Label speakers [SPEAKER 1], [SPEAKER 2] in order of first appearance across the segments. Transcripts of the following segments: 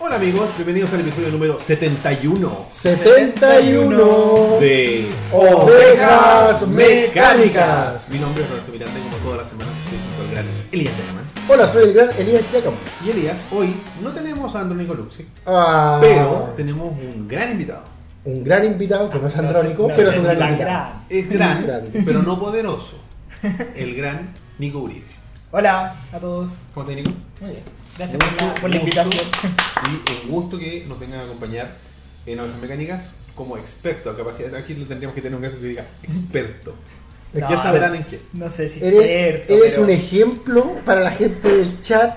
[SPEAKER 1] Hola amigos, bienvenidos al episodio número 71
[SPEAKER 2] 71
[SPEAKER 1] de
[SPEAKER 2] Ovejas Mecánicas.
[SPEAKER 1] Mi nombre es Roberto Miranda y como todas las semanas estoy junto al gran Elías Tecamán.
[SPEAKER 2] Hola, soy el gran Elías Giacomo.
[SPEAKER 1] Y Elías, hoy no tenemos a Andrónico Luxi,
[SPEAKER 2] Ah,
[SPEAKER 1] pero tenemos un gran invitado.
[SPEAKER 2] un gran invitado que no es Andrónico,
[SPEAKER 3] No
[SPEAKER 2] pero
[SPEAKER 3] sé
[SPEAKER 2] es un
[SPEAKER 3] si
[SPEAKER 2] gran
[SPEAKER 3] tan
[SPEAKER 2] invitado.
[SPEAKER 1] Es
[SPEAKER 2] Muy
[SPEAKER 1] gran,
[SPEAKER 2] grande.
[SPEAKER 1] pero no poderoso. El gran Nico Uribe.
[SPEAKER 3] Hola a todos.
[SPEAKER 1] ¿Cómo estás Nico?
[SPEAKER 3] Muy bien. Gracias por la, por la
[SPEAKER 1] Un gusto
[SPEAKER 3] invitación.
[SPEAKER 1] Y eh, un gusto que nos vengan a acompañar en Ovejas Mecánicas como experto a capacidad. Aquí lo tendríamos que tener un gato que diga experto.
[SPEAKER 3] No,
[SPEAKER 1] ya sabrán en qué.
[SPEAKER 3] No sé si
[SPEAKER 2] Eres,
[SPEAKER 3] cierto,
[SPEAKER 2] eres
[SPEAKER 3] pero-
[SPEAKER 2] un ejemplo para la gente del chat,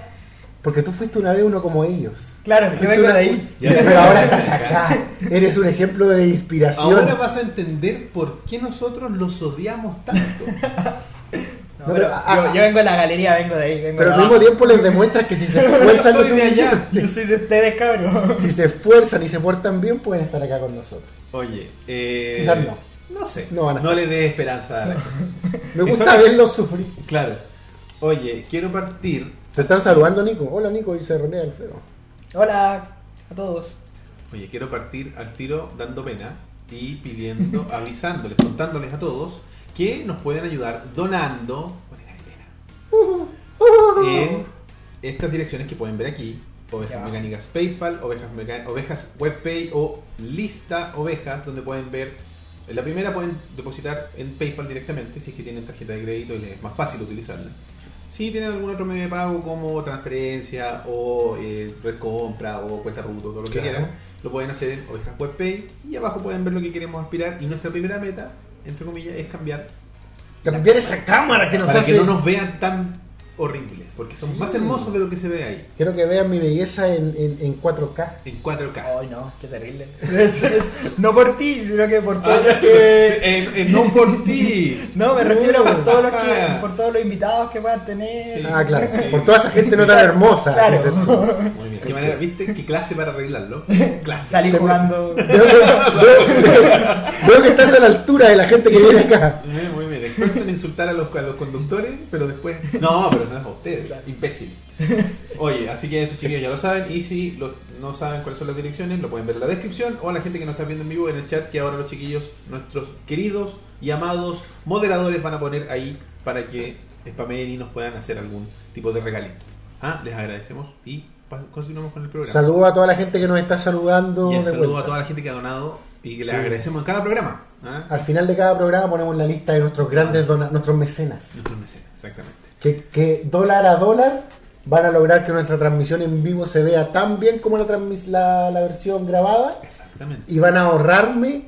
[SPEAKER 2] porque tú fuiste una vez uno como ellos.
[SPEAKER 3] Claro, yo
[SPEAKER 2] Fuiste
[SPEAKER 3] vengo
[SPEAKER 2] una-
[SPEAKER 3] de ahí.
[SPEAKER 1] Ya.
[SPEAKER 2] Pero ahora estás acá. Eres un ejemplo de inspiración.
[SPEAKER 1] Ahora vas a entender por qué nosotros los odiamos tanto.
[SPEAKER 2] No,
[SPEAKER 3] No, pero
[SPEAKER 2] pero- ah,
[SPEAKER 3] yo, yo vengo de la galería, vengo de ahí. Vengo
[SPEAKER 2] Pero
[SPEAKER 3] de
[SPEAKER 2] al mismo
[SPEAKER 3] abajo.
[SPEAKER 2] tiempo les demuestras que si se esfuerzan lo
[SPEAKER 1] Soy de allá.
[SPEAKER 2] suficiente-
[SPEAKER 3] Yo soy Ah. de ustedes, cabrón.
[SPEAKER 2] si se esfuerzan y se portan bien, pueden estar acá con nosotros.
[SPEAKER 1] Oye, eh,
[SPEAKER 2] Quizás no.
[SPEAKER 1] no sé.
[SPEAKER 2] No van a-
[SPEAKER 1] le dé esperanza a la gente.
[SPEAKER 2] Me
[SPEAKER 1] Y
[SPEAKER 2] gusta
[SPEAKER 1] sabe-
[SPEAKER 2] verlos sufrir.
[SPEAKER 1] Claro. Oye, quiero partir.
[SPEAKER 2] Te están saludando, Nico. Hola, Nico, dice René Alfredo.
[SPEAKER 3] Hola a todos.
[SPEAKER 1] Oye, quiero partir al tiro dando pena y pidiendo, avisándoles, contándoles a todos que nos pueden ayudar donando ponen ahí pena, en estas direcciones que pueden ver aquí. Ovejas
[SPEAKER 3] Ya.
[SPEAKER 1] Mecánicas PayPal, Ovejas, Meca- ovejas WebPay o Lista Ovejas, donde pueden ver. En la primera pueden depositar en PayPal directamente si es que tienen tarjeta de crédito y les es más fácil utilizarla. Si tienen algún otro medio de pago como transferencia o eh, red compra o cuenta ruto, todo lo que
[SPEAKER 2] Claro.
[SPEAKER 1] quieran, lo pueden hacer en Ovejas WebPay y abajo pueden ver lo que queremos aspirar. Y nuestra primera meta, entre comillas, es cambiar
[SPEAKER 2] Cambiar esa cámara que nos
[SPEAKER 1] para
[SPEAKER 2] hace.
[SPEAKER 1] que no nos vean tan horribles, porque son
[SPEAKER 2] Sí.
[SPEAKER 1] más hermosos de lo que se ve ahí,
[SPEAKER 2] Quiero que vean mi belleza en, en, en 4K.
[SPEAKER 1] en 4K.
[SPEAKER 3] Ay, no, qué terrible. Es- es- no por ti, sino que por todos
[SPEAKER 1] Ah,
[SPEAKER 3] los que.
[SPEAKER 1] en- en no por ti.
[SPEAKER 3] No, me refiero
[SPEAKER 2] No.
[SPEAKER 3] por todos los que, por todos los invitados que puedan tener.
[SPEAKER 1] Sí.
[SPEAKER 2] Ah, claro.
[SPEAKER 1] Sí.
[SPEAKER 2] Por toda esa gente no tan hermosa.
[SPEAKER 3] Claro.
[SPEAKER 2] dices tú.
[SPEAKER 1] Muy bien. ¿Qué manera? ¿Viste? ¿Qué clase para arreglarlo? Clase.
[SPEAKER 3] Salí
[SPEAKER 2] Se me-
[SPEAKER 3] jugando.
[SPEAKER 2] Veo, que- veo- veo que estás a la altura de la gente que viene acá.
[SPEAKER 1] Eh, muy bien. Experto en insultar a los, a los conductores, pero después. No, pero no es a ustedes.
[SPEAKER 3] Claro.
[SPEAKER 1] Imbéciles. Oye, así que esos chiquillos ya lo saben. Y si lo- no saben cuáles son las direcciones, lo pueden ver en la descripción o a la gente que nos está viendo en vivo en el chat. Que ahora los chiquillos, nuestros queridos y amados moderadores, van a poner ahí para que spameen y nos puedan hacer algún tipo de regalito. Ah, les agradecemos y pa- continuamos con el programa.
[SPEAKER 2] Saludo a toda la gente que nos está saludando.
[SPEAKER 1] Y el
[SPEAKER 2] de
[SPEAKER 1] saludo
[SPEAKER 2] vuelta.
[SPEAKER 1] a toda la gente que ha donado y que le
[SPEAKER 2] Sí.
[SPEAKER 1] agradecemos en cada programa. ¿ah?
[SPEAKER 2] Al final de cada programa ponemos la lista de nuestros grandes dona- nuestros mecenas.
[SPEAKER 1] Nuestros mecenas, exactamente.
[SPEAKER 2] Que, que dólar a dólar van a lograr que nuestra transmisión en vivo se vea tan bien como la, transmis- la, la versión grabada.
[SPEAKER 1] Exactamente.
[SPEAKER 2] y van a ahorrarme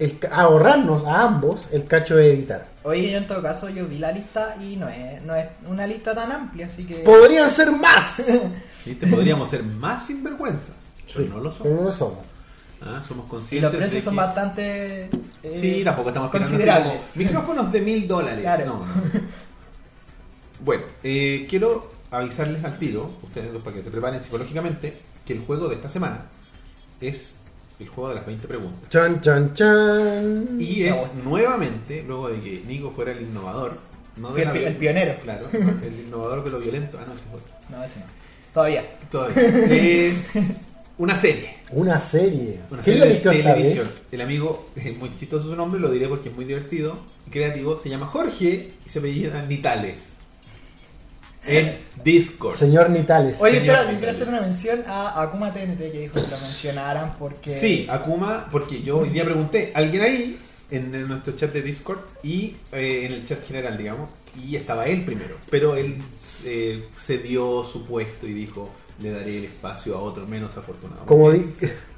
[SPEAKER 2] el, ca- ahorrarnos a ambos el cacho de editar.
[SPEAKER 3] Oye, yo en todo caso, yo vi la lista y no es, no es una lista tan amplia, así que.
[SPEAKER 2] Podrían ser más,
[SPEAKER 1] ¿Viste? Podríamos ser más sinvergüenzas, pero no lo
[SPEAKER 2] pero
[SPEAKER 1] somos.
[SPEAKER 2] no lo somos.
[SPEAKER 1] Ah, Somos
[SPEAKER 3] Y
[SPEAKER 1] conscientes.
[SPEAKER 3] los
[SPEAKER 1] de
[SPEAKER 3] precios son
[SPEAKER 1] que-
[SPEAKER 3] bastante. eh,
[SPEAKER 1] Sí, tampoco estamos tirando así como,
[SPEAKER 3] considerables.
[SPEAKER 1] Micrófonos de mil dólares.
[SPEAKER 3] Claro.
[SPEAKER 1] No, no. Bueno, eh, quiero avisarles al tiro, ustedes dos, para que se preparen psicológicamente, que el juego de esta semana es el juego de las 20 preguntas.
[SPEAKER 2] Chan, chan, chan.
[SPEAKER 1] Y
[SPEAKER 3] Ah,
[SPEAKER 1] es
[SPEAKER 3] bueno.
[SPEAKER 1] nuevamente, luego de que Nico fuera el innovador, no de
[SPEAKER 3] El
[SPEAKER 1] la
[SPEAKER 3] pi-
[SPEAKER 1] violencia,
[SPEAKER 3] el pionero.
[SPEAKER 1] Claro, el innovador de lo violento. Ah, no, ese es otro.
[SPEAKER 3] No, ese no. Todavía.
[SPEAKER 1] Todavía. Es una serie.
[SPEAKER 2] Una serie.
[SPEAKER 1] Una
[SPEAKER 2] ¿Quién
[SPEAKER 1] serie
[SPEAKER 2] la
[SPEAKER 1] de
[SPEAKER 2] eligió esta
[SPEAKER 1] televisión.
[SPEAKER 2] vez?
[SPEAKER 1] El amigo, es muy chistoso su nombre, lo diré porque es muy divertido y creativo. Se llama Jorge y se apellida Nitales. En Discord.
[SPEAKER 2] Señor Nitales.
[SPEAKER 3] Oye,
[SPEAKER 1] Señor
[SPEAKER 3] espera, quiero
[SPEAKER 1] Miguel.
[SPEAKER 3] hacer una mención a Akuma TNT que dijo que lo mencionaran porque.
[SPEAKER 1] Sí, Akuma, porque yo hoy día pregunté a alguien ahí en, en nuestro chat de Discord y eh, en el chat general, digamos, y estaba él primero. Pero él eh, cedió su puesto y dijo: Le daré el espacio a otro menos afortunado.
[SPEAKER 2] Como di-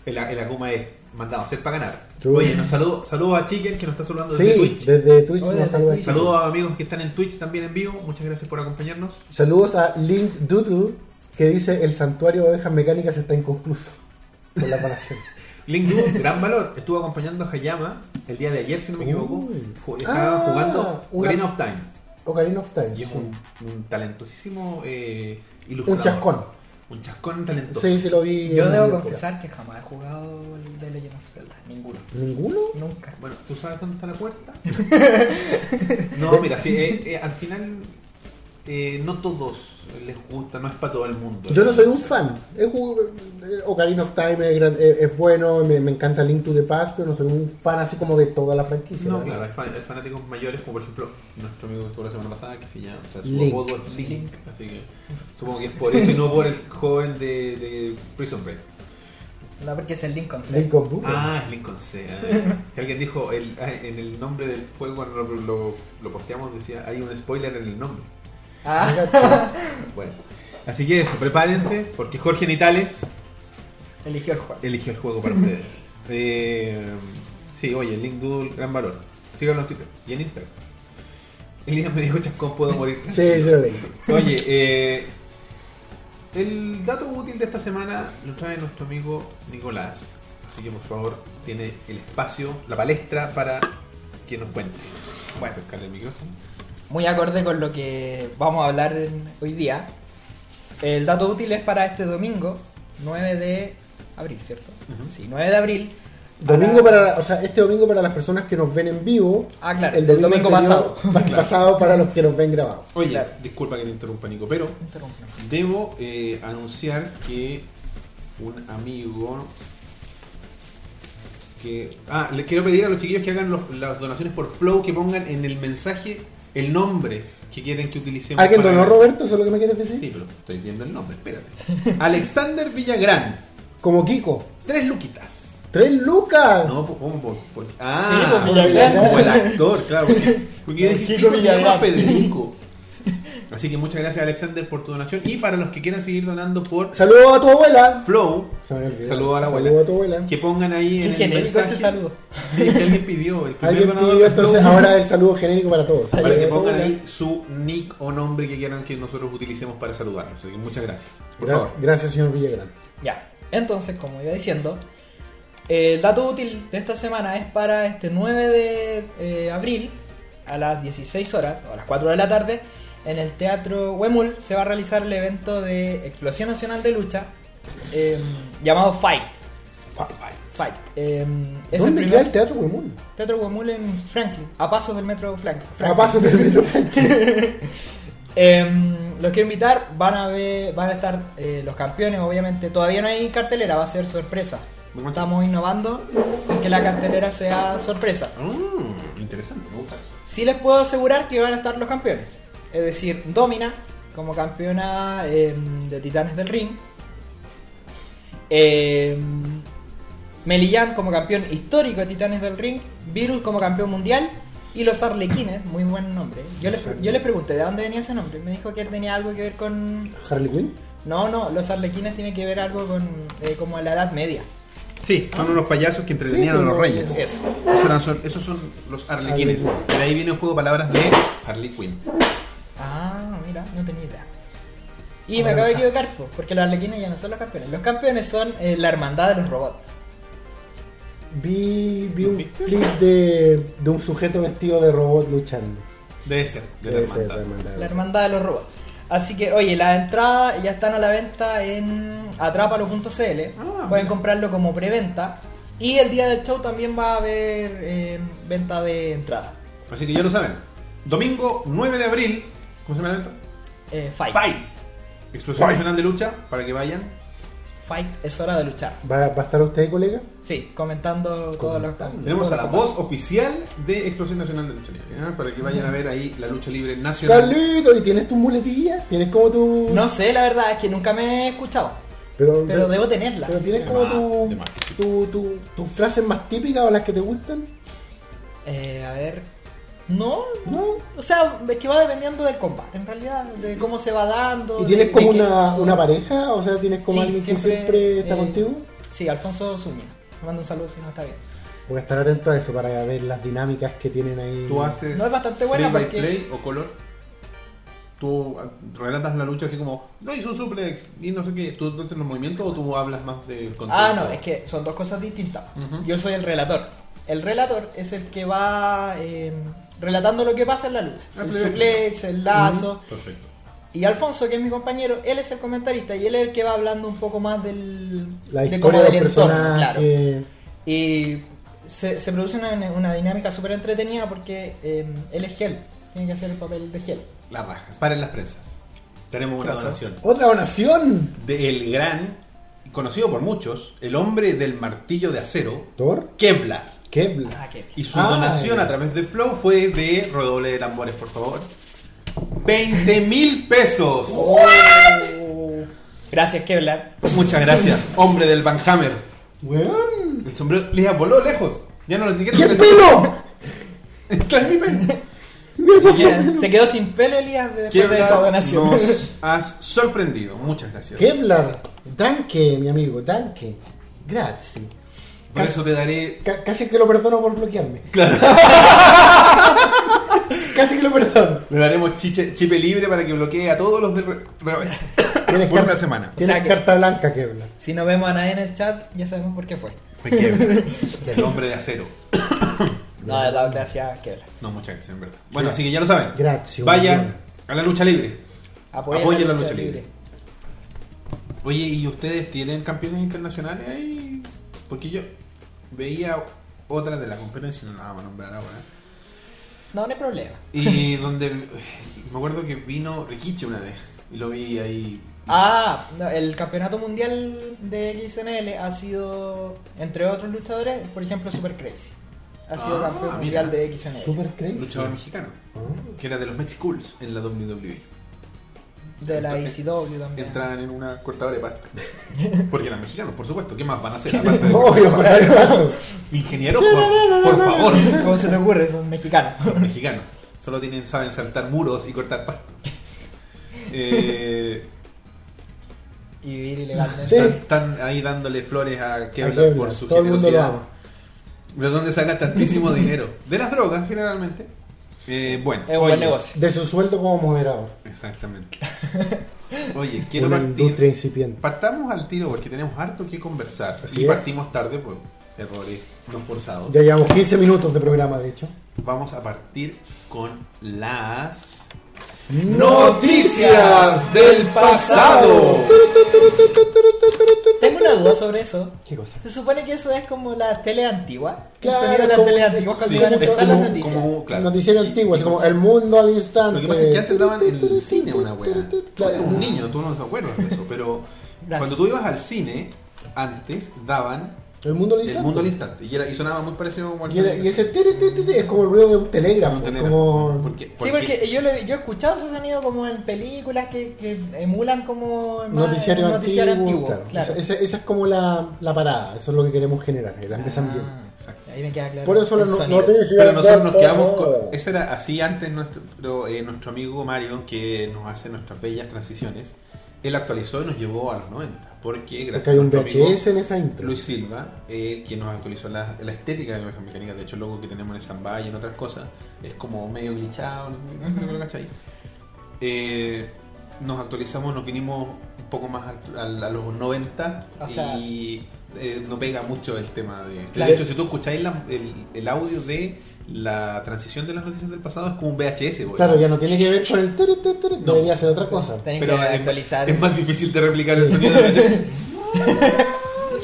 [SPEAKER 1] El, el Akuma es mandado a hacer para ganar.
[SPEAKER 2] Yo-
[SPEAKER 1] Oye, nos saludo, saludo a Chicken que nos está saludando desde
[SPEAKER 2] sí,
[SPEAKER 1] Twitch.
[SPEAKER 2] desde Twitch
[SPEAKER 3] Oye,
[SPEAKER 2] nos
[SPEAKER 3] desde
[SPEAKER 2] saluda.
[SPEAKER 3] Twitch.
[SPEAKER 1] Saludos a amigos que están en Twitch también en vivo. Muchas gracias por acompañarnos.
[SPEAKER 2] Saludos a Link Doodle que dice el santuario de ovejas mecánicas está inconcluso. Con la aparición.
[SPEAKER 1] Link Duo, gran valor. Estuvo acompañando a Hayama el día de ayer, si no me equivoco.
[SPEAKER 2] Uy.
[SPEAKER 1] Ju- Estaba
[SPEAKER 2] Ah,
[SPEAKER 1] jugando
[SPEAKER 2] una-
[SPEAKER 1] Ocarina of Time.
[SPEAKER 2] Ocarina of Time.
[SPEAKER 1] Y es un, un talentosísimo eh, ilustrador.
[SPEAKER 2] Un chascón.
[SPEAKER 1] Un chascón talentoso.
[SPEAKER 2] Sí, sí lo vi.
[SPEAKER 3] Yo
[SPEAKER 2] en
[SPEAKER 3] debo
[SPEAKER 2] una
[SPEAKER 3] confesar que jamás he jugado el The Legend of Zelda. Ninguno.
[SPEAKER 2] época. ¿Ninguno?
[SPEAKER 3] Nunca.
[SPEAKER 1] Bueno, ¿tú sabes dónde está la puerta? no, mira, sí, eh, eh, al final eh, no todos les gusta, no es para todo el mundo.
[SPEAKER 2] Yo no soy un fan. Es jug- eh, Ocarina of Time es, gran- eh, es bueno, me, me encanta Link to the Past, pero no soy un fan así como de toda la franquicia.
[SPEAKER 1] No,
[SPEAKER 2] ¿no?
[SPEAKER 1] claro, hay, fan- hay fanáticos mayores, como por ejemplo nuestro amigo que estuvo la semana pasada, que se llama, o sea, su
[SPEAKER 2] Link.
[SPEAKER 1] apodo es Link, así que supongo que es por eso y no por el joven de, de Prison Break.
[SPEAKER 3] No, porque es el Lincoln C.
[SPEAKER 2] Link of Doom.
[SPEAKER 1] Ah, es Lincoln C. ah. Que alguien dijo, el- ah, en el nombre del juego, cuando lo, lo- lo posteamos, decía, hay un spoiler en el nombre.
[SPEAKER 3] Ah,
[SPEAKER 2] Gacho.
[SPEAKER 1] Bueno, así que eso, prepárense, porque Jorge Nitales
[SPEAKER 3] eligió el juego.
[SPEAKER 1] eligió el juego para ustedes. Eh, sí, oye, Link Doodle, gran valor. Síganlo en Twitter y en Instagram. Elías me dijo, chascón, puedo morir.
[SPEAKER 2] Sí, sí lo leí.
[SPEAKER 1] Oye, eh, el dato útil de esta semana lo trae nuestro amigo Nicolás. Así que por favor, tiene el espacio, la palestra para que nos cuente. Voy a acercarle el micrófono.
[SPEAKER 3] Muy acorde con lo que vamos a hablar en- hoy día. El dato útil es para este domingo, 9 de abril, ¿cierto?
[SPEAKER 1] Ujú.
[SPEAKER 3] Sí, 9 de abril.
[SPEAKER 2] Domingo
[SPEAKER 3] A la-
[SPEAKER 2] para, o sea, este domingo para las personas que nos ven en vivo.
[SPEAKER 3] Ah, claro,
[SPEAKER 2] El domingo,
[SPEAKER 3] domingo
[SPEAKER 2] anterior-
[SPEAKER 1] Claro.
[SPEAKER 2] pasado para los que nos ven grabados.
[SPEAKER 1] Oye,
[SPEAKER 3] Claro.
[SPEAKER 1] disculpa que te interrumpa, Nico, pero
[SPEAKER 3] Interrumpe.
[SPEAKER 1] debo eh, anunciar que un amigo que ah les quiero pedir a los chiquillos que hagan los- las donaciones por flow que pongan en el mensaje el nombre que quieren que utilicemos
[SPEAKER 2] ¿Alguien
[SPEAKER 1] para
[SPEAKER 2] donó
[SPEAKER 1] agradecer.
[SPEAKER 2] Roberto? ¿Eso es lo que me quieres decir?
[SPEAKER 1] Sí, pero estoy viendo el nombre, espérate. Alexander Villagrán,
[SPEAKER 2] Como Kiko.
[SPEAKER 1] tres luquitas.
[SPEAKER 2] ¡Tres lucas!
[SPEAKER 1] No, po- ¿cómo? po- por-
[SPEAKER 3] Sí,
[SPEAKER 1] ah,
[SPEAKER 3] pues,
[SPEAKER 2] Villagrán.
[SPEAKER 1] como el actor, claro. Porque, porque yo
[SPEAKER 3] El
[SPEAKER 1] dije,
[SPEAKER 3] Kiko
[SPEAKER 1] "Pico, se llama
[SPEAKER 3] Villagrán".
[SPEAKER 1] Pedrico. Así que muchas gracias, Alexander, por tu donación. Y para los que quieran seguir donando por
[SPEAKER 2] ¡Saludos a tu abuela!
[SPEAKER 1] Flow,
[SPEAKER 2] Se me olvidó.
[SPEAKER 1] Saludos a la abuela.
[SPEAKER 2] Saludos a tu abuela.
[SPEAKER 1] que pongan ahí
[SPEAKER 3] Qué
[SPEAKER 1] en el
[SPEAKER 3] genérico
[SPEAKER 1] mensaje.
[SPEAKER 3] ese saludo.
[SPEAKER 1] Sí, que alguien pidió. El primer
[SPEAKER 2] Alguien
[SPEAKER 1] donador
[SPEAKER 2] pidió
[SPEAKER 1] de
[SPEAKER 2] entonces
[SPEAKER 1] Flow.
[SPEAKER 2] ahora el saludo genérico para todos.
[SPEAKER 1] Para que
[SPEAKER 2] Saludos a tu
[SPEAKER 1] pongan
[SPEAKER 2] abuela.
[SPEAKER 1] ahí su nick o nombre que quieran que nosotros utilicemos para saludarlos. Así que muchas gracias. Por
[SPEAKER 2] Gra-
[SPEAKER 1] favor.
[SPEAKER 2] Gracias, señor Villagrán.
[SPEAKER 3] Ya, entonces, como iba diciendo, el dato útil de esta semana es para este 9 de eh, abril a las 16 horas o a las 4 de la tarde. En el Teatro Huemul se va a realizar el evento de Explosión Nacional de Lucha eh, llamado Fight.
[SPEAKER 1] Fa- bye.
[SPEAKER 3] Fight. Eh, es el
[SPEAKER 2] ¿Dónde
[SPEAKER 3] primer
[SPEAKER 2] queda el Teatro Huemul?
[SPEAKER 3] Teatro Huemul en Franklin, a pasos del metro Franklin.
[SPEAKER 2] A pasos del metro.
[SPEAKER 3] Em, los quiero invitar, van a ver, van a estar eh, los campeones, obviamente. Todavía no hay cartelera, va a ser sorpresa.
[SPEAKER 1] Muy bien.
[SPEAKER 3] Estamos innovando en que la cartelera sea sorpresa.
[SPEAKER 1] Mm, interesante, me gusta eso.
[SPEAKER 3] Sí les puedo asegurar que van a estar los campeones. Es decir, Domina como campeona em, de Titanes del Ring. Em, Melillán como campeón histórico de Titanes del Ring. Virus como campeón mundial. Y los Arlequines, muy buen nombre. Yo les, yo les pregunté de dónde venía ese nombre. Me dijo que tenía algo que ver con...
[SPEAKER 2] Harley Quinn.
[SPEAKER 3] No, no, los Arlequines tienen que ver algo con eh, como la Edad Media.
[SPEAKER 1] Sí, son unos payasos que entretenían
[SPEAKER 2] Sí,
[SPEAKER 1] a los
[SPEAKER 2] pero-
[SPEAKER 1] reyes.
[SPEAKER 3] Eso.
[SPEAKER 1] Esos, eran- son, esos son los arlequines.
[SPEAKER 2] Harley
[SPEAKER 1] Y de ahí viene el juego de palabras de Harley Quinn.
[SPEAKER 3] Ah, mira, no tenía idea. Y me
[SPEAKER 2] Ahora
[SPEAKER 3] acabo de
[SPEAKER 2] lo
[SPEAKER 3] equivocar, po, porque los arlequines ya no son los campeones. Los campeones son eh, la hermandad de los robots.
[SPEAKER 2] Vi, vi un clip de, de un sujeto vestido de robot luchando.
[SPEAKER 1] Debe ser, de la
[SPEAKER 2] Debe ser
[SPEAKER 1] hermandad.
[SPEAKER 2] hermandad.
[SPEAKER 3] La hermandad de los robots. Así que, oye, las entradas ya están a la venta en atrápalo.cl.
[SPEAKER 1] Ah,
[SPEAKER 3] Pueden
[SPEAKER 1] mira.
[SPEAKER 3] comprarlo como preventa. Y el día del show también va a haber eh, venta de entrada.
[SPEAKER 1] Así que ya lo saben. Domingo 9 de abril. ¿Cómo se llama el evento?
[SPEAKER 3] Eh, fight.
[SPEAKER 1] Fight. Explosión Nacional de Lucha para que vayan.
[SPEAKER 3] Fight, es hora de luchar.
[SPEAKER 2] ¿Va, va a estar usted, colega?
[SPEAKER 3] Sí, comentando todos los
[SPEAKER 1] Tenemos
[SPEAKER 3] todos
[SPEAKER 1] a la
[SPEAKER 3] los-
[SPEAKER 1] voz oficial de Explosión Nacional de Lucha Libre. ¿eh? Para que vayan a ver ahí la lucha libre nacional.
[SPEAKER 2] Carlito, ¿y tienes tus muletillas? ¿Tienes como tu.?
[SPEAKER 3] No sé, la verdad es que nunca me he escuchado.
[SPEAKER 2] pero,
[SPEAKER 3] Pero debo tenerla.
[SPEAKER 2] pero tienes
[SPEAKER 1] De
[SPEAKER 2] como
[SPEAKER 1] más,
[SPEAKER 2] tu,
[SPEAKER 1] de más.
[SPEAKER 2] tu, tu- tus frases más típicas o las que te gustan.
[SPEAKER 3] Eh, a ver. No,
[SPEAKER 2] No.
[SPEAKER 3] o sea, es que va dependiendo del combate, en realidad, de cómo se va dando.
[SPEAKER 2] ¿Y
[SPEAKER 3] de-
[SPEAKER 2] tienes
[SPEAKER 3] de
[SPEAKER 2] como
[SPEAKER 3] qué-
[SPEAKER 2] una, una pareja? O sea, ¿tienes como
[SPEAKER 3] Sí,
[SPEAKER 2] alguien que
[SPEAKER 3] siempre,
[SPEAKER 2] siempre está
[SPEAKER 3] eh,
[SPEAKER 2] contigo?
[SPEAKER 3] Sí, Alfonso Zúñiga. Le mando un saludo si no está bien.
[SPEAKER 2] Voy a estar atento a eso para ver las dinámicas que tienen ahí.
[SPEAKER 1] Tú haces
[SPEAKER 3] No es bastante buena
[SPEAKER 1] play by
[SPEAKER 3] porque-
[SPEAKER 1] play o color. Tú ah, relatas la lucha así como, no hizo un suplex y no sé qué. ¿Tú haces los movimientos o tú hablas más del contexto?
[SPEAKER 3] Ah, no, es que son dos cosas distintas.
[SPEAKER 1] Ujú.
[SPEAKER 3] Yo soy el relator. El relator es el que va eh, relatando lo que pasa en la lucha.
[SPEAKER 1] Ah,
[SPEAKER 3] el
[SPEAKER 1] play by
[SPEAKER 3] suplex, el lazo.
[SPEAKER 1] Perfecto.
[SPEAKER 3] Y Alfonso, que es mi compañero, él es el comentarista y él es el que va hablando un poco más del...
[SPEAKER 2] La
[SPEAKER 3] de
[SPEAKER 2] historia
[SPEAKER 3] como
[SPEAKER 2] de
[SPEAKER 3] del
[SPEAKER 2] los
[SPEAKER 3] entorno, claro.
[SPEAKER 2] personajes.
[SPEAKER 3] Y se, se produce una, una dinámica súper entretenida porque eh, él es Gel, Tiene que hacer el papel de Hel.
[SPEAKER 1] La raja. Paren las prensas. Tenemos una
[SPEAKER 3] pasó?
[SPEAKER 1] donación.
[SPEAKER 2] ¡Otra donación!
[SPEAKER 1] De el gran, conocido por muchos, el hombre del martillo de acero,
[SPEAKER 2] ¿Thor?
[SPEAKER 1] Kevlar.
[SPEAKER 2] Kevlar.
[SPEAKER 3] Ah, qué
[SPEAKER 1] Y su
[SPEAKER 2] Ah,
[SPEAKER 1] donación
[SPEAKER 2] ya.
[SPEAKER 1] a través de Flow fue de redoble de tambores, por favor. 20 mil pesos.
[SPEAKER 3] Oh. Gracias, Kevlar.
[SPEAKER 1] Muchas gracias, hombre del Van Hammer.
[SPEAKER 2] ¡Weón!
[SPEAKER 1] El sombrero les voló lejos. Ya no lo etiquetan.
[SPEAKER 2] ¡Qué pelo!
[SPEAKER 1] Está en mi pelo.
[SPEAKER 3] Se queda- Se quedó sin pelo Elías de- después de esa
[SPEAKER 1] Kevlar,
[SPEAKER 3] donación.
[SPEAKER 1] nos has sorprendido. Muchas gracias.
[SPEAKER 2] Kevlar. Danke, mi amigo, danke. Grazie.
[SPEAKER 1] Por eso te daré.
[SPEAKER 2] Ca- casi que lo perdono por bloquearme.
[SPEAKER 1] Claro.
[SPEAKER 2] Casi que lo perdono.
[SPEAKER 1] Le daremos chiche- chipe libre para que bloquee a todos los del. re- re-
[SPEAKER 2] Tienes
[SPEAKER 1] Por
[SPEAKER 2] car-
[SPEAKER 1] una semana.
[SPEAKER 2] Tienes
[SPEAKER 3] O sea que-
[SPEAKER 2] carta blanca, Kevlar.
[SPEAKER 3] Si no vemos a nadie en el chat, ya sabemos por qué fue.
[SPEAKER 1] Me quiebra. Del hombre de acero.
[SPEAKER 3] No, de verdad, gracias, Kevlar.
[SPEAKER 1] No, muchas gracias, en verdad. Bueno, así que ya lo saben.
[SPEAKER 2] Gracias.
[SPEAKER 1] Vayan a la lucha libre.
[SPEAKER 3] Apoyen,
[SPEAKER 1] Apoyen la lucha libre. Oye, ¿y ustedes tienen campeones internacionales ahí? Porque yo veía otra de la competencia, no la vamos a nombrar ahora.
[SPEAKER 3] No, no hay problema.
[SPEAKER 1] Y donde me acuerdo que vino Rikichi una vez y lo vi ahí.
[SPEAKER 3] Ah, no, el campeonato mundial de XNL ha sido, entre otros luchadores, por ejemplo, Super Crazy. Ha sido
[SPEAKER 1] Ah,
[SPEAKER 3] campeón
[SPEAKER 1] mira.
[SPEAKER 3] mundial de XNL.
[SPEAKER 2] Super crazy.
[SPEAKER 1] luchador mexicano,
[SPEAKER 2] Ah.
[SPEAKER 1] que era de los Mexicools en la WWE.
[SPEAKER 3] De la
[SPEAKER 1] Entonces,
[SPEAKER 3] ECW también.
[SPEAKER 1] Entraban en una cortadora de pasta. Porque eran mexicanos, por supuesto. ¿Qué más van a hacer? Aparte de
[SPEAKER 2] Obvio, para el rato.
[SPEAKER 1] Ingenieros, por, por favor.
[SPEAKER 3] ¿Cómo se te ocurre? Son mexicanos.
[SPEAKER 1] Los mexicanos. Solo tienen, saben saltar muros y cortar pasto. Eh,
[SPEAKER 3] Y vivir ilegalmente.
[SPEAKER 2] Sí.
[SPEAKER 1] están, están ahí dándole flores a
[SPEAKER 2] A
[SPEAKER 1] Kevlar
[SPEAKER 2] Kevlar,
[SPEAKER 1] por su
[SPEAKER 2] Todo el mundo lo
[SPEAKER 1] generosidad.
[SPEAKER 2] ama.
[SPEAKER 1] ¿De dónde saca tantísimo dinero? De las drogas, generalmente. Eh, bueno,
[SPEAKER 3] Es un
[SPEAKER 1] oye,
[SPEAKER 3] buen negocio.
[SPEAKER 2] De su sueldo como moderador.
[SPEAKER 1] Exactamente. Oye, quiero
[SPEAKER 2] Una industria
[SPEAKER 1] partir.
[SPEAKER 2] incipiente.
[SPEAKER 1] Partamos al tiro porque tenemos harto que conversar.
[SPEAKER 2] Así
[SPEAKER 1] y
[SPEAKER 2] es.
[SPEAKER 1] partimos tarde por errores no forzados.
[SPEAKER 2] Ya llevamos 15 minutos de programa, de hecho.
[SPEAKER 1] Vamos a partir con las
[SPEAKER 3] Noticias del pasado. Tengo una duda sobre eso.
[SPEAKER 2] ¿Qué cosa?
[SPEAKER 3] Se supone que eso es como la tele antigua.
[SPEAKER 2] Claro,
[SPEAKER 3] el sonido de la
[SPEAKER 2] como-
[SPEAKER 3] tele antigua cuando
[SPEAKER 1] Sí,
[SPEAKER 3] iban a
[SPEAKER 1] es
[SPEAKER 3] empezar las
[SPEAKER 1] como,
[SPEAKER 3] noticias.
[SPEAKER 1] como- claro.
[SPEAKER 2] Noticiero
[SPEAKER 1] Y- y
[SPEAKER 2] antiguo, así como el mundo al instante.
[SPEAKER 1] Lo que pasa es que antes daban en el cine una wea. Tú eras un niño, tú no te acuerdas de eso, pero
[SPEAKER 3] Gracias.
[SPEAKER 1] cuando tú ibas al cine, antes daban
[SPEAKER 2] El mundo al
[SPEAKER 1] El
[SPEAKER 2] instante.
[SPEAKER 1] mundo al instante y, era, y sonaba muy parecido como al
[SPEAKER 2] Y, era-
[SPEAKER 1] sonido.
[SPEAKER 2] y ese tiri, tiri, tiri, es como el ruido de un telégrafo.
[SPEAKER 1] No tenía-
[SPEAKER 2] pues, como...
[SPEAKER 1] porque-
[SPEAKER 3] Sí, porque yo, lo- yo he escuchado ese sonido como en películas que, que emulan como más-
[SPEAKER 2] Noticiario,
[SPEAKER 3] noticiario
[SPEAKER 2] antiguo.
[SPEAKER 3] antiguo,
[SPEAKER 2] claro.
[SPEAKER 3] claro.
[SPEAKER 2] Esa, esa- esa es como la, la parada, eso es lo que queremos generar, el ambiente.
[SPEAKER 3] Ah,
[SPEAKER 1] Exacto.
[SPEAKER 3] Ahí me queda claro.
[SPEAKER 2] Por eso
[SPEAKER 3] el
[SPEAKER 2] las no-
[SPEAKER 3] sonido.
[SPEAKER 2] noticias.
[SPEAKER 1] Pero nosotros nos quedamos con... Eso era así antes nuestro, eh, nuestro amigo Mario, que nos hace nuestras bellas transiciones, él actualizó y nos llevó a los 90, porque gracias
[SPEAKER 2] Porque hay un
[SPEAKER 1] nuestro amigo
[SPEAKER 2] VHS en esa intro.
[SPEAKER 1] Luis Silva, eh, quien nos actualizó la, la estética de las mecánicas, de hecho el logo que tenemos en el Zambay y en otras cosas, es como medio glitchado, no creo que lo cachai. Eh, nos actualizamos, nos vinimos un poco más al- al- a, los 90
[SPEAKER 3] O sea-
[SPEAKER 1] y eh, no pega mucho el tema de...
[SPEAKER 3] Claro.
[SPEAKER 1] De hecho, si tú escucháis la- el, el audio de la transición de las noticias del pasado, es como un VHS, güey.
[SPEAKER 2] Claro, ya no tiene que ver con el tiri, tiri, tiri,
[SPEAKER 1] No.
[SPEAKER 2] debería ser otra cosa.
[SPEAKER 3] Tienen
[SPEAKER 1] Pero
[SPEAKER 3] que
[SPEAKER 1] es-
[SPEAKER 3] actualizar.
[SPEAKER 1] Es más difícil de replicar el sonido de No,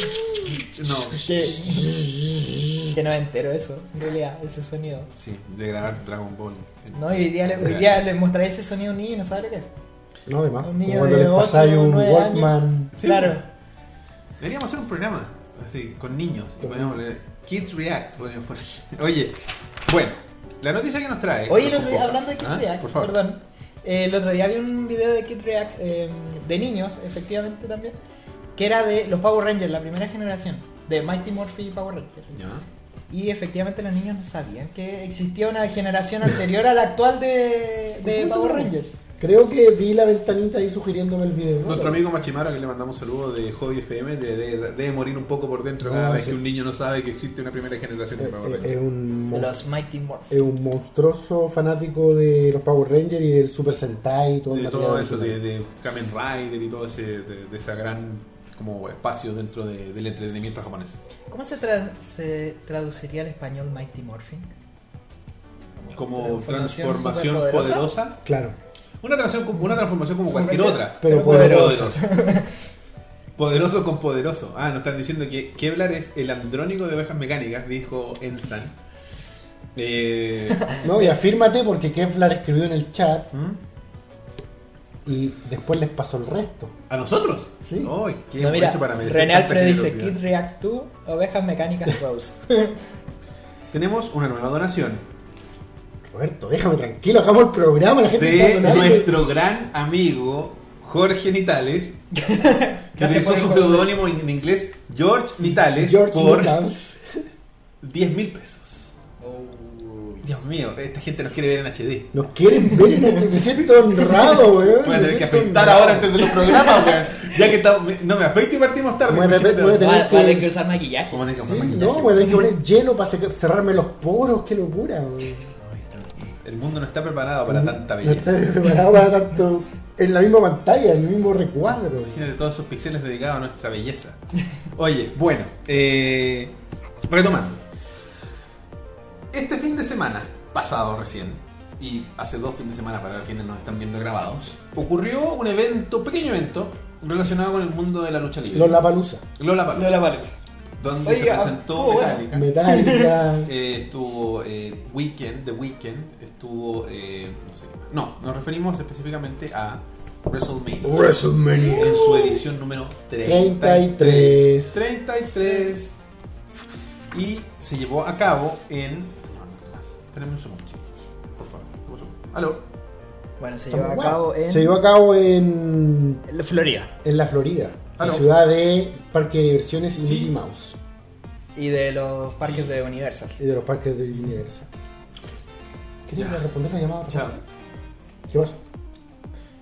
[SPEAKER 3] que, que no me entero eso, en realidad, ese sonido.
[SPEAKER 1] sí, de grabar Dragon Ball.
[SPEAKER 3] No, y hoy día, le, hoy día le mostraré ese sonido a un niño y no sabe lo que es.
[SPEAKER 2] No, además,
[SPEAKER 3] Un niño
[SPEAKER 2] como cuando
[SPEAKER 3] de
[SPEAKER 2] les pasáis
[SPEAKER 3] ocho,
[SPEAKER 2] un
[SPEAKER 3] nueve
[SPEAKER 2] Walkman.
[SPEAKER 1] Sí,
[SPEAKER 3] claro.
[SPEAKER 1] Deberíamos hacer un programa así, con niños. y podríamos leer Kids React. podríamos poner. Oye, bueno, la noticia que nos trae.
[SPEAKER 3] Oye, el otro día, hablando de Kid
[SPEAKER 1] Ah,
[SPEAKER 3] Reacts,
[SPEAKER 1] por favor.
[SPEAKER 3] perdón. eh, el otro día vi un video de Kid Reacts eh, de niños, efectivamente también, que era de los Power Rangers, la primera generación, de Mighty Morphy y Power Rangers.
[SPEAKER 1] Ya.
[SPEAKER 3] Y efectivamente los niños no sabían que existía una generación anterior a la actual de, de Power Rangers.
[SPEAKER 2] Creo que vi la ventanita ahí sugiriéndome el video. ¿no?
[SPEAKER 1] Nuestro amigo Machimara, que le mandamos saludos de Hobby FM, de- de- debe morir un poco por dentro cada
[SPEAKER 2] Ah,
[SPEAKER 1] vez
[SPEAKER 2] sí.
[SPEAKER 1] que un niño no sabe que existe una primera generación
[SPEAKER 2] Eh,
[SPEAKER 1] de
[SPEAKER 2] eh,
[SPEAKER 1] Power Rangers.
[SPEAKER 2] es un
[SPEAKER 3] De
[SPEAKER 2] monstruo.
[SPEAKER 3] los Mighty Morphy.
[SPEAKER 2] Es un monstruoso fanático de los Power Rangers y del Super Sentai y todo,
[SPEAKER 3] eh,
[SPEAKER 2] el
[SPEAKER 1] de todo
[SPEAKER 2] material
[SPEAKER 1] eso, de,
[SPEAKER 2] original.
[SPEAKER 1] de Kamen Rider y todo ese, de, de esa gran como espacio dentro de- del entretenimiento japonés.
[SPEAKER 3] ¿Cómo se, tra- se traduciría al español Mighty Morphin?
[SPEAKER 1] Como
[SPEAKER 3] Transformación
[SPEAKER 1] transformación
[SPEAKER 3] superpoderosa.
[SPEAKER 1] poderosa.
[SPEAKER 2] Claro.
[SPEAKER 1] Una transformación, como- una transformación como cualquier otra.
[SPEAKER 2] Pero
[SPEAKER 1] Poderoso. Poderoso con poderoso. Ah, nos están diciendo que Kevlar es el andrónico de ovejas mecánicas, dijo Ensan. Eh,
[SPEAKER 2] No, y afírmate porque Kevlar escribió en el chat
[SPEAKER 1] ¿Mm?
[SPEAKER 2] y después les pasó el resto.
[SPEAKER 1] ¿A nosotros?
[SPEAKER 2] Sí.
[SPEAKER 1] Ay, qué
[SPEAKER 3] No, mira,
[SPEAKER 1] hecho para merecer
[SPEAKER 3] René
[SPEAKER 1] tanta
[SPEAKER 3] Alfred dice
[SPEAKER 1] generosidad.
[SPEAKER 3] Kid Reacts 2, Ovejas Mecánicas Rose.
[SPEAKER 1] Tenemos una nueva donación
[SPEAKER 2] Roberto, déjame tranquilo, hagamos el programa, la gente está
[SPEAKER 1] de
[SPEAKER 2] donando.
[SPEAKER 1] nuestro gran amigo Jorge Nitales, que
[SPEAKER 3] Gracias
[SPEAKER 1] utilizó
[SPEAKER 3] por
[SPEAKER 1] su
[SPEAKER 3] el juego.
[SPEAKER 1] seudónimo en en inglés George Nitales
[SPEAKER 2] George
[SPEAKER 1] por
[SPEAKER 2] Lucas.
[SPEAKER 1] 10 mil pesos.
[SPEAKER 3] Uy.
[SPEAKER 1] Dios mío, esta gente nos quiere ver en HD.
[SPEAKER 2] Nos quieren ver en este. Me siento honrado, weón.
[SPEAKER 1] Voy a
[SPEAKER 2] me
[SPEAKER 1] tener que
[SPEAKER 2] siento
[SPEAKER 1] afeitar
[SPEAKER 2] honrado.
[SPEAKER 1] ahora antes de los programas, weón. Ya que estamos. No me afeite y partimos tarde.
[SPEAKER 2] Bueno,
[SPEAKER 1] imagínate.
[SPEAKER 2] voy a
[SPEAKER 3] Va,
[SPEAKER 2] Tenés que-
[SPEAKER 3] va a tener que usar maquillaje.
[SPEAKER 1] Vamos a tener que
[SPEAKER 2] Sí,
[SPEAKER 1] usar maquillaje.
[SPEAKER 2] no, weón, hay que poner hielo para seca- cerrarme los poros, qué locura, weón.
[SPEAKER 1] El mundo no está preparado para tanta belleza.
[SPEAKER 2] Mm, No estoy preparado para tanto. En la misma pantalla, en el mismo recuadro, weón.
[SPEAKER 1] Imagínate todos esos píxeles dedicados a nuestra belleza. Oye, bueno, eh, retomando. Este fin de semana, pasado recién, y hace dos fines de semana para quienes nos están viendo grabados, ocurrió un evento, pequeño evento, relacionado con el mundo de la lucha libre.
[SPEAKER 2] Los Lapalusa.
[SPEAKER 1] Lollapalooza,
[SPEAKER 3] Lola Valencia.
[SPEAKER 1] Donde
[SPEAKER 3] Oiga,
[SPEAKER 1] se presentó
[SPEAKER 3] estuvo bueno.
[SPEAKER 1] Metallica.
[SPEAKER 2] Metallica.
[SPEAKER 1] Eh, estuvo eh, Weekend, The Weekend, estuvo. eh, no, sé qué más. no, nos referimos específicamente a WrestleMania.
[SPEAKER 2] WrestleMania.
[SPEAKER 1] en su edición número
[SPEAKER 2] 33.
[SPEAKER 1] 33. 33. Y se llevó a cabo en. Espérenme un segundo, chicos. Por favor. un segundo. Aló.
[SPEAKER 3] Bueno, se llevó a cabo en.
[SPEAKER 2] Se llevó a cabo en,
[SPEAKER 3] en Florida.
[SPEAKER 2] en la Florida,
[SPEAKER 1] Ah,
[SPEAKER 2] la
[SPEAKER 1] no.
[SPEAKER 2] ciudad de Parque de Diversiones y
[SPEAKER 1] Sí.
[SPEAKER 2] Mickey Mouse,
[SPEAKER 3] Y de los parques
[SPEAKER 1] Sí.
[SPEAKER 3] de Universal.
[SPEAKER 2] y de los parques de Universal. ¿Querías
[SPEAKER 1] Ya.
[SPEAKER 2] responder la llamada?
[SPEAKER 1] Chao.
[SPEAKER 2] ¿Qué pasó?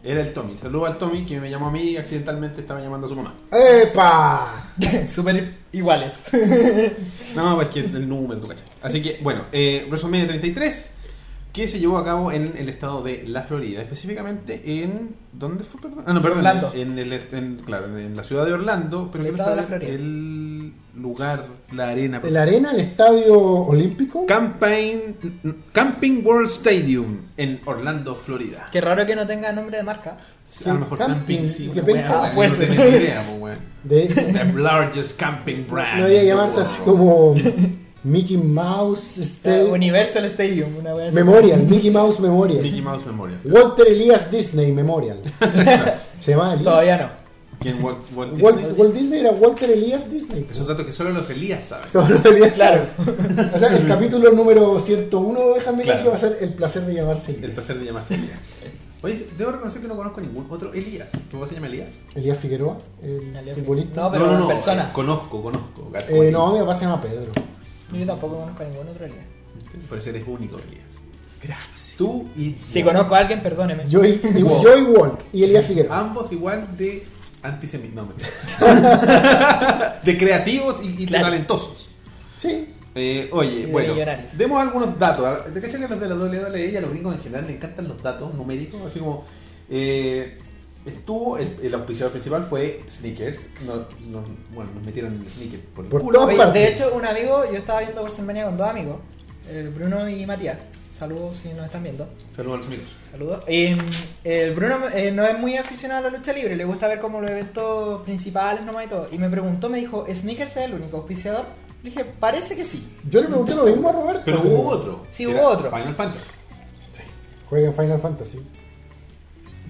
[SPEAKER 1] Era el Tommy. Saludo al Tommy que me llamó a mí y accidentalmente estaba llamando a su mamá.
[SPEAKER 2] ¡Epa!
[SPEAKER 3] Súper iguales.
[SPEAKER 1] No, pues que es el número, tú cachai. Así que, bueno, eh, WrestleMania 33, que se llevó a cabo en el estado de la Florida, específicamente en. ¿Dónde fue, perdón? Ah, no, perdón.
[SPEAKER 3] Orlando.
[SPEAKER 1] En, el, est- en- claro, en la ciudad de Orlando, pero
[SPEAKER 3] El
[SPEAKER 1] quiero
[SPEAKER 3] estado de
[SPEAKER 1] saber
[SPEAKER 3] la Florida.
[SPEAKER 1] el lugar, la arena. por
[SPEAKER 2] ¿El arena, el estadio olímpico?
[SPEAKER 1] Campaign, Camping World Stadium en Orlando, Florida.
[SPEAKER 3] Qué raro que no tenga nombre de marca.
[SPEAKER 1] A lo mejor camping,
[SPEAKER 2] Camping,
[SPEAKER 1] sí.
[SPEAKER 2] que
[SPEAKER 1] una wea,
[SPEAKER 2] penca.
[SPEAKER 1] wea,
[SPEAKER 3] Pues.
[SPEAKER 1] no tengo idea, pues, wea.
[SPEAKER 2] De,
[SPEAKER 1] The largest camping brand.
[SPEAKER 2] no debería
[SPEAKER 1] in the
[SPEAKER 2] llamarse así
[SPEAKER 1] world.
[SPEAKER 2] como Mickey Mouse Stadium.
[SPEAKER 3] Ah, Universal Stadium, una vez.
[SPEAKER 2] Memorial, Mickey Mouse Memorial.
[SPEAKER 1] Mickey Mouse Memorial.
[SPEAKER 2] Walter Elias Disney Memorial. Se llama Elias.
[SPEAKER 3] Todavía no.
[SPEAKER 1] ¿Quién? Walt, Walt Disney?
[SPEAKER 2] Walt, Walt Disney era Walter Elias Disney.
[SPEAKER 1] Es un dato que solo los Elías saben.
[SPEAKER 2] Solo Elias.
[SPEAKER 3] Claro.
[SPEAKER 2] O sea, el capítulo número 101 de Ovejas Mecánicas
[SPEAKER 1] Claro.
[SPEAKER 2] va a ser el placer de llamarse
[SPEAKER 1] El
[SPEAKER 2] Elías.
[SPEAKER 1] placer de llamarse Elías. Oye, debo reconocer que no conozco ningún otro Elías. ¿Tu papá se llama Elías?
[SPEAKER 2] Elías Figueroa, el
[SPEAKER 3] Elías
[SPEAKER 2] futbolista.
[SPEAKER 3] No, pero persona.
[SPEAKER 1] eh, conozco, conozco. Gato,
[SPEAKER 2] Eh, no,
[SPEAKER 1] Juanito.
[SPEAKER 2] mi papá se llama Pedro.
[SPEAKER 3] Yo tampoco conozco a ningún otro día.
[SPEAKER 1] Por eso eres único, Elías. Gracias. Tú y.
[SPEAKER 3] Si conozco a alguien, perdóneme.
[SPEAKER 2] Yo y, y-
[SPEAKER 1] Wow.
[SPEAKER 2] yo y Walt y Elías
[SPEAKER 1] Ah.
[SPEAKER 2] Figueroa.
[SPEAKER 1] Ambos igual de antisemitas. No, mentira. de creativos y, y
[SPEAKER 3] Claro.
[SPEAKER 1] talentosos.
[SPEAKER 2] Sí.
[SPEAKER 1] Eh,
[SPEAKER 3] Y
[SPEAKER 1] oye,
[SPEAKER 3] de
[SPEAKER 1] bueno,
[SPEAKER 3] millonarios.
[SPEAKER 1] demos algunos datos. ¿Te cachas que a los de la WWE y a los gringos en general le encantan los datos numéricos? Así como, eh, estuvo, el, el auspiciador principal fue Sneakers. No- no- bueno, nos metieron en Sneakers por el
[SPEAKER 2] Por
[SPEAKER 1] culo.
[SPEAKER 2] todas
[SPEAKER 3] Oye,
[SPEAKER 2] partes.
[SPEAKER 3] de hecho, un amigo, yo estaba viendo WrestleMania con dos amigos, el Bruno y Matías. Saludos si nos están viendo.
[SPEAKER 1] Saludos a los amigos.
[SPEAKER 3] Saludos. Eh, el Bruno eh, no es muy aficionado a la lucha libre, le gusta ver como los eventos principales nomás y todo. Y me preguntó, me dijo, ¿Sneakers es el único auspiciador? Le dije, parece que sí.
[SPEAKER 2] Yo le pregunté lo mismo a Roberto.
[SPEAKER 1] Pero hubo otro.
[SPEAKER 3] Sí,
[SPEAKER 1] que
[SPEAKER 3] hubo
[SPEAKER 1] era
[SPEAKER 3] otro.
[SPEAKER 1] Final Fantasy.
[SPEAKER 2] Juega en Final Fantasy.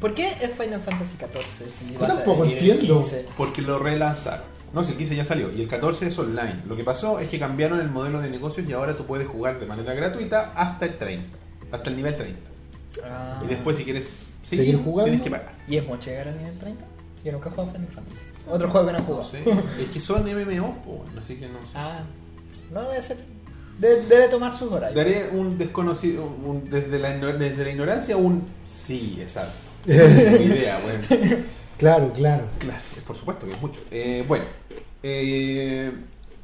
[SPEAKER 3] ¿Por qué es Final Fantasy XIV? si
[SPEAKER 2] Yo
[SPEAKER 3] vas a
[SPEAKER 2] tampoco
[SPEAKER 3] elegir el
[SPEAKER 2] entiendo.
[SPEAKER 3] 15?
[SPEAKER 1] Porque lo relanzaron. No, si el 15 ya salió. Y el 14 es online. Lo que pasó es que cambiaron el modelo de negocios y ahora tú puedes jugar de manera gratuita hasta el 30. Hasta el nivel 30.
[SPEAKER 3] Ah.
[SPEAKER 1] Y después si quieres
[SPEAKER 2] ¿Seguir
[SPEAKER 1] seguir,
[SPEAKER 2] jugando?
[SPEAKER 1] tienes que pagar.
[SPEAKER 3] ¿Y es mucho llegar al nivel 30? Yo nunca he jugado a Final Fantasy. Otro juego que no he jugado.
[SPEAKER 1] No sé. Es que son MMOs, po, bueno, así que no sé.
[SPEAKER 3] Ah, no debe ser. de- debe tomar sus horarios.
[SPEAKER 1] Daré un desconocido, un- desde, la, igno- desde la ignorancia, un sí, exacto. Ni idea, bueno.
[SPEAKER 2] Claro, claro.
[SPEAKER 1] Claro, por supuesto que es mucho. Eh, bueno, eh,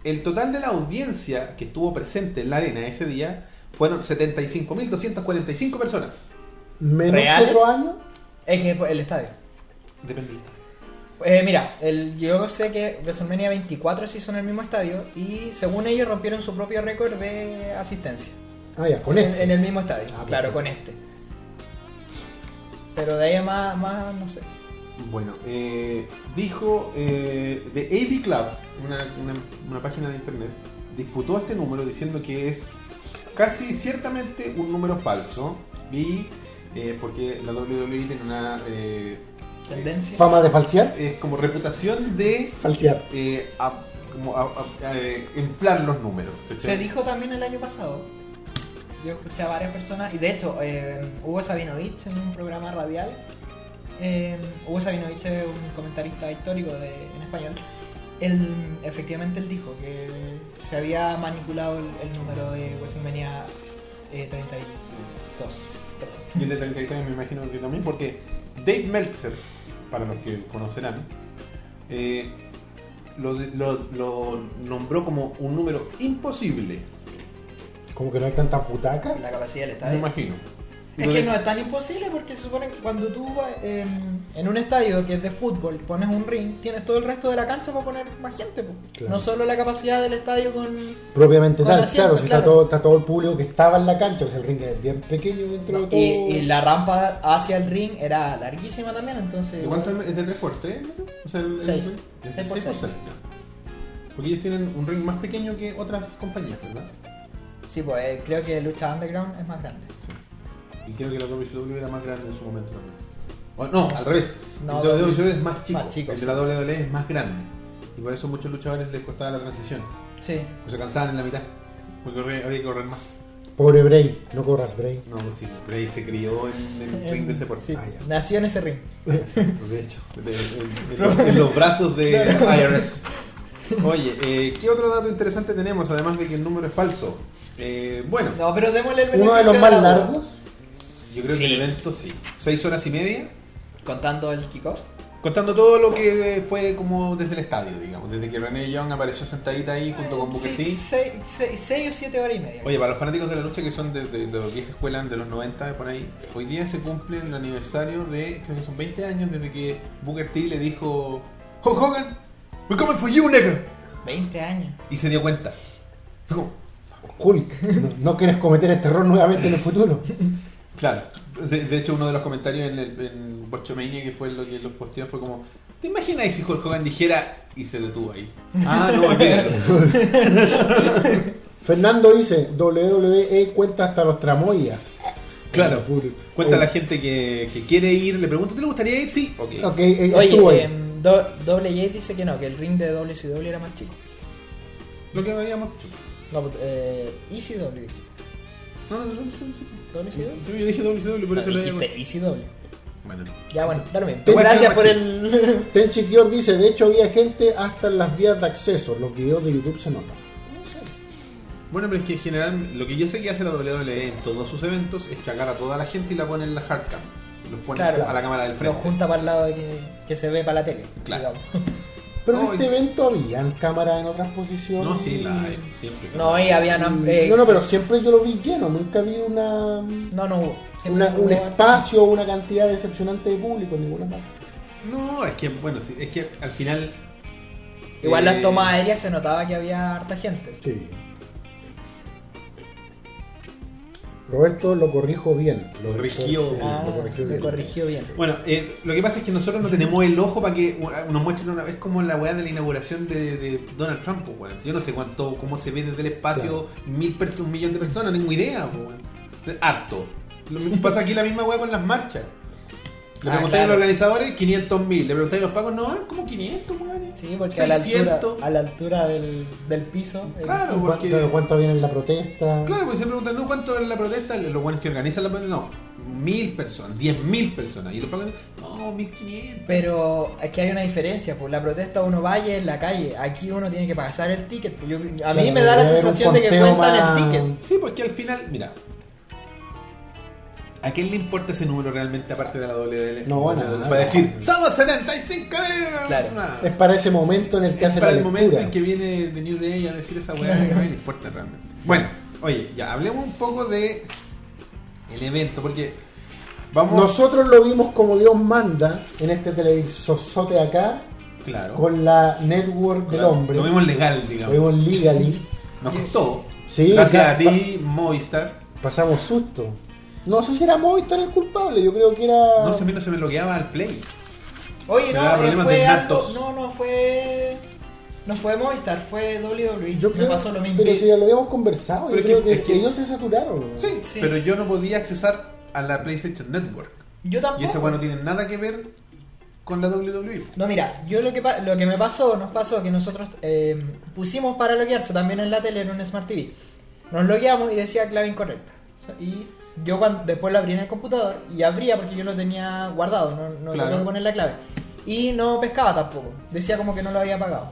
[SPEAKER 1] el total de la audiencia que estuvo presente en la arena ese día fueron 75.245 personas.
[SPEAKER 2] Menos
[SPEAKER 3] ¿Reales?
[SPEAKER 2] cuatro años.
[SPEAKER 3] Es que pues, el estadio.
[SPEAKER 1] Depende del estadio.
[SPEAKER 3] Eh, mira, el, yo sé que WrestleMania 24 se hizo en el mismo estadio y según ellos rompieron su propio récord de asistencia.
[SPEAKER 2] Ah, ya, con
[SPEAKER 3] En,
[SPEAKER 2] este.
[SPEAKER 3] en el mismo estadio,
[SPEAKER 2] Ah, perfecto.
[SPEAKER 3] claro, con este. Pero de ahí a más, más no sé.
[SPEAKER 1] Bueno, eh, dijo eh, The AV Club, una, una- una página de internet, disputó este número diciendo que es casi ciertamente un número falso y eh, porque la WWE tiene una eh,
[SPEAKER 3] Tendencia.
[SPEAKER 2] Fama de falsear.
[SPEAKER 1] eh, como reputación de
[SPEAKER 2] Falsear.
[SPEAKER 1] eh, a- como a- a- a, eh, inflar los números. ¿cachai?
[SPEAKER 3] Se dijo también el año pasado. Yo escuché a varias personas, y de hecho, eh, Hugo Sabinovich en un programa radial. eh, Hugo Sabinovich es un comentarista histórico de- en español. Él, efectivamente, él dijo que se había manipulado el, el número de WrestleMania eh, 32.
[SPEAKER 1] Y el de 33 me imagino que también, porque Dave Meltzer, para los que conocerán, eh, lo, lo- lo nombró como un número imposible,
[SPEAKER 2] Como que no hay tanta butaca.
[SPEAKER 3] La capacidad del
[SPEAKER 1] me
[SPEAKER 3] estadio.
[SPEAKER 1] imagino. Y
[SPEAKER 3] Es
[SPEAKER 1] lo
[SPEAKER 3] que
[SPEAKER 1] de-
[SPEAKER 3] no es tan imposible porque se supone que cuando tú eh, en un estadio que es de fútbol pones un ring, tienes todo el resto de la cancha para poner más gente. po.
[SPEAKER 2] Claro.
[SPEAKER 3] No solo la capacidad del estadio con...
[SPEAKER 2] Propiamente
[SPEAKER 3] Con
[SPEAKER 2] tal,
[SPEAKER 3] asiento,
[SPEAKER 2] claro, si está
[SPEAKER 3] claro.
[SPEAKER 2] todo, está todo el público que estaba en la cancha, o sea, el ring es bien pequeño dentro de
[SPEAKER 3] y,
[SPEAKER 2] todo.
[SPEAKER 3] y la rampa hacia el ring era larguísima también, entonces...
[SPEAKER 1] ¿De cuánto es? ¿Es de 3 por 3 O sea, el,
[SPEAKER 3] Seis.
[SPEAKER 1] el- es de 6
[SPEAKER 3] Seis por
[SPEAKER 1] por 6.
[SPEAKER 3] seis.
[SPEAKER 1] Porque ellos tienen un ring más pequeño que otras compañías, ¿verdad?
[SPEAKER 3] Sí, pues eh, creo que lucha underground es más grande.
[SPEAKER 1] Y creo que la WCW era más grande en su momento también. O, no, al revés.
[SPEAKER 3] No,
[SPEAKER 1] el de WCW es más chico.
[SPEAKER 3] más chico,
[SPEAKER 1] el de
[SPEAKER 3] sí.
[SPEAKER 1] la WWE es más grande. Y por eso a muchos luchadores les costaba la transición.
[SPEAKER 3] Sí.
[SPEAKER 1] Pues se cansaban en la mitad. Porque corría- había que correr más.
[SPEAKER 2] Pobre Bray, no corras Bray.
[SPEAKER 1] No, pues sí. Bray se crió en el ring de ese por
[SPEAKER 3] Sí,
[SPEAKER 1] Ah, ya.
[SPEAKER 3] Nació en ese ring.
[SPEAKER 1] Exacto, de hecho. De- de- de- de- en los brazos de IRS. Oye, eh, ¿qué otro dato interesante tenemos? Además de que el número es falso. Eh, bueno,
[SPEAKER 3] No, pero démosle el
[SPEAKER 2] Uno de
[SPEAKER 3] beneficio
[SPEAKER 2] los más
[SPEAKER 3] la duda.
[SPEAKER 2] largos,
[SPEAKER 1] yo creo que
[SPEAKER 3] Sí.
[SPEAKER 1] el evento sí. Seis horas y media.
[SPEAKER 3] Contando el kickoff.
[SPEAKER 1] Contando todo lo que fue como desde el estadio, digamos. Desde que René Young apareció sentadita ahí junto con Booker T.
[SPEAKER 3] 6 o 7 horas y media.
[SPEAKER 1] Oye, para los fanáticos de la lucha que son de, de, de la vieja escuela de los 90, por ahí, hoy día se cumple el aniversario de, creo que son 20 años desde que Booker T le dijo, Hulk Hogan, we're coming for you, negro.
[SPEAKER 3] 20 años.
[SPEAKER 1] Y se dio cuenta. Fue como,
[SPEAKER 2] Hulk, no, no quieres cometer este error nuevamente en el futuro.
[SPEAKER 1] Claro. De, de hecho, uno de los comentarios en, el, en Botchamania, que fue lo que los postearon, fue como, ¿te imaginas si Hulk Hogan dijera y se detuvo ahí? Ah, no, olvídalo.
[SPEAKER 2] Fernando dice, WWE cuenta hasta los tramoyas.
[SPEAKER 1] Claro.
[SPEAKER 2] Público.
[SPEAKER 1] Cuenta a la gente que, que quiere ir, le pregunto, ¿te le gustaría ir? Sí. Ok.
[SPEAKER 2] Ok, eh, estuvo ahí.
[SPEAKER 3] Oye, em, Do- Doble J dice que no, que el ring de WCW era más chico.
[SPEAKER 1] Lo que habíamos dicho.
[SPEAKER 3] No, eh, ECW. dice.
[SPEAKER 1] No, no, no, no, no.
[SPEAKER 3] ¿WCW?
[SPEAKER 1] Yo dije WCW, por
[SPEAKER 3] No,
[SPEAKER 1] eso le digo.
[SPEAKER 3] Ah, dijiste ECW.
[SPEAKER 1] Bueno.
[SPEAKER 3] Ya bueno, dale bien.
[SPEAKER 2] Te voy a
[SPEAKER 3] Gracias
[SPEAKER 1] echar
[SPEAKER 3] por
[SPEAKER 1] más
[SPEAKER 3] el...
[SPEAKER 2] Tenchi Kior dice, de hecho había gente hasta en las vías de acceso, los videos de YouTube se notan.
[SPEAKER 1] Bueno, pero es que en general, lo que yo sé que hace la WWE en todos sus eventos es que agarra a toda la gente y la pone en la hardcam. Los pone
[SPEAKER 3] Claro.
[SPEAKER 1] a la cámara del
[SPEAKER 3] Lo
[SPEAKER 1] frente.
[SPEAKER 3] junta para el lado de que, que se ve para la tele.
[SPEAKER 1] Claro.
[SPEAKER 3] digamos.
[SPEAKER 2] Pero en
[SPEAKER 1] No,
[SPEAKER 2] este
[SPEAKER 1] y-
[SPEAKER 2] evento habían cámaras en otras posiciones. Mm.
[SPEAKER 1] No, sí, la hay, siempre.
[SPEAKER 3] No, y habían... eh,
[SPEAKER 2] No, no, pero siempre yo lo vi lleno, nunca vi una,
[SPEAKER 3] No, no hubo. Siempre
[SPEAKER 2] una-
[SPEAKER 3] hubo
[SPEAKER 2] un
[SPEAKER 3] harto.
[SPEAKER 2] espacio o una cantidad decepcionante de público en ninguna parte.
[SPEAKER 1] No, es que, bueno, sí, es que al final.
[SPEAKER 3] Igual
[SPEAKER 1] eh,
[SPEAKER 3] las tomas aéreas se notaba que había harta gente.
[SPEAKER 2] Sí. Roberto lo corrijo bien. Lo
[SPEAKER 1] Corrigió.
[SPEAKER 2] sí,
[SPEAKER 3] Ah,
[SPEAKER 2] lo corrigió
[SPEAKER 3] me
[SPEAKER 2] bien.
[SPEAKER 3] corrigió bien.
[SPEAKER 1] Bueno, eh, lo que pasa es que nosotros no tenemos el ojo para que u- nos muestren una vez como la weá de la inauguración de, de Donald Trump, pues, weón. Yo no sé cuánto, cómo se ve desde el espacio mil perso- un millón de personas, no tengo idea, pues, weón. Harto. Lo mismo pasa aquí la misma weá con las marchas. Le
[SPEAKER 3] Ah,
[SPEAKER 1] preguntáis a
[SPEAKER 3] claro.
[SPEAKER 1] los organizadores, 500 mil. Le preguntáis a los pagos, no, eran como 500, weón.
[SPEAKER 3] Sí, porque a la, altura,
[SPEAKER 1] 600.
[SPEAKER 3] a la altura del, del piso... el-
[SPEAKER 1] Claro,
[SPEAKER 2] ¿Cuánto,
[SPEAKER 1] porque.
[SPEAKER 2] cuánto viene en la protesta?
[SPEAKER 1] Claro, porque se preguntan, ¿no? ¿Cuánto es la protesta? Los buenos que organizan la protesta, no, mil personas, diez mil personas. Y los pagan, no, mil quinientos.
[SPEAKER 3] Pero aquí hay una diferencia, pues la protesta uno vaya en la calle, aquí uno tiene que pasar el ticket. pues yo- a mí
[SPEAKER 2] Claro,
[SPEAKER 3] me da la
[SPEAKER 2] debe haber un
[SPEAKER 3] sensación de que
[SPEAKER 2] conteo
[SPEAKER 3] cuentan el
[SPEAKER 2] más-
[SPEAKER 3] ticket.
[SPEAKER 1] Sí, porque al final, mira, ¿a quién le importa ese número realmente aparte de la WL?
[SPEAKER 2] No, a nada.
[SPEAKER 1] Para decir, somos 75 euros.
[SPEAKER 3] Claro.
[SPEAKER 1] eh, Una-
[SPEAKER 2] Es para ese momento en el que hace
[SPEAKER 1] para
[SPEAKER 2] la
[SPEAKER 1] el momento
[SPEAKER 2] lectura.
[SPEAKER 1] en que viene The New Day a decir esa weá,
[SPEAKER 3] Claro.
[SPEAKER 1] que a nadie le importa realmente. Bueno, oye, ya hablemos un poco de el evento, porque vamos.
[SPEAKER 2] Nosotros lo vimos como Dios manda en este televisorzote acá
[SPEAKER 1] claro.
[SPEAKER 2] con la network del
[SPEAKER 1] claro,
[SPEAKER 2] hombre.
[SPEAKER 1] Lo vimos legal,
[SPEAKER 2] Lo
[SPEAKER 1] digamos.
[SPEAKER 2] vimos legally.
[SPEAKER 1] Nos costó.
[SPEAKER 2] Sí,
[SPEAKER 1] Gracias a
[SPEAKER 2] casi
[SPEAKER 1] ti, Movistar.
[SPEAKER 2] Pasamos susto. No sé si era Movistar el culpable, yo creo que era.
[SPEAKER 1] No, se me, no se me bloqueaba al play.
[SPEAKER 3] Oye,
[SPEAKER 1] Me da
[SPEAKER 3] no, eh,
[SPEAKER 1] problemas
[SPEAKER 3] fue
[SPEAKER 1] de
[SPEAKER 3] algo-
[SPEAKER 1] datos.
[SPEAKER 3] no, no, fue No fue Movistar, fue WWE.
[SPEAKER 2] Yo
[SPEAKER 3] me
[SPEAKER 2] creo,
[SPEAKER 3] pasó lo mismo.
[SPEAKER 2] pero si ya lo habíamos conversado,
[SPEAKER 1] Pero
[SPEAKER 2] yo
[SPEAKER 1] es
[SPEAKER 2] creo
[SPEAKER 1] que-
[SPEAKER 2] que,
[SPEAKER 1] es que-
[SPEAKER 2] ellos se saturaron. ¿no?
[SPEAKER 1] Sí,
[SPEAKER 3] Sí.
[SPEAKER 1] pero yo no podía accesar a la PlayStation Network.
[SPEAKER 3] Yo tampoco.
[SPEAKER 1] Y esa weá no tiene nada que ver con la WWE.
[SPEAKER 3] No, mira, yo lo que, pa- lo que me pasó, nos pasó que nosotros eh, pusimos para loguearse también en la tele, en un Smart TV. Nos logueamos y decía clave incorrecta. O sea, y yo cuando, después lo abrí en el computador y abría porque yo lo tenía guardado, no, no
[SPEAKER 1] Claro.
[SPEAKER 3] tenía que poner la clave. Y no pescaba tampoco, decía como que no lo había pagado.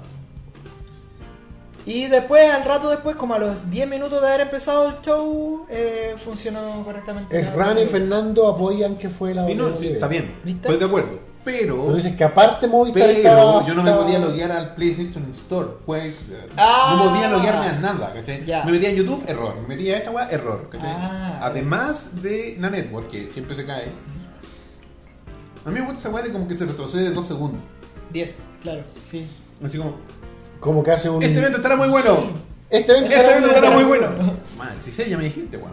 [SPEAKER 3] Y después, al rato después, como a los 10 minutos de haber empezado el show, eh, funcionó correctamente.
[SPEAKER 2] Es Rana y Fernando apoyan que fue la
[SPEAKER 1] Y E. no,
[SPEAKER 2] WWE.
[SPEAKER 1] sí, está bien,
[SPEAKER 3] ¿Viste?
[SPEAKER 1] estoy de acuerdo.
[SPEAKER 2] Pero
[SPEAKER 1] Pero,
[SPEAKER 2] dices que aparte Movistar
[SPEAKER 1] pero
[SPEAKER 2] estaba-
[SPEAKER 1] yo no me
[SPEAKER 2] estaba-
[SPEAKER 1] podía loguear al PlayStation Store. pues, eh,
[SPEAKER 3] Ah.
[SPEAKER 1] no podía loguearme a nada. ¿cachai?
[SPEAKER 3] Ya.
[SPEAKER 1] Me metía en YouTube, error. Me metía a esta weá, error. ¿cachai?
[SPEAKER 3] Ah.
[SPEAKER 1] Además de la network, que siempre se cae. A mí me gusta esa weá de como que se retrocede dos segundos.
[SPEAKER 3] 10, claro, sí.
[SPEAKER 1] Así como,
[SPEAKER 2] Como que hace un.
[SPEAKER 1] este evento estará muy bueno.
[SPEAKER 2] Este evento
[SPEAKER 1] Este
[SPEAKER 2] era
[SPEAKER 1] evento
[SPEAKER 2] muy
[SPEAKER 1] estará muy
[SPEAKER 2] bueno.
[SPEAKER 1] bueno. Man, si sé, ya me dijiste, weón.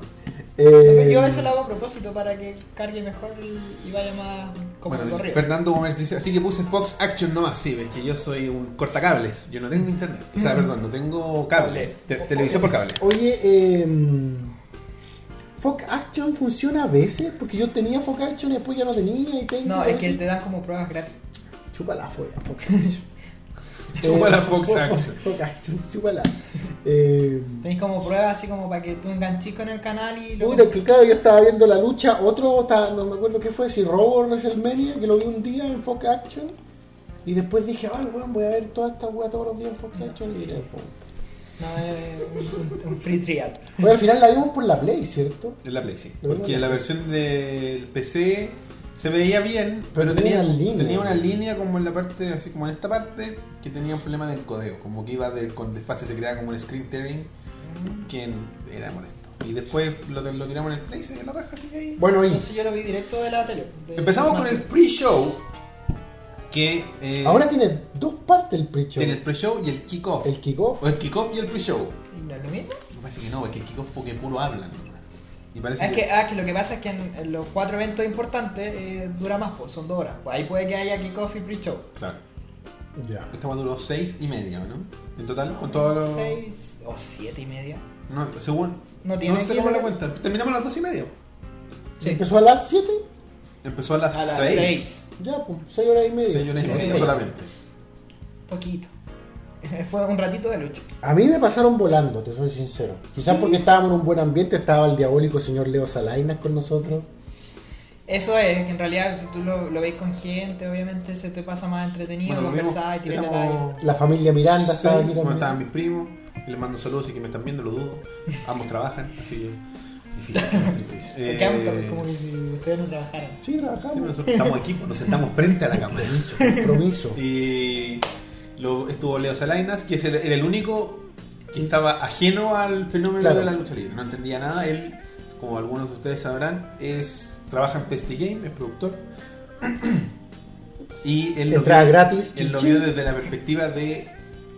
[SPEAKER 2] Eh,
[SPEAKER 3] Yo eso lo hago a propósito para que cargue mejor y, y vaya más como
[SPEAKER 1] Bueno,
[SPEAKER 3] el
[SPEAKER 1] dice-
[SPEAKER 3] correo.
[SPEAKER 1] Fernando Gómez dice, así que puse Fox Action nomás, sí, ves que yo soy un cortacables, yo no tengo internet, o sea,
[SPEAKER 3] Mm.
[SPEAKER 1] perdón, no tengo cable, te- televisión por cable.
[SPEAKER 2] Oye, eh, Fox Action funciona a veces porque yo tenía Fox Action y después ya no tenía y tengo.
[SPEAKER 3] No, es que
[SPEAKER 2] así.
[SPEAKER 3] te dan como pruebas gratis.
[SPEAKER 2] Chupa la folla, Fox Action.
[SPEAKER 1] Chúpala,
[SPEAKER 2] Eh,
[SPEAKER 1] Fox Action.
[SPEAKER 2] Fox Action, chúpala. Eh,
[SPEAKER 3] Tenéis como pruebas así como para que tú enganchís con el canal y lo...
[SPEAKER 2] puta, que claro, yo estaba viendo la lucha, otro, estaba- no me acuerdo qué fue, si Robo o WrestleMania, que lo vi un día en Fox Action. Y después dije, ay, weón, voy a ver toda esta weá todos los días en Fox Action. Y era Fox.
[SPEAKER 3] No, es un, un free trial.
[SPEAKER 2] Bueno, al final la vimos por la Play, ¿cierto?
[SPEAKER 1] En la Play, sí,
[SPEAKER 2] Lo mismo
[SPEAKER 1] porque
[SPEAKER 2] que-
[SPEAKER 1] la versión del PC se veía bien, pero, tenía,
[SPEAKER 2] tenía una línea.
[SPEAKER 1] tenía una línea como en la parte, así como en esta parte, que tenía un problema del codeo, como que iba de, con desfase, se creaba como un screen tearing, que era molesto. Y después lo, lo tiramos en el Play, se veía la raja, así que ahí...
[SPEAKER 2] Bueno, y
[SPEAKER 3] Entonces yo lo vi directo de la tele. de-
[SPEAKER 1] Empezamos
[SPEAKER 3] de
[SPEAKER 1] con el
[SPEAKER 3] Smart
[SPEAKER 1] pre-show, que... eh,
[SPEAKER 2] ahora tiene dos partes el pre-show.
[SPEAKER 1] Tiene el pre-show y el kickoff.
[SPEAKER 2] El kickoff.
[SPEAKER 1] O el kickoff y el pre-show.
[SPEAKER 3] TV. ¿Y no es lo mismo?
[SPEAKER 1] Me parece que no, es que el kickoff porque puro hablan. nomás. Y parece
[SPEAKER 3] Es que, ah, que lo que pasa es que en, en los cuatro eventos importantes eh, dura más, pues, son dos horas. Pues ahí puede que haya kickoff y pre-show.
[SPEAKER 1] Claro.
[SPEAKER 2] Ya.
[SPEAKER 1] Esta va duró seis y media, ¿no? En total, con todos los...
[SPEAKER 3] Seis o siete y media.
[SPEAKER 1] No, según...
[SPEAKER 3] No tiene
[SPEAKER 1] sé
[SPEAKER 3] que
[SPEAKER 1] cómo la
[SPEAKER 3] ver.
[SPEAKER 1] cuenta. Terminamos a las dos y media.
[SPEAKER 3] Sí.
[SPEAKER 2] Empezó a las 7,
[SPEAKER 1] Empezó a las
[SPEAKER 3] A las
[SPEAKER 1] seis.
[SPEAKER 3] seis.
[SPEAKER 2] ya, pues, 6 horas y media.
[SPEAKER 1] Seis y una y
[SPEAKER 3] Sí.
[SPEAKER 1] media
[SPEAKER 3] Sí.
[SPEAKER 1] solamente.
[SPEAKER 3] Poquito. Fue un ratito de lucha.
[SPEAKER 2] A mí me pasaron volando, te soy sincero. Quizás porque estábamos en un buen ambiente, estaba el diabólico señor Leo Salainas con nosotros.
[SPEAKER 3] Eso es, que en realidad si tú lo, lo veis con gente, obviamente se te pasa más entretenido,
[SPEAKER 1] Bueno, lo vimos.
[SPEAKER 3] conversar y tirar la
[SPEAKER 1] Estamos-
[SPEAKER 3] calle.
[SPEAKER 2] La familia Miranda estaba
[SPEAKER 1] Sí,
[SPEAKER 2] aquí
[SPEAKER 1] bueno,
[SPEAKER 2] también.
[SPEAKER 1] estaban mis primos. Les mando saludos si que me están viendo, lo dudo. Ambos trabajan, así que... Difícil, difícil. Eh,
[SPEAKER 3] Porque ambos, como que si ustedes no trabajaran.
[SPEAKER 2] Sí,
[SPEAKER 1] sí,
[SPEAKER 2] trabajamos.
[SPEAKER 1] nosotros estamos aquí, nos sentamos frente a la cámara.
[SPEAKER 2] Compromiso.
[SPEAKER 1] Y lo, estuvo Leo Salainas, que es el- era el único que estaba ajeno al fenómeno
[SPEAKER 2] Claro.
[SPEAKER 1] de la lucha libre. No entendía nada. Él, como algunos de ustedes sabrán, es trabaja en Festi Game, es productor. y él lo,
[SPEAKER 2] Entrada
[SPEAKER 1] vio,
[SPEAKER 2] gratis,
[SPEAKER 1] él lo
[SPEAKER 2] chin,
[SPEAKER 1] vio
[SPEAKER 2] chin.
[SPEAKER 1] desde la perspectiva de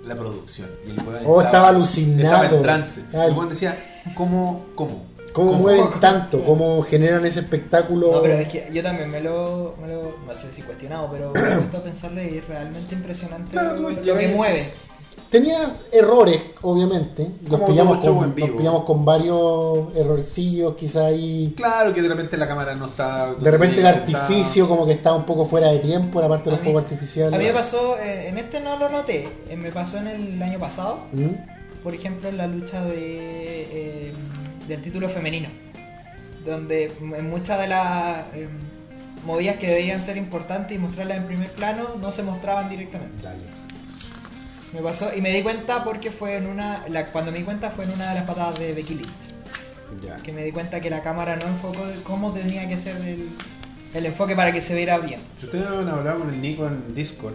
[SPEAKER 1] la producción. Y el weón
[SPEAKER 2] Oh, estaba alucinado.
[SPEAKER 1] Estaba en trance.
[SPEAKER 2] Ay.
[SPEAKER 1] El weón decía, ¿cómo? ¿Cómo?
[SPEAKER 2] ¿Cómo
[SPEAKER 1] mueve
[SPEAKER 2] mueven tanto? ¿Cómo generan ese espectáculo?
[SPEAKER 3] No, pero es que yo también me lo, me lo no sé si cuestionado, pero me gusta pensarle y es realmente impresionante
[SPEAKER 1] Claro, tú
[SPEAKER 3] lo, lo
[SPEAKER 1] llegáis
[SPEAKER 3] que
[SPEAKER 1] y-
[SPEAKER 3] mueve.
[SPEAKER 2] Tenía errores, obviamente. Nos
[SPEAKER 1] Como
[SPEAKER 2] pillamos,
[SPEAKER 1] todo show
[SPEAKER 2] con,
[SPEAKER 1] en vivo.
[SPEAKER 2] nos pillamos con varios errorcillos, quizás ahí.
[SPEAKER 1] Claro que de repente la cámara no está...
[SPEAKER 2] De repente el artificio como que está un poco fuera de tiempo, la parte de
[SPEAKER 3] A
[SPEAKER 2] los
[SPEAKER 3] mí-
[SPEAKER 2] fuegos artificiales.
[SPEAKER 3] A mí me pasó, eh, en este no lo noté, eh, me pasó en el año pasado,
[SPEAKER 2] ¿Mm?
[SPEAKER 3] por ejemplo, en la lucha de, eh, del título femenino, donde en muchas de las eh, movidas que debían ser importantes y mostrarlas en primer plano no se mostraban directamente.
[SPEAKER 2] Dale.
[SPEAKER 3] Me pasó y me di cuenta porque fue en una, la- cuando me di cuenta fue en una de las patadas de Becky Lynch,
[SPEAKER 2] Ya.
[SPEAKER 3] que me di cuenta que la cámara no enfocó de cómo tenía que ser el, el enfoque para que se viera bien.
[SPEAKER 1] Si ustedes han hablado con el Nico en Discord,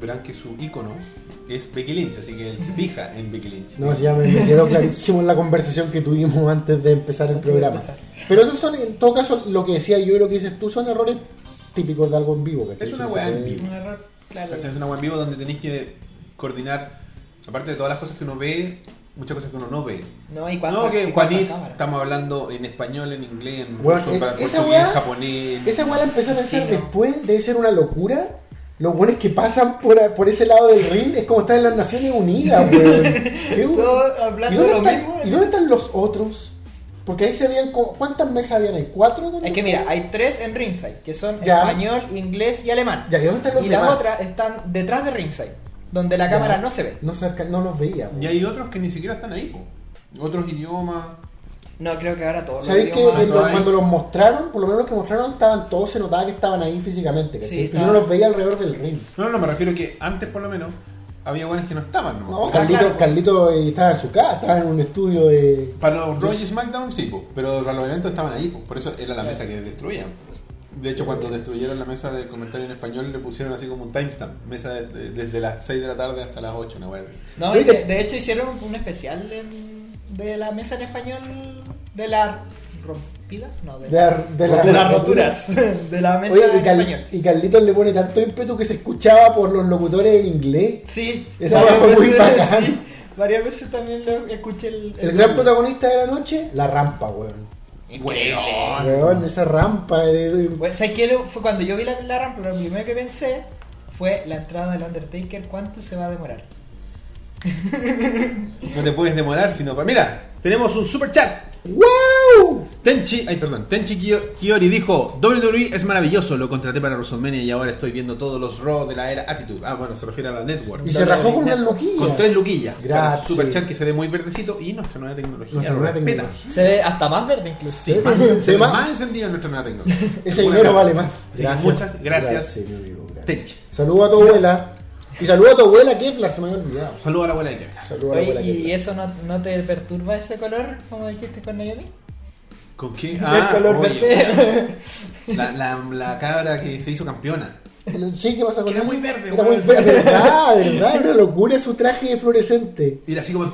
[SPEAKER 1] verán que su icono es Becky Lynch, así que él se fija en Becky Lynch.
[SPEAKER 2] No, sí, ya me, me quedó clarísimo en la conversación que tuvimos antes de empezar el
[SPEAKER 3] Antes de
[SPEAKER 2] programa.
[SPEAKER 3] empezar.
[SPEAKER 2] Pero esos son, en todo caso, lo que decía yo y lo que dices tú son errores típicos de algo en vivo. ¿cachai?
[SPEAKER 1] Es una
[SPEAKER 2] Sin
[SPEAKER 1] weá en
[SPEAKER 2] saber-
[SPEAKER 1] vivo.
[SPEAKER 3] Un error, claro.
[SPEAKER 1] ¿Cachai? Es una web en vivo donde tenéis que coordinar, aparte de todas las cosas que uno ve, muchas cosas que uno no ve.
[SPEAKER 3] No, y cuántas-
[SPEAKER 1] No, que
[SPEAKER 3] y cuántas
[SPEAKER 1] Juanit,
[SPEAKER 3] cámaras.
[SPEAKER 1] estamos hablando en español, en inglés, en
[SPEAKER 2] Bueno,
[SPEAKER 1] ruso,
[SPEAKER 2] eh,
[SPEAKER 1] para
[SPEAKER 2] esa
[SPEAKER 1] portugués,
[SPEAKER 2] weá-
[SPEAKER 1] japonés.
[SPEAKER 2] Esa weá la empecé a pensar
[SPEAKER 3] Sí, no.
[SPEAKER 2] después, debe ser una locura Los buenos que pasan por, por ese lado del ring es como estar en las Naciones Unidas, weón. Qué weón.
[SPEAKER 3] Todos
[SPEAKER 2] ¿Y
[SPEAKER 3] hablando de
[SPEAKER 2] dónde,
[SPEAKER 3] lo
[SPEAKER 2] están,
[SPEAKER 3] mismo.
[SPEAKER 2] y dónde están los otros? Porque ahí se veían. co- ¿Cuántas mesas habían ahí? ¿Cuatro?
[SPEAKER 3] Es que mira, hay tres en ringside, que son
[SPEAKER 2] Ya.
[SPEAKER 3] español, inglés y alemán.
[SPEAKER 2] Ya, ¿y dónde están los
[SPEAKER 3] y
[SPEAKER 2] demás?
[SPEAKER 3] las otras están detrás de ringside, donde la
[SPEAKER 2] Ya.
[SPEAKER 3] cámara no se ve.
[SPEAKER 2] No, se alca- no los veía. weón.
[SPEAKER 1] Y hay otros que ni siquiera están ahí, po. Otros idiomas.
[SPEAKER 3] No, creo que ahora todos
[SPEAKER 2] ¿Sabéis que
[SPEAKER 3] idiomas-
[SPEAKER 2] en los-
[SPEAKER 1] hay.
[SPEAKER 2] cuando los mostraron, por lo menos los que mostraron, estaban todos se notaba que estaban ahí físicamente, ¿cachai?
[SPEAKER 3] Sí,
[SPEAKER 2] Pero
[SPEAKER 3] estaban.
[SPEAKER 2] yo no los veía alrededor del ring.
[SPEAKER 1] No, no, no, me refiero que antes por lo menos había buenas que no estaban, ¿no?
[SPEAKER 2] No,
[SPEAKER 3] Ah,
[SPEAKER 2] Carlito,
[SPEAKER 3] claro.
[SPEAKER 2] Carlito eh, estaba en su casa, estaba en un estudio de.
[SPEAKER 1] Para los Raw y SmackDown sí, po, pero para los eventos estaban ahí, po, por eso era la mesa que destruían. De hecho, cuando destruyeron la mesa del comentario en español, le pusieron así como un timestamp. Mesa de- de- desde las 6 de la tarde hasta las 8, una wea así.
[SPEAKER 3] No,
[SPEAKER 2] Oye,
[SPEAKER 3] y de,
[SPEAKER 2] que-
[SPEAKER 3] de hecho hicieron un especial en- de la mesa en español de las rompidas, no, de,
[SPEAKER 2] De la- de la-
[SPEAKER 3] de las roturas, de la mesa
[SPEAKER 2] Oye, y,
[SPEAKER 3] en
[SPEAKER 2] Cal-
[SPEAKER 3] español.
[SPEAKER 2] y Carlitos le pone tanto ímpetu que se escuchaba por los locutores en inglés.
[SPEAKER 3] Sí,
[SPEAKER 2] Esa
[SPEAKER 3] varias
[SPEAKER 2] fue muy
[SPEAKER 3] veces-
[SPEAKER 2] bacán.
[SPEAKER 3] sí, varias veces también lo escuché el,
[SPEAKER 2] El gran protagonista de la noche, la rampa, weón.
[SPEAKER 3] Increíble.
[SPEAKER 1] Weón.
[SPEAKER 2] Weón, esa rampa. eh, de- de-
[SPEAKER 3] Bueno, ¿sabes qué? Lo- Fue cuando yo vi la, la rampa, lo primero que pensé fue la entrada del Undertaker, ¿cuánto se va a demorar?
[SPEAKER 1] No te puedes demorar, sino para. Mira, tenemos un super chat.
[SPEAKER 2] ¡Wow!
[SPEAKER 1] Tenchi, ay, perdón, Tenchi Kio- Kiori dijo: WWE es maravilloso, lo contraté para WrestleMania y ahora estoy viendo todos los Raw de la era Attitude. Ah, bueno, se refiere a la Network.
[SPEAKER 2] Y se rajó con una luquilla.
[SPEAKER 1] Con tres luquillas.
[SPEAKER 2] Gracias.
[SPEAKER 1] Super chat que se ve muy verdecito y nuestra nueva tecnología.
[SPEAKER 2] Nuestra nueva
[SPEAKER 1] Respeta.
[SPEAKER 2] tecnología.
[SPEAKER 3] Se ve hasta más verde incluso.
[SPEAKER 1] Sí,
[SPEAKER 2] Sí,
[SPEAKER 1] más,
[SPEAKER 2] sí,
[SPEAKER 1] se ve
[SPEAKER 2] más-
[SPEAKER 1] más encendido en nuestra nueva tecnología.
[SPEAKER 2] Ese
[SPEAKER 1] Bueno,
[SPEAKER 2] dinero
[SPEAKER 1] acá.
[SPEAKER 2] vale más.
[SPEAKER 1] Así que muchas gracias.
[SPEAKER 2] Gracias, mi amigo, gracias.
[SPEAKER 1] Tenchi.
[SPEAKER 2] Saludo a tu abuela. Y saludo a tu abuela Kevlar, se me había olvidado.
[SPEAKER 1] Saludos a la abuela de Kevlar.
[SPEAKER 2] Saludo a la
[SPEAKER 3] Oye,
[SPEAKER 2] abuela
[SPEAKER 3] ¿Y
[SPEAKER 2] Kevlar.
[SPEAKER 3] eso no, no te perturba ese color, como dijiste con Naomi?
[SPEAKER 1] ¿Con qué? Ah,
[SPEAKER 3] el color
[SPEAKER 1] oye,
[SPEAKER 3] verde.
[SPEAKER 1] La, la, la cabra que se hizo campeona.
[SPEAKER 2] Sí, ¿qué pasa con
[SPEAKER 1] Era
[SPEAKER 2] él?
[SPEAKER 1] muy verde,
[SPEAKER 2] Era muy
[SPEAKER 1] weón.
[SPEAKER 2] verde, verdad, verdad. Era una locura su traje fluorescente.
[SPEAKER 1] Mira, así como.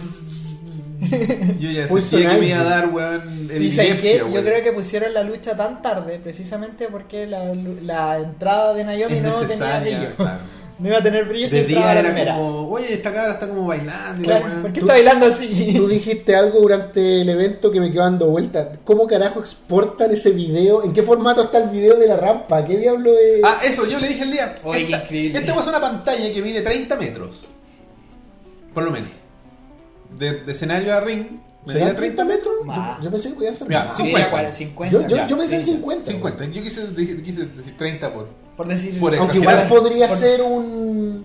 [SPEAKER 1] Yo ya
[SPEAKER 2] Pulso
[SPEAKER 1] sentía que
[SPEAKER 2] en
[SPEAKER 1] me iba a
[SPEAKER 2] aire.
[SPEAKER 1] dar, weón,
[SPEAKER 3] Y sabes qué?
[SPEAKER 1] epilepsia,
[SPEAKER 3] yo
[SPEAKER 1] weón.
[SPEAKER 3] creo que pusieron la lucha tan tarde, precisamente porque la, la entrada de Naomi
[SPEAKER 1] es
[SPEAKER 3] no tenía brillo.
[SPEAKER 1] necesaria. claro.
[SPEAKER 3] No iba a tener brillo si
[SPEAKER 1] De
[SPEAKER 3] entraba
[SPEAKER 1] día
[SPEAKER 3] la
[SPEAKER 1] era
[SPEAKER 3] primera.
[SPEAKER 1] como, oye, esta cabra está como bailando. y la
[SPEAKER 3] Claro,
[SPEAKER 1] weón.
[SPEAKER 3] ¿por qué
[SPEAKER 2] Tú-
[SPEAKER 3] está bailando
[SPEAKER 2] Tú
[SPEAKER 3] así?
[SPEAKER 2] dijiste algo durante el evento que me quedó dando vueltas. ¿Cómo carajo exportan ese video? ¿En qué formato está el video de la rampa? ¿Qué diablo es?
[SPEAKER 1] Ah, eso, yo le dije el día.
[SPEAKER 3] Oye, qué
[SPEAKER 1] esta,
[SPEAKER 3] increíble.
[SPEAKER 1] Esta es una pantalla que mide 30 metros. Por lo menos. De, de escenario a ring, medía 30
[SPEAKER 2] ¿Serán 30
[SPEAKER 1] metros.
[SPEAKER 2] metros?
[SPEAKER 3] Ma.
[SPEAKER 2] Yo, yo pensé que podía ser
[SPEAKER 1] Mira,
[SPEAKER 2] más.
[SPEAKER 1] sí,
[SPEAKER 3] Sí,
[SPEAKER 1] 50.
[SPEAKER 3] era cual- 50.
[SPEAKER 2] yo, yo,
[SPEAKER 3] ya,
[SPEAKER 2] yo pensé en
[SPEAKER 3] sí.
[SPEAKER 2] 50.
[SPEAKER 1] 50. Yo quise, dije- quise decir 30 por.
[SPEAKER 3] Por decir.
[SPEAKER 1] Por
[SPEAKER 2] Aunque
[SPEAKER 1] exagerado.
[SPEAKER 2] igual podría
[SPEAKER 3] Por-
[SPEAKER 2] ser un,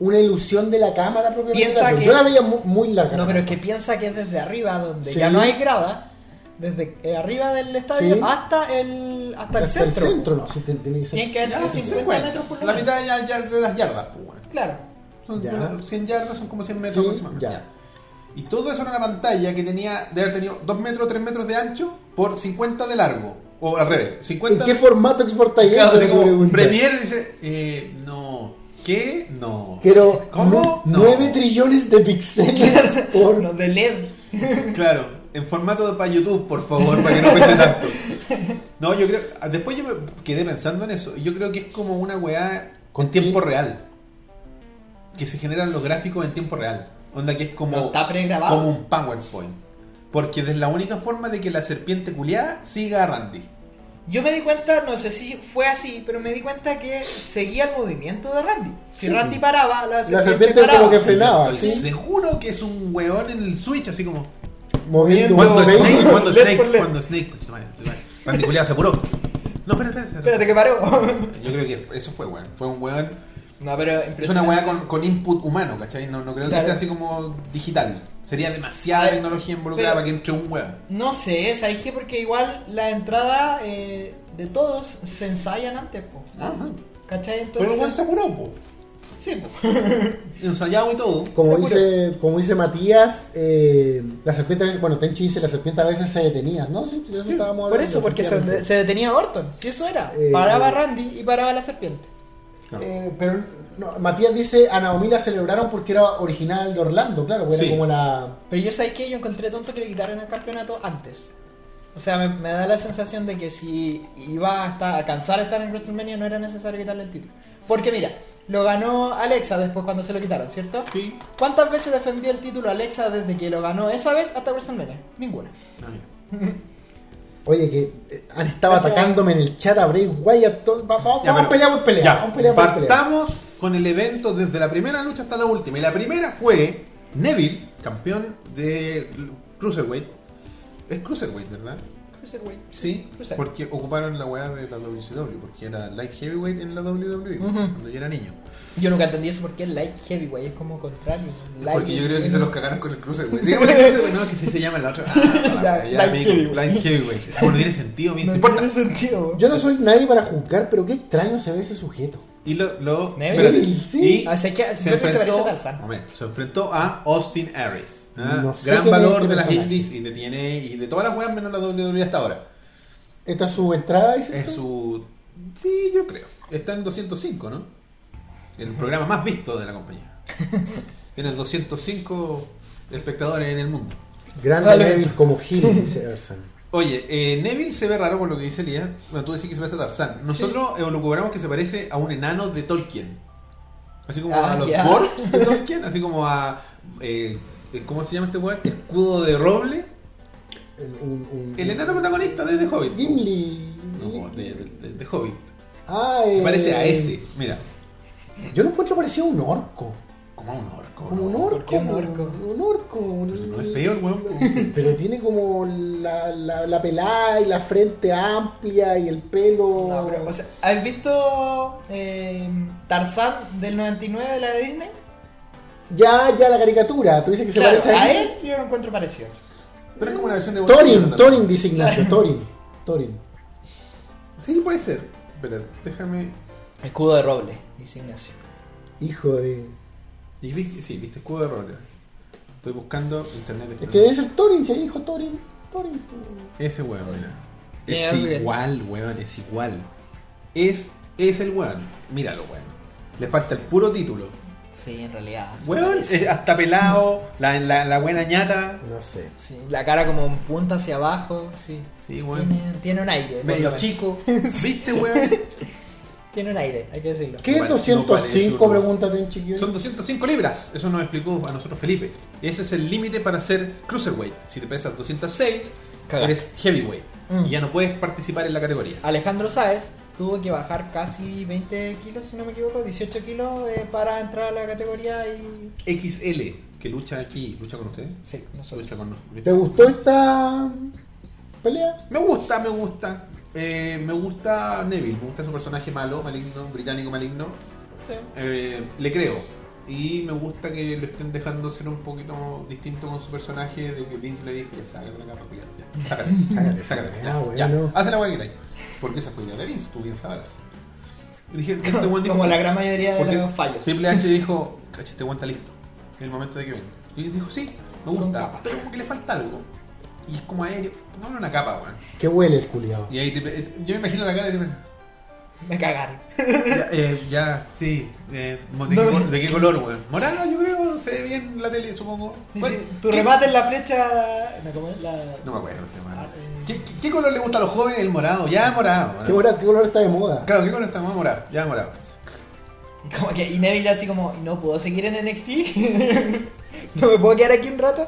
[SPEAKER 2] una ilusión de la cámara propiamente.
[SPEAKER 3] Piensa
[SPEAKER 2] tal, pero
[SPEAKER 3] que-
[SPEAKER 2] Yo la veía muy, muy larga.
[SPEAKER 3] No, pero es que piensa que es desde arriba, donde
[SPEAKER 2] Sí.
[SPEAKER 3] ya no hay grada, desde eh, arriba del estadio
[SPEAKER 2] Sí.
[SPEAKER 3] hasta el hasta el
[SPEAKER 2] Hasta el
[SPEAKER 3] centro.
[SPEAKER 2] centro, no, sí, ten- tenía que ser-
[SPEAKER 3] Tienen que haber sido
[SPEAKER 1] sí,
[SPEAKER 3] 50, metros por lo
[SPEAKER 1] La
[SPEAKER 3] menos.
[SPEAKER 1] mitad ya, ya de las yardas, pues, weón.
[SPEAKER 3] Claro.
[SPEAKER 1] Son
[SPEAKER 2] Ya.
[SPEAKER 1] unas 100 yardas son como 100 metros
[SPEAKER 2] Sí,
[SPEAKER 1] aproximadamente.
[SPEAKER 2] ya.
[SPEAKER 1] ya. Y todo eso era una pantalla que tenía, de haber tenido 2 metros, 3 metros de ancho por 50 de largo. O al revés, 50
[SPEAKER 2] ¿En qué formato exportáis
[SPEAKER 1] Claro,
[SPEAKER 2] eso?
[SPEAKER 1] así
[SPEAKER 2] Me
[SPEAKER 1] como
[SPEAKER 2] pregunta.
[SPEAKER 1] Premier dice, eh, no. ¿Qué? No.
[SPEAKER 2] Quiero
[SPEAKER 1] ¿Cómo?
[SPEAKER 2] nu-
[SPEAKER 1] No.
[SPEAKER 2] 9 trillones de píxeles por...
[SPEAKER 3] Los de LED.
[SPEAKER 1] Claro, en formato de para YouTube, por favor, para que no pese tanto. No, yo creo. ah, Después yo me quedé pensando en eso. y Yo creo que es como una weá con tiempo real. Que se generan los gráficos en tiempo real. Onda que es como.
[SPEAKER 3] No está pregrabado.
[SPEAKER 1] Como un PowerPoint. Porque es la única forma de que la serpiente culiada siga a Randy.
[SPEAKER 3] Yo me di cuenta, no sé si fue así, pero me di cuenta que seguía el movimiento de Randy. Si
[SPEAKER 2] Sí.
[SPEAKER 3] Randy paraba, la serpiente,
[SPEAKER 2] La serpiente
[SPEAKER 3] paraba.
[SPEAKER 2] como que frenaba,
[SPEAKER 1] Estoy
[SPEAKER 2] ¿sí?
[SPEAKER 1] seguro que es un weón en el Switch, así como.
[SPEAKER 2] Moviendo un
[SPEAKER 1] Cuando
[SPEAKER 2] poco.
[SPEAKER 1] Snake, cuando
[SPEAKER 3] Led
[SPEAKER 1] Snake,
[SPEAKER 3] por led.
[SPEAKER 1] cuando Snake, coño, tu madre, tu madre. Randy culiado se apuró. No, espera, espera, espera.
[SPEAKER 3] Espérate que paró.
[SPEAKER 1] Yo creo que eso fue weón. Fue un weón.
[SPEAKER 3] No, pero
[SPEAKER 1] Es una
[SPEAKER 3] impresionante.
[SPEAKER 1] weá con, con input humano, ¿cachai? No, no creo
[SPEAKER 3] Claro.
[SPEAKER 1] que sea así como digital. Sería demasiada
[SPEAKER 3] Pero-
[SPEAKER 1] tecnología involucrada
[SPEAKER 3] pero-
[SPEAKER 1] para que entre un weón.
[SPEAKER 3] No sé, ¿sabéis qué? Porque igual la entrada eh, de todos se ensayan antes, po.
[SPEAKER 2] Ah.
[SPEAKER 1] Ajá.
[SPEAKER 3] ¿Cachai?
[SPEAKER 1] Ah, Pero el weón
[SPEAKER 3] Entonces.
[SPEAKER 1] se apuró, po.
[SPEAKER 3] Sí, po.
[SPEAKER 1] Ensayado y todo.
[SPEAKER 2] Como
[SPEAKER 3] Seguro.
[SPEAKER 2] dice, como dice Matías, eh, la serpiente a veces, bueno, Tenchi dice, la serpiente a veces se detenía, ¿no? Sí, de eso estábamos
[SPEAKER 3] Por
[SPEAKER 2] hablando,
[SPEAKER 3] eso, porque se,
[SPEAKER 2] efectivamente.
[SPEAKER 3] se detenía Orton. Si eso era.
[SPEAKER 2] Eh,
[SPEAKER 3] paraba
[SPEAKER 2] eh.
[SPEAKER 3] Randy y paraba la serpiente.
[SPEAKER 2] Eh, pero no, Matías dice, a Naomi la celebraron porque era original de Orlando, claro, porque
[SPEAKER 1] Sí.
[SPEAKER 2] era como la...
[SPEAKER 3] Pero yo sabéis que yo encontré tonto que le quitaran el campeonato antes. O sea, me, me da la sensación de que si iba a estar- alcanzar a estar en WrestleMania no era necesario quitarle el título. Porque mira, lo ganó Alexa después cuando se lo quitaron, ¿cierto?
[SPEAKER 1] Sí.
[SPEAKER 3] ¿Cuántas veces defendió el título Alexa desde que lo ganó esa vez hasta WrestleMania? Ninguna.
[SPEAKER 1] Ah, ya.
[SPEAKER 2] Oye, que eh, han estado
[SPEAKER 3] Eso-
[SPEAKER 2] atacándome en el chat a Bray Wyatt. todo- va- va-
[SPEAKER 1] Ya,
[SPEAKER 2] vamos a
[SPEAKER 1] pero-
[SPEAKER 2] pelear por pelea.
[SPEAKER 1] ya,
[SPEAKER 2] vamos a pelear por pelea.
[SPEAKER 1] Partamos con el evento desde la primera lucha hasta la última. Y la primera fue Neville, campeón de Cruiserweight. Es Cruiserweight, ¿verdad?
[SPEAKER 3] Cruiserweight.
[SPEAKER 1] Sí,
[SPEAKER 3] Cruiser.
[SPEAKER 1] porque ocuparon la weá de la WCW, porque era light heavyweight en la WWE,
[SPEAKER 3] Ujú.
[SPEAKER 1] cuando yo era niño.
[SPEAKER 3] Yo nunca entendí eso porque es light heavyweight, es como contrario. Light
[SPEAKER 1] Porque yo creo que
[SPEAKER 3] heavyweight.
[SPEAKER 1] se los cagaron con el Cruiserweight. Dígame el Cruiserweight, no, que sí se llama la otra. Ah,
[SPEAKER 3] Ya,
[SPEAKER 1] ya,
[SPEAKER 3] light
[SPEAKER 1] amigo,
[SPEAKER 3] heavyweight.
[SPEAKER 1] light heavyweight. Eso no tiene sentido, me
[SPEAKER 3] No
[SPEAKER 1] dice, importa.
[SPEAKER 3] tiene sentido.
[SPEAKER 2] Yo no soy nadie para juzgar, pero qué extraño se ve ese sujeto.
[SPEAKER 1] Y lo. lo
[SPEAKER 3] Neville,
[SPEAKER 1] espérate.
[SPEAKER 2] sí.
[SPEAKER 1] Y
[SPEAKER 3] Así Ah, que creo que se parece a Tarzán.
[SPEAKER 1] momento, se enfrentó a Austin Aries. ¿ah?
[SPEAKER 2] No sé
[SPEAKER 1] Gran
[SPEAKER 2] qué
[SPEAKER 1] valor
[SPEAKER 2] qué
[SPEAKER 1] de las
[SPEAKER 2] personaje.
[SPEAKER 1] indies y de, tiene, y de todas las weas menos la WWE hasta ahora.
[SPEAKER 2] Esta es su entrada y se-
[SPEAKER 1] Es su. Sí, yo creo. Está en 205, ¿no? El programa más visto de la compañía. Tiene 205 espectadores en el mundo.
[SPEAKER 2] Grande
[SPEAKER 3] Dale.
[SPEAKER 2] Neville como Gil, dice Ersan.
[SPEAKER 1] Oye, eh, Neville se ve raro por lo que dice Elías. Bueno, tú decís que se parece a Tarzán. Nosotros eh, lo cobramos que se parece a un enano de Tolkien. Así como
[SPEAKER 3] Ah,
[SPEAKER 1] a los
[SPEAKER 3] ya.
[SPEAKER 1] Gorps de Tolkien, así como a. eh, ¿Cómo se llama este weón? Escudo de roble.
[SPEAKER 2] El, un- un-
[SPEAKER 1] El enano protagonista de The Hobbit.
[SPEAKER 2] Gimli.
[SPEAKER 1] No, de, de- de Hobbit.
[SPEAKER 2] Ah,
[SPEAKER 1] Se
[SPEAKER 2] eh,
[SPEAKER 1] parece a ese, mira.
[SPEAKER 2] Yo lo encuentro parecido a un orco.
[SPEAKER 1] Como a un orco.
[SPEAKER 2] Como un
[SPEAKER 1] Oh, ¿no?
[SPEAKER 2] orco.
[SPEAKER 3] ¿Por qué un orco?
[SPEAKER 2] Un orco.
[SPEAKER 1] Pero si no es feo el weón. po.
[SPEAKER 2] Pero tiene como la, la, la pelada y la frente amplia y el pelo.
[SPEAKER 3] No, pero, o sea, ¿Has visto eh, Tarzán del 99 de la de Disney?
[SPEAKER 2] ya, ya la caricatura. Tú dices que se
[SPEAKER 3] Claro,
[SPEAKER 2] parece a
[SPEAKER 3] a
[SPEAKER 2] él.
[SPEAKER 3] él yo lo encuentro parecido.
[SPEAKER 1] Pero es como una versión de
[SPEAKER 2] Torin,
[SPEAKER 1] ¿no?
[SPEAKER 2] Torin, dice Ignacio. Torin. Torin.
[SPEAKER 1] Sí, puede ser. Espera, déjame.
[SPEAKER 3] Escudo de roble, dice Ignacio.
[SPEAKER 2] Hijo de.
[SPEAKER 1] Y vi- sí, viste escudo de roble. Estoy buscando internet.
[SPEAKER 2] Es que es el Torin, se dijo Torin. Torin.
[SPEAKER 1] Ese weón, mira.
[SPEAKER 3] Mira,
[SPEAKER 1] Es
[SPEAKER 3] mira.
[SPEAKER 1] igual, weón, es igual. Es, es el weón. Míralo, weón. Le falta el puro título.
[SPEAKER 3] Sí, en realidad. se
[SPEAKER 1] Weón,
[SPEAKER 3] parece.
[SPEAKER 1] es hasta pelado, la, la, la buena ñata.
[SPEAKER 2] No sé.
[SPEAKER 3] Sí, la cara como en punta hacia abajo, sí.
[SPEAKER 1] Sí,
[SPEAKER 3] Tiene, tiene un aire.
[SPEAKER 1] Medio
[SPEAKER 3] ¿no?
[SPEAKER 1] chico. ¿Viste, weón?
[SPEAKER 3] Tiene un aire, hay que decirlo.
[SPEAKER 2] ¿Qué
[SPEAKER 1] Bueno,
[SPEAKER 2] 205
[SPEAKER 1] no parece
[SPEAKER 2] preguntas de un chiquillo?
[SPEAKER 1] Son 205 libras. Eso nos explicó a nosotros Felipe. Ese es el límite para ser cruiserweight. Si te pesas 206,
[SPEAKER 3] Cagaste.
[SPEAKER 1] eres heavyweight.
[SPEAKER 3] Mm.
[SPEAKER 1] Y ya no puedes participar en la categoría.
[SPEAKER 3] Alejandro Sáez tuvo que bajar casi 20 kilos, si no me equivoco, 18 kilos eh, para entrar a la categoría y...
[SPEAKER 1] XL, que lucha aquí, lucha con ustedes.
[SPEAKER 3] Sí, nosotros.
[SPEAKER 1] Lucha con nosotros.
[SPEAKER 2] ¿Te gustó esta pelea?
[SPEAKER 1] Me gusta, me gusta. Eh, me gusta Neville, me gusta su personaje malo, maligno, británico maligno.
[SPEAKER 3] Sí.
[SPEAKER 1] Eh, le creo. Y me gusta que lo estén dejando ser un poquito distinto con su personaje, de que Vince le dijo, ya sácate la capa, ya, ya, sácate, sácate, sácate, ya,
[SPEAKER 2] Ah,
[SPEAKER 1] ya,
[SPEAKER 2] bueno.
[SPEAKER 1] haz la weá que queráis. Porque esa fue idea de Vince, tú bien sabrás. Y dije, este
[SPEAKER 3] Como,
[SPEAKER 1] weón dijo,
[SPEAKER 3] la gran mayoría de
[SPEAKER 1] porque
[SPEAKER 3] los fallos.
[SPEAKER 1] Triple H dijo, cacha, este weón está listo, es el momento de que venga. Y él dijo, sí, me
[SPEAKER 3] Con
[SPEAKER 1] gusta,
[SPEAKER 3] capa.
[SPEAKER 1] pero como que le falta algo. Y es como aéreo, no era una capa, weón.
[SPEAKER 2] Que huele el culiao.
[SPEAKER 1] Y ahí Triple- eh, yo me imagino la cara de Triple H.
[SPEAKER 3] Me cagaron.
[SPEAKER 1] Ya, eh, ya, sí. eh, ¿de,
[SPEAKER 3] No,
[SPEAKER 1] qué, col-
[SPEAKER 3] me-
[SPEAKER 1] de qué color, weón? Morado, yo creo. Se ve bien en la tele, supongo.
[SPEAKER 3] Sí,
[SPEAKER 1] Bueno,
[SPEAKER 3] sí, Tu
[SPEAKER 1] ¿qué-
[SPEAKER 3] remate en la flecha... No, ¿cómo es? La-
[SPEAKER 1] No me acuerdo, se llama.
[SPEAKER 3] Ah, eh.
[SPEAKER 1] ¿Qué, qué, qué color le gusta a los jóvenes? El morado. Ya, morado.
[SPEAKER 2] ¿Qué,
[SPEAKER 1] morado.
[SPEAKER 2] hora- qué color está de moda?
[SPEAKER 1] Claro, ¿qué color está más morado? Ya, morado.
[SPEAKER 3] Como que, y Neville así como, no puedo seguir en NXT, no me puedo quedar aquí un rato.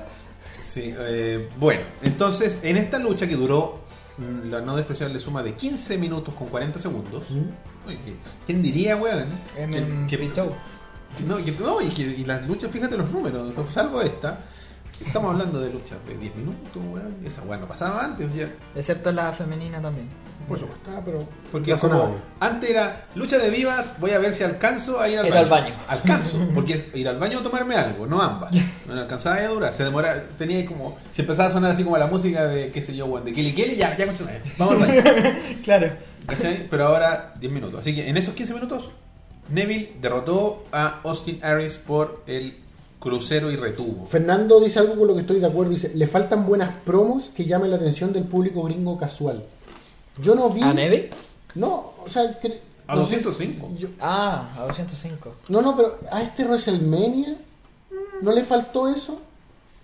[SPEAKER 1] Sí, eh, bueno, entonces en esta lucha que duró mm, la no despreciable suma de 15 minutos con 40 segundos.
[SPEAKER 2] ¿Mm?
[SPEAKER 1] Oye, ¿Quién diría, weón?
[SPEAKER 3] En
[SPEAKER 1] Que-
[SPEAKER 3] un
[SPEAKER 1] que-
[SPEAKER 3] pre-show.
[SPEAKER 1] No, y, no, y, que- y las luchas, fíjate los números, no, salvo esta. Estamos hablando de luchas de 10 minutos, weón. Esa weón no pasaba antes, ya,
[SPEAKER 3] Excepto la femenina también.
[SPEAKER 1] por supuesto.
[SPEAKER 2] Ah, pero
[SPEAKER 1] Porque es
[SPEAKER 2] razonable.
[SPEAKER 1] como, antes era lucha de divas, voy a ver si alcanzo a ir al
[SPEAKER 3] Ir
[SPEAKER 1] baño.
[SPEAKER 3] al baño.
[SPEAKER 1] Alcanzo, porque es ir al baño o tomarme algo, no ambas. No le alcanzaba a durar, se demoraba, tenía como, se empezaba a sonar así como la música de, qué sé yo, weón, de Kelly Kelly, ya, ya conchona, eh, vamos al baño.
[SPEAKER 3] Claro.
[SPEAKER 1] ¿Cachai? Pero ahora 10 minutos. Así que en esos 15 minutos, Neville derrotó a Austin Aries por el crucero y retuvo.
[SPEAKER 2] Fernando dice algo con lo que estoy de acuerdo. Dice, le faltan buenas promos que llamen la atención del público gringo casual. Yo no vi...
[SPEAKER 3] ¿A Neville?
[SPEAKER 2] No, o sea... cre-
[SPEAKER 1] A
[SPEAKER 2] no sé
[SPEAKER 1] 205.
[SPEAKER 2] si- yo-
[SPEAKER 3] Ah, a 205.
[SPEAKER 2] no, no, pero a este WrestleMania no le faltó eso.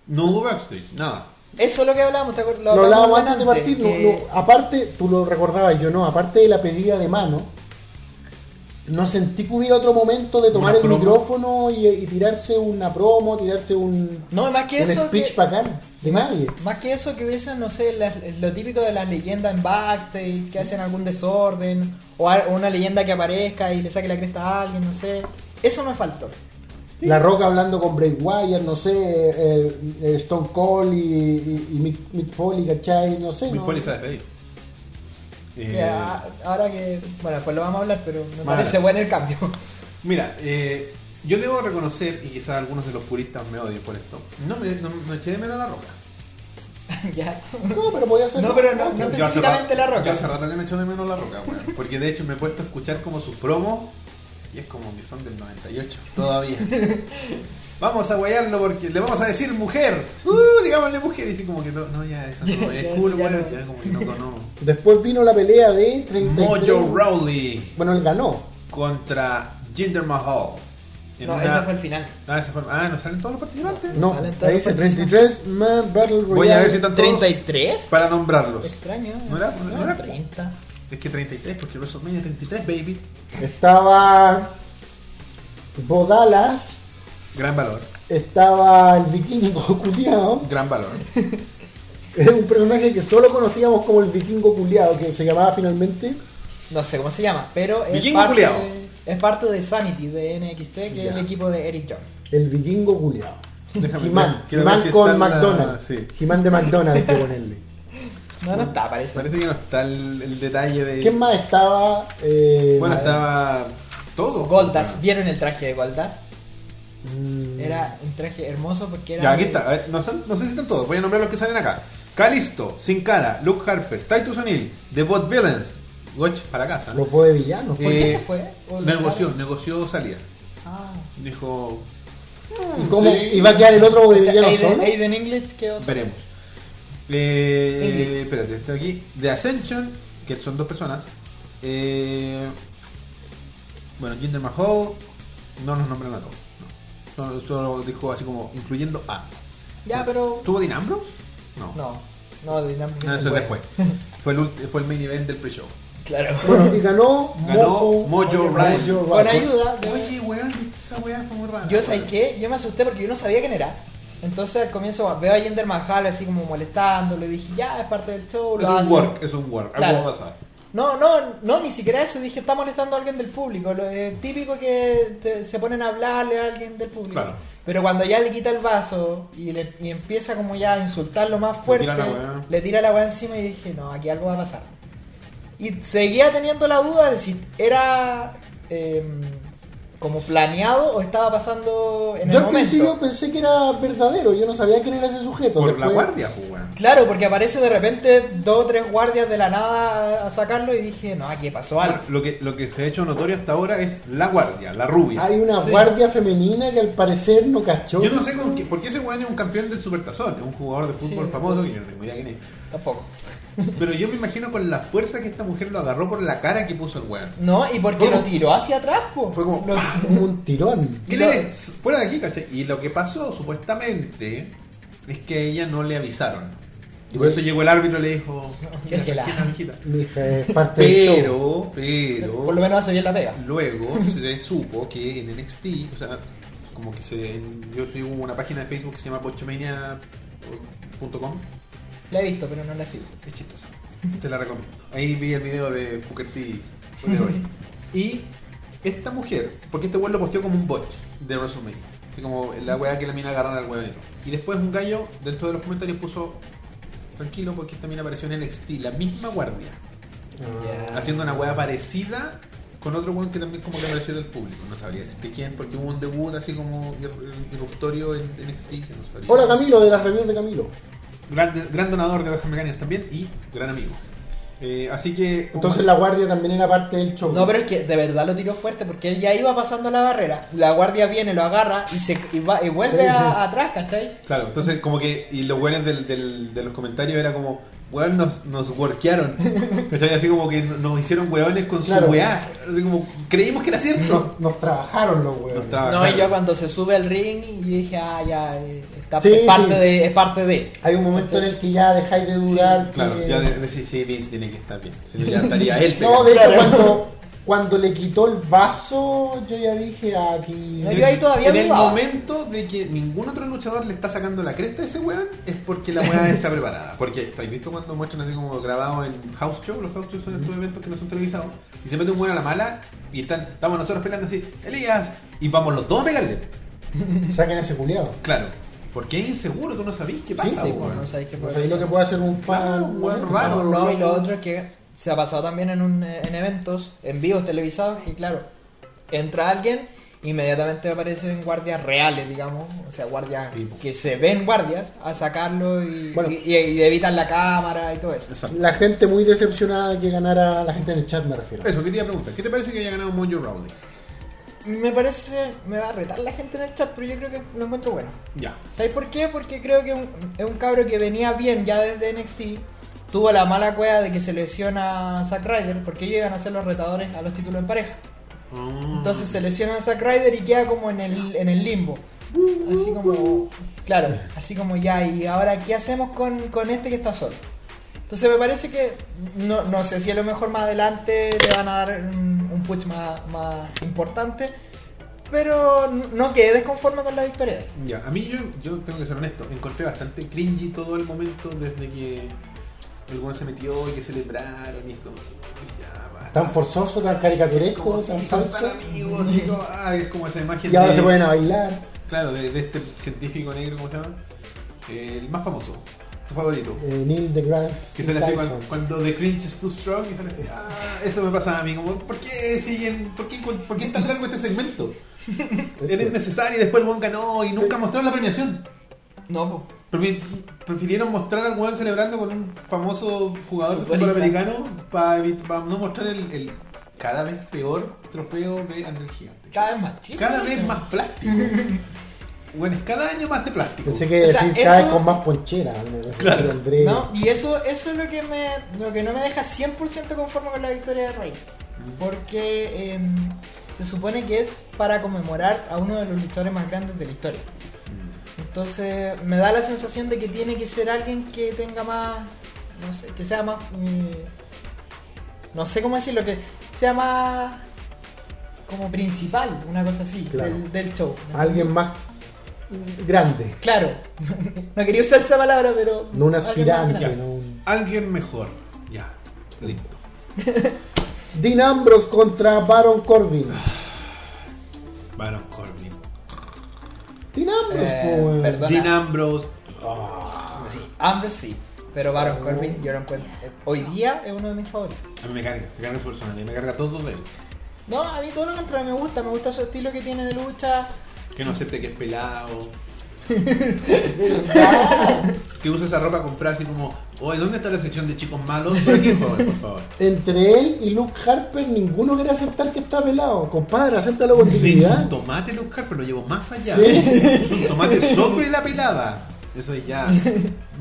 [SPEAKER 1] No hubo backstage, nada.
[SPEAKER 3] Eso es lo que hablábamos, ¿te acuerdas?
[SPEAKER 2] Lo hablábamos antes de partir.
[SPEAKER 3] que-
[SPEAKER 2] no, no, aparte, tú lo recordabas, yo no. Aparte de la pedida de mano, No sentí que hubiera otro momento de tomar
[SPEAKER 1] Una
[SPEAKER 2] el
[SPEAKER 1] promo.
[SPEAKER 2] micrófono y, y tirarse una promo, tirarse un,
[SPEAKER 3] No, más que
[SPEAKER 2] un
[SPEAKER 3] eso.
[SPEAKER 2] speech
[SPEAKER 3] que-
[SPEAKER 2] bacán de nadie.
[SPEAKER 3] Más que eso que hubiesen, no sé, las- lo típico de las leyendas en backstage, que hacen algún desorden, o a- o una leyenda que aparezca y le saque la cresta a alguien, no sé. Eso me faltó.
[SPEAKER 2] La Roca hablando con Bray Wyatt, no sé, eh, eh, Stone Cold y, y, y Mick, Mick Foley, ¿cachai? No sé.
[SPEAKER 1] Mick
[SPEAKER 2] no.
[SPEAKER 1] Foley está despedido. Eh,
[SPEAKER 3] Que a- ahora que, bueno, pues lo vamos a hablar, pero me
[SPEAKER 1] Vale.
[SPEAKER 3] parece bueno el cambio.
[SPEAKER 1] Mira, eh, yo debo reconocer, y quizás algunos de los puristas me odien por esto, no me, no, no eché de menos a la roca.
[SPEAKER 3] ya.
[SPEAKER 2] No, pero podía ser.
[SPEAKER 3] No, pero no- no-
[SPEAKER 1] Yo hace
[SPEAKER 3] Específicamente
[SPEAKER 1] rato-
[SPEAKER 3] La Roca.
[SPEAKER 1] Yo hace rato que no echo de menos la roca, weón. Porque de hecho me he puesto a escuchar como sus promos y es como que son del 98 todavía. vamos a guayarlo porque le vamos a decir mujer. Uh, digámosle mujer. Y así como que no, no ya, eso no,
[SPEAKER 3] Ya,
[SPEAKER 1] es
[SPEAKER 3] eso
[SPEAKER 1] cool,
[SPEAKER 3] ya
[SPEAKER 1] weón.
[SPEAKER 3] no.
[SPEAKER 1] Ya como que no conozco.
[SPEAKER 2] Después vino la pelea de 33.
[SPEAKER 1] Mojo Rowley
[SPEAKER 2] Bueno, él ganó.
[SPEAKER 1] contra Jinder Mahal. En
[SPEAKER 3] No,
[SPEAKER 1] una-
[SPEAKER 3] eso fue el final.
[SPEAKER 1] Ah, esa fue- ah, no salen todos los participantes.
[SPEAKER 2] No,
[SPEAKER 3] Salen todos
[SPEAKER 2] ahí dice
[SPEAKER 3] los participantes.
[SPEAKER 2] 33 Man Battle Royale.
[SPEAKER 1] Voy a ver si están todos
[SPEAKER 3] ¿33?
[SPEAKER 1] para nombrarlos.
[SPEAKER 3] Extraño. ¿eh?
[SPEAKER 1] No era- no era-
[SPEAKER 3] 30.
[SPEAKER 1] Es que 33, porque WrestleMania 33, baby.
[SPEAKER 2] Estaba Bodalas,
[SPEAKER 1] Gran valor,
[SPEAKER 2] estaba el vikingo culiao.
[SPEAKER 1] gran valor.
[SPEAKER 2] Es un personaje que solo conocíamos como el vikingo culiao, que se llamaba finalmente.
[SPEAKER 3] No sé cómo se llama, pero es
[SPEAKER 1] Vikingo
[SPEAKER 3] parte,
[SPEAKER 1] culiao.
[SPEAKER 3] de, es parte de Sanity, de NXT, que es
[SPEAKER 1] Ya.
[SPEAKER 3] el equipo de Eric Young.
[SPEAKER 2] El vikingo culiao.
[SPEAKER 1] Déjame
[SPEAKER 2] He-Man,
[SPEAKER 1] ver, quiero ver
[SPEAKER 2] He-Man
[SPEAKER 1] si
[SPEAKER 2] con
[SPEAKER 1] está la-
[SPEAKER 2] McDonald's.
[SPEAKER 1] sí.
[SPEAKER 2] He-Man de McDonald's hay que ponerle.
[SPEAKER 3] No, no está, parece.
[SPEAKER 1] Parece que no está el, el detalle de.
[SPEAKER 2] ¿Quién más estaba? Eh,
[SPEAKER 1] Bueno, estaba todo. Ah.
[SPEAKER 3] Goldas, ¿vieron el traje de Goldas?
[SPEAKER 2] Mm,
[SPEAKER 3] Era un traje hermoso porque era.
[SPEAKER 1] Ya, aquí
[SPEAKER 3] de-
[SPEAKER 1] está. A ver, no, están- no sé si están todos. Voy a nombrar los que salen acá: Calisto, Sin Cara, Luke Harper, Titus O'Neill, The Bot Villains. Goch para casa.
[SPEAKER 2] Lo
[SPEAKER 1] ¿no?
[SPEAKER 2] fue de villano.
[SPEAKER 3] ¿Por qué
[SPEAKER 1] Eh,
[SPEAKER 3] se fue? ¿O lo
[SPEAKER 1] Negoció,
[SPEAKER 3] echaron?
[SPEAKER 1] negoció salida.
[SPEAKER 3] Ah.
[SPEAKER 1] Dijo.
[SPEAKER 2] ¿Y cómo
[SPEAKER 1] sí.
[SPEAKER 2] iba a quedar el otro de
[SPEAKER 3] O sea,
[SPEAKER 2] villano
[SPEAKER 3] Aiden,
[SPEAKER 2] solo?
[SPEAKER 3] Aiden English quedó solo.
[SPEAKER 1] Veremos. Eh,
[SPEAKER 3] English.
[SPEAKER 1] espérate, está aquí. The Ascension, que son dos personas. Eh, bueno, Jinder Mahal. No nos nombran a todos. No. Solo, solo dijo así como incluyendo a.
[SPEAKER 3] Ya, pero.
[SPEAKER 1] ¿Tuvo Dinambro? No. No,
[SPEAKER 3] No, no, Dynamic.
[SPEAKER 1] eso es después. fue, el, ulti- fue el main event del pre-show.
[SPEAKER 3] Claro.
[SPEAKER 2] Bueno, y ganó,
[SPEAKER 1] Ganó
[SPEAKER 2] Mojo-
[SPEAKER 1] Mojo Ryan.
[SPEAKER 3] Con
[SPEAKER 2] Ryan.
[SPEAKER 3] ayuda. de-
[SPEAKER 1] Oye, weón, esa weá fue muy rara.
[SPEAKER 3] Yo sé que yo me asusté porque yo no sabía quién era. Entonces al comienzo veo a Jinder Mahal así como molestándolo y dije, ya, es parte del show,
[SPEAKER 1] Es
[SPEAKER 3] lo
[SPEAKER 1] un
[SPEAKER 3] hace.
[SPEAKER 1] work, es un work.
[SPEAKER 3] Claro.
[SPEAKER 1] Algo va a pasar.
[SPEAKER 3] No, no, no, ni siquiera eso. Dije, está molestando a alguien del público. Lo, eh, típico que te- se ponen a hablarle a alguien del público.
[SPEAKER 1] Claro.
[SPEAKER 3] Pero cuando ya le quita el vaso y, le, y empieza como ya a insultarlo más fuerte,
[SPEAKER 1] tira la weá.
[SPEAKER 3] le tira la weá encima y dije, no, aquí algo va a pasar. Y seguía teniendo la duda de si era eh, como planeado o estaba pasando en
[SPEAKER 2] Yo al
[SPEAKER 3] el momento.
[SPEAKER 2] principio pensé que era verdadero, yo no sabía quién era ese sujeto.
[SPEAKER 1] Por la
[SPEAKER 2] Después-
[SPEAKER 1] guardia, pues, weón.
[SPEAKER 3] Claro, porque aparece de repente dos o tres guardias de la nada a- a sacarlo y dije, no, aquí pasó algo.
[SPEAKER 1] Lo que, lo que se ha hecho notorio hasta ahora es la guardia, la rubia.
[SPEAKER 2] Hay una
[SPEAKER 3] Sí.
[SPEAKER 2] guardia femenina que al parecer no cachó.
[SPEAKER 1] Yo no sé con qué, porque ese weón es un campeón del supertazón, es un jugador de fútbol
[SPEAKER 3] Sí.
[SPEAKER 1] famoso, que yo no tengo idea quién es.
[SPEAKER 3] Tampoco.
[SPEAKER 1] Pero yo me imagino con la fuerza que esta mujer lo agarró por la cara que puso el weón.
[SPEAKER 3] No, y porque
[SPEAKER 1] ¿Cómo?
[SPEAKER 3] lo tiró hacia atrás, po.
[SPEAKER 1] Fue como,
[SPEAKER 3] Lo-
[SPEAKER 1] ¡pah!
[SPEAKER 2] Como un tirón.
[SPEAKER 1] ¿Quién
[SPEAKER 3] Lo-
[SPEAKER 1] eres? Fuera de aquí, ¿cachai? Y lo que pasó, supuestamente, es que a ella no le avisaron. Y por eso llegó el árbitro y le dijo,
[SPEAKER 3] Déjela.
[SPEAKER 1] "Tranquila, mijita".
[SPEAKER 2] Mi hija es parte del show.
[SPEAKER 1] Pero,
[SPEAKER 3] Por lo
[SPEAKER 1] pero,
[SPEAKER 3] menos hace bien la pega.
[SPEAKER 1] luego se supo que en NXT, o sea, como que se, yo sigo una página de Facebook que se llama pochomania.com
[SPEAKER 3] La he visto, pero no la sigo.
[SPEAKER 1] Es chistosa. Te la recomiendo. Ahí vi el video de Booker T de hoy. Y esta mujer, porque este weón lo posteó como un bot de WrestleMania. Así como la weá que la mina agarran al weón. Y después un gallo dentro de los comentarios puso tranquilo porque esta mina apareció en NXT, la misma guardia.
[SPEAKER 2] Ah.
[SPEAKER 1] Haciendo una weá parecida con otro weón que también como que apareció del público. No sabría decirte quién, porque hubo un debut así como ir- irruptorio en NXT. Que no sabría.
[SPEAKER 2] Hola Camilo, de las reviews de Camilo.
[SPEAKER 1] Gran, gran donador de ovejas mecánicas también y gran amigo. Eh, así que.
[SPEAKER 2] Entonces la guardia también era parte del show.
[SPEAKER 3] No, pero es que de verdad lo tiró fuerte porque él ya iba pasando la barrera. La guardia viene, lo agarra y se y va- y vuelve a- a atrás, ¿cachai?
[SPEAKER 1] Claro, entonces como que. Y los weones del- del- de los comentarios era como. Weón, nos, nos workearon. ¿Cachai? Así como que nos hicieron weones con
[SPEAKER 2] Claro.
[SPEAKER 1] su weá. Así como. Creímos que era cierto.
[SPEAKER 2] Nos, nos trabajaron los huevos.
[SPEAKER 1] Nos trabajaron.
[SPEAKER 3] No, y yo cuando se sube al ring y dije, ah, ya, eh, está,
[SPEAKER 2] Sí,
[SPEAKER 3] es, parte
[SPEAKER 2] sí.
[SPEAKER 3] de, es parte de.
[SPEAKER 2] Hay un momento en el que ya dejáis de dudar.
[SPEAKER 1] Claro,
[SPEAKER 2] que-
[SPEAKER 1] ya de, de- sí, sí, Vince tiene que estar bien. Si no, ya estaría él.
[SPEAKER 2] No,
[SPEAKER 1] pegado.
[SPEAKER 2] de hecho,
[SPEAKER 3] Claro.
[SPEAKER 2] cuando, Cuando le quitó el vaso, yo ya dije "Ah, aquí.
[SPEAKER 3] No, yo ahí todavía
[SPEAKER 1] En el
[SPEAKER 3] dudaba.
[SPEAKER 1] momento de que ningún otro luchador le está sacando la cresta a ese weón, es porque la weá está preparada. Porque, ¿estáis visto cuando muestran así como grabado en house show? Los house shows son estos eventos que no son televisados. Y se mete un weón a la mala y están, estamos nosotros peleando así, Elías, y vamos los dos a pegarle.
[SPEAKER 2] Saquen a ese culiado.
[SPEAKER 1] Claro, porque es inseguro, tú no sabís qué pasa,
[SPEAKER 3] Sí,
[SPEAKER 1] weón.
[SPEAKER 3] pues, no sabéis qué
[SPEAKER 2] O
[SPEAKER 3] puede
[SPEAKER 2] sea, ahí lo que
[SPEAKER 3] pasar.
[SPEAKER 2] puede hacer un
[SPEAKER 1] Claro,
[SPEAKER 2] fan.
[SPEAKER 1] weón,
[SPEAKER 2] bueno.
[SPEAKER 1] raro,
[SPEAKER 3] No, no, y
[SPEAKER 1] raro.
[SPEAKER 3] lo otro es que se ha pasado también en, un, eh, en eventos, en vivos televisados, y claro, entra alguien, inmediatamente aparecen guardias reales, digamos, o sea, guardias
[SPEAKER 1] Sí, po.
[SPEAKER 3] que se ven guardias a sacarlo y,
[SPEAKER 2] Bueno.
[SPEAKER 3] y- y- y evitan la cámara y todo eso.
[SPEAKER 1] Exacto.
[SPEAKER 2] La gente muy decepcionada de que ganara la gente en el chat, me refiero.
[SPEAKER 1] Eso, quería preguntar, ¿qué te parece que haya ganado Mojo Rowley?
[SPEAKER 3] Me parece, me va a retar la gente en el chat, pero yo creo que lo encuentro bueno.
[SPEAKER 1] Ya.
[SPEAKER 3] ¿Sabéis por qué? Porque creo que un- es un cabro que venía bien ya desde NXT. Tuvo la mala cueva de que se lesiona a Zack Ryder, porque ellos iban a ser los retadores a los títulos en pareja. Entonces se lesiona a Zack Ryder y queda como en el, en el limbo. Así como, claro, así como ya. ¿Y ahora qué hacemos con, con este que está solo? Entonces me parece que, no, no sé si a lo mejor más adelante le van a dar un, un push más, más importante, pero no quedes conforme con la victoria. de él.
[SPEAKER 1] Ya, a mí yo, yo tengo que ser honesto, encontré bastante cringy todo el momento desde que el weón se metió y que celebraron y es como, "Uy, ya, basta".
[SPEAKER 2] Tan forzoso, tan caricaturesco,
[SPEAKER 1] como si
[SPEAKER 2] tan
[SPEAKER 1] son
[SPEAKER 2] falso.
[SPEAKER 1] tan amigos, y como, ah, es como esa imagen
[SPEAKER 2] Y ahora
[SPEAKER 1] de,
[SPEAKER 2] se pueden a bailar.
[SPEAKER 1] claro, de, de este científico negro, ¿cómo se llama? Eh, el más famoso, tu favorito.
[SPEAKER 2] Eh, Neil deGrasse.
[SPEAKER 1] Que sale así cuando,
[SPEAKER 2] Tyson.
[SPEAKER 1] cuando The Cringe is too strong y sale así, ah, eso me pasa a mí, como, ¿por qué siguen, por qué, por qué es tan largo este segmento?
[SPEAKER 2] Es
[SPEAKER 1] Era
[SPEAKER 2] cierto.
[SPEAKER 1] innecesario y después el weón ganó y nunca mostraron la premiación.
[SPEAKER 3] No, po.
[SPEAKER 1] Prefi- Prefirieron mostrar al weón celebrando con un famoso jugador de fútbol
[SPEAKER 3] Futbolista.
[SPEAKER 1] americano para no mostrar el, el cada vez peor trofeo de André el Gigante.
[SPEAKER 3] cada vez más chico.
[SPEAKER 1] Cada vez más plástico. bueno, es cada año más de plástico.
[SPEAKER 2] Pensé que
[SPEAKER 3] O sea,
[SPEAKER 2] decir cada
[SPEAKER 3] eso-
[SPEAKER 2] vez con más ponchera. ¿no?
[SPEAKER 1] Claro.
[SPEAKER 2] André.
[SPEAKER 3] No, y eso, eso es lo que me lo que no me deja 100% conforme con la victoria de Rey.
[SPEAKER 2] Mm.
[SPEAKER 3] Porque eh, se supone que es para conmemorar a uno de los luchadores más grandes de la historia. Entonces me da la sensación de que tiene que ser alguien que tenga más, no sé, que sea más, mm, no sé cómo decirlo, que sea más como principal, una cosa así,
[SPEAKER 2] Claro.
[SPEAKER 3] del, del show. ¿me
[SPEAKER 2] Alguien más grande.
[SPEAKER 3] Claro, no quería usar esa palabra, pero.
[SPEAKER 2] No un
[SPEAKER 3] alguien más
[SPEAKER 2] aspirante.
[SPEAKER 3] grande.
[SPEAKER 2] no un-
[SPEAKER 1] Alguien mejor. Ya. Listo.
[SPEAKER 2] Dean Ambrose contra Baron Corbin.
[SPEAKER 1] Baron Corbin.
[SPEAKER 2] Dean Ambrose,
[SPEAKER 3] Eh,
[SPEAKER 2] po, weón.
[SPEAKER 3] perdón.
[SPEAKER 1] Dean Ambrose.
[SPEAKER 3] Sí, Ambrose sí, pero Baron
[SPEAKER 2] Oh.
[SPEAKER 3] Corbin yo lo encuentro. eh, Hoy día es uno de mis favoritos.
[SPEAKER 1] A mí me carga, me carga su personaje, me carga todos de él.
[SPEAKER 3] No, a mí todo lo contrario me gusta, me gusta su estilo que tiene de lucha.
[SPEAKER 1] Que no acepte que es pelado. que usa esa ropa comprada así como, oye, ¿dónde está la sección de chicos malos? Por aquí, por favor, por favor.
[SPEAKER 2] Entre él y Luke Harper, ninguno quiere aceptar que está pelado. Compadre, acepta la
[SPEAKER 1] Sí, es un
[SPEAKER 2] oportunidad.
[SPEAKER 1] tomate el Oscar, pero lo llevo más allá.
[SPEAKER 2] Sí.
[SPEAKER 1] Es un tomate sobre la pelada. Eso es ya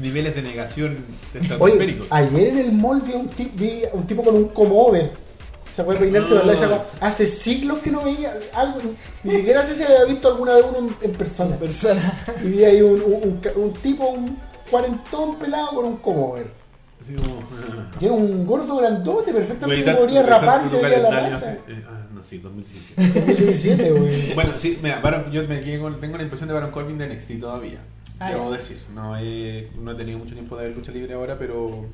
[SPEAKER 1] niveles de negación
[SPEAKER 2] Oye,
[SPEAKER 1] estratosféricos.
[SPEAKER 2] ayer en el mall vi a un, tip- vi a un tipo con un comover. Se puede peinarse,
[SPEAKER 1] No.
[SPEAKER 2] ¿verdad? Y saca- Hace siglos que no veía algo. Ni siquiera sé si había visto alguna vez uno en, en persona.
[SPEAKER 3] Persona.
[SPEAKER 2] Y vi ahí un, un- un ca- un tipo, un cuarentón pelado con un comover.
[SPEAKER 1] Así como, ah.
[SPEAKER 2] Y era un gordo grandote, perfectamente
[SPEAKER 1] Revisar-
[SPEAKER 2] podría
[SPEAKER 1] revisar
[SPEAKER 2] rapar y
[SPEAKER 1] tu
[SPEAKER 2] se veía la
[SPEAKER 1] calendario.
[SPEAKER 2] pata.
[SPEAKER 1] Eh, ah, no, sí, 2017.
[SPEAKER 2] 2017, güey.
[SPEAKER 1] Bueno, sí, mira, Baron- yo me quedé con- tengo la impresión de Baron Corbin de NXT todavía.
[SPEAKER 3] Ah,
[SPEAKER 1] debo
[SPEAKER 3] ya.
[SPEAKER 1] decir, no he, no he tenido mucho tiempo de ver lucha libre ahora, pero